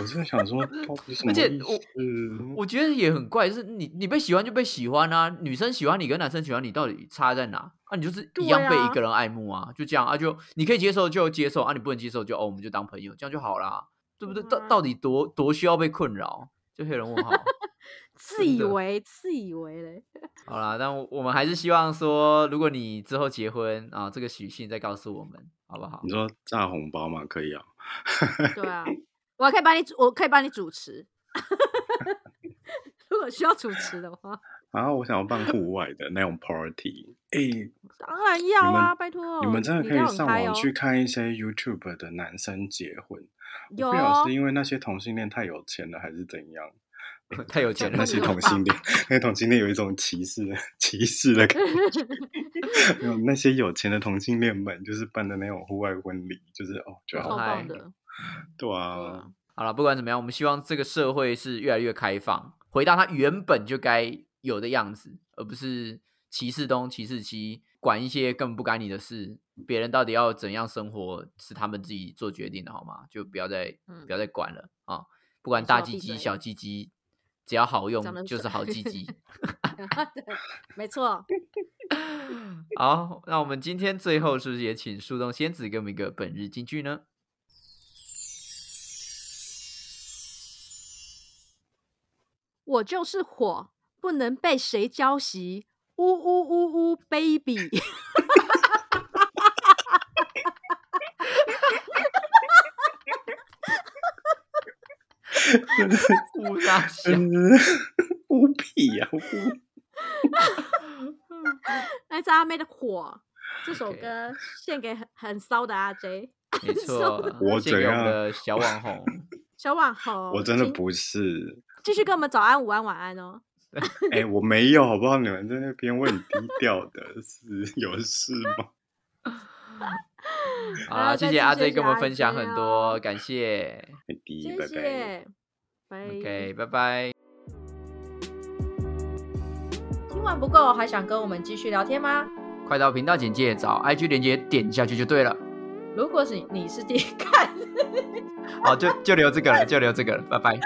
[SPEAKER 3] 我真的想说，到底什么
[SPEAKER 2] 而且
[SPEAKER 3] 意
[SPEAKER 2] 我
[SPEAKER 3] 思？
[SPEAKER 2] 我觉得也很怪，就是你你被喜欢就被喜欢啊，女生喜欢你跟男生喜欢你到底差在哪？啊，你就是一样
[SPEAKER 1] 对
[SPEAKER 2] 被
[SPEAKER 1] 啊
[SPEAKER 2] 一个人爱慕啊，就这样啊，就你可以接受就接受啊，你不能接受就哦，我们就当朋友，这样就好啦，对不对？到
[SPEAKER 1] 嗯
[SPEAKER 2] 到底多多需要被困扰？就黑人问号。
[SPEAKER 1] 自
[SPEAKER 2] 真
[SPEAKER 1] 以
[SPEAKER 2] 的
[SPEAKER 1] 为自以为
[SPEAKER 3] [LAUGHS]
[SPEAKER 1] 嘞，
[SPEAKER 2] 好啦，但我我们还是希望说，如果你之后结婚啊，这个许信再告诉我们，好不好
[SPEAKER 3] 你？说炸红包嘛，可以啊。
[SPEAKER 1] 对啊，我还可以帮你主，我可以帮你主持。 [LAUGHS] 如果需要主持的话，
[SPEAKER 3] 然后我想要办户外的那种 party，哎、
[SPEAKER 1] 当然要
[SPEAKER 3] 们
[SPEAKER 1] 啊，拜托，
[SPEAKER 3] 你们真的
[SPEAKER 1] 一
[SPEAKER 3] 可
[SPEAKER 1] 定要
[SPEAKER 3] 以
[SPEAKER 1] 很
[SPEAKER 3] 上
[SPEAKER 1] 嗨
[SPEAKER 3] 网
[SPEAKER 1] 哦
[SPEAKER 3] 去看一些 YouTube 的男生结婚，
[SPEAKER 1] 有哦
[SPEAKER 3] 不晓得是因为那些同性恋太有钱了还是怎
[SPEAKER 1] [LAUGHS]
[SPEAKER 3] 样，
[SPEAKER 2] [LAUGHS] 太有钱
[SPEAKER 1] 那
[SPEAKER 2] 了
[SPEAKER 3] 那
[SPEAKER 1] 你
[SPEAKER 3] 些
[SPEAKER 1] 有
[SPEAKER 3] 同
[SPEAKER 1] 爸
[SPEAKER 3] 性
[SPEAKER 1] [LAUGHS]
[SPEAKER 3] 恋，那些同性恋有一种歧视的歧视的感觉。 [LAUGHS] 没有那些有钱的同性恋们，就是办的那种户外婚礼，就是哦，觉得
[SPEAKER 1] 超
[SPEAKER 3] 好
[SPEAKER 2] 好嗨
[SPEAKER 1] 棒
[SPEAKER 3] 棒，
[SPEAKER 1] 的，
[SPEAKER 3] 对
[SPEAKER 2] 对啊
[SPEAKER 3] 啊，
[SPEAKER 2] 好了，不管怎么样，我们希望这个社会是越来越开放，回到它原本就该有的样子，而不是歧视东歧视西，管一些根本不干你的事。别人到底要怎样生活是他们自己做决定的，好吗？就不要再
[SPEAKER 1] 嗯
[SPEAKER 2] 不要再管了啊！不管
[SPEAKER 1] 没错
[SPEAKER 2] 大鸡
[SPEAKER 1] 闭
[SPEAKER 2] 鸡、
[SPEAKER 1] 嘴
[SPEAKER 2] 小鸡鸡，只要好
[SPEAKER 1] 长得
[SPEAKER 2] 用就是
[SPEAKER 1] 帅
[SPEAKER 2] 好鸡
[SPEAKER 1] [LAUGHS]
[SPEAKER 2] 鸡。
[SPEAKER 1] 对，没错，
[SPEAKER 2] 好，那我们今天最后是不是也请树洞仙子给我们一个本日金句呢？
[SPEAKER 1] 我就是火，不能被谁浇熄。呜呜呜呜，baby， [LAUGHS]
[SPEAKER 3] 真的
[SPEAKER 1] 啊
[SPEAKER 3] 是
[SPEAKER 1] 嗯
[SPEAKER 2] 乌 [LAUGHS] 大小，
[SPEAKER 3] [LAUGHS] 真的是 [LAUGHS] 无屁呀、无屁
[SPEAKER 1] 来自阿妹的火。这首
[SPEAKER 2] OK
[SPEAKER 1] 歌献给很很骚的阿 J
[SPEAKER 2] 没错，
[SPEAKER 3] 我
[SPEAKER 2] 献
[SPEAKER 3] 怎
[SPEAKER 2] 给我
[SPEAKER 3] 样
[SPEAKER 2] 们的小
[SPEAKER 1] [LAUGHS]
[SPEAKER 2] 网红。
[SPEAKER 1] 小网红，
[SPEAKER 3] 我真的
[SPEAKER 1] 请
[SPEAKER 3] 不是，
[SPEAKER 1] 继续跟我们早安、午安、晚安哦。
[SPEAKER 3] [LAUGHS] 哎、我没有，好不好？你们在那边我很低调的，是有事吗？
[SPEAKER 2] 好
[SPEAKER 1] 然后
[SPEAKER 2] 啦，谢
[SPEAKER 1] 再次
[SPEAKER 2] 谢阿
[SPEAKER 1] 谢
[SPEAKER 2] J 跟我们
[SPEAKER 1] 谢
[SPEAKER 2] 分
[SPEAKER 1] 阿
[SPEAKER 2] 享
[SPEAKER 1] J
[SPEAKER 2] 很
[SPEAKER 1] 哦
[SPEAKER 2] 多，感谢。
[SPEAKER 3] 拜拜
[SPEAKER 1] 谢
[SPEAKER 3] 拜拜。
[SPEAKER 1] 谢，拜
[SPEAKER 2] OK，拜拜。
[SPEAKER 1] 听完不够，还想跟我们继续聊天吗？
[SPEAKER 2] 快到频道简介找 IG 连接点下去就对了。
[SPEAKER 1] 如果是你是第一看， [LAUGHS]
[SPEAKER 2] 好，就就留这个了，就留这个了，拜拜。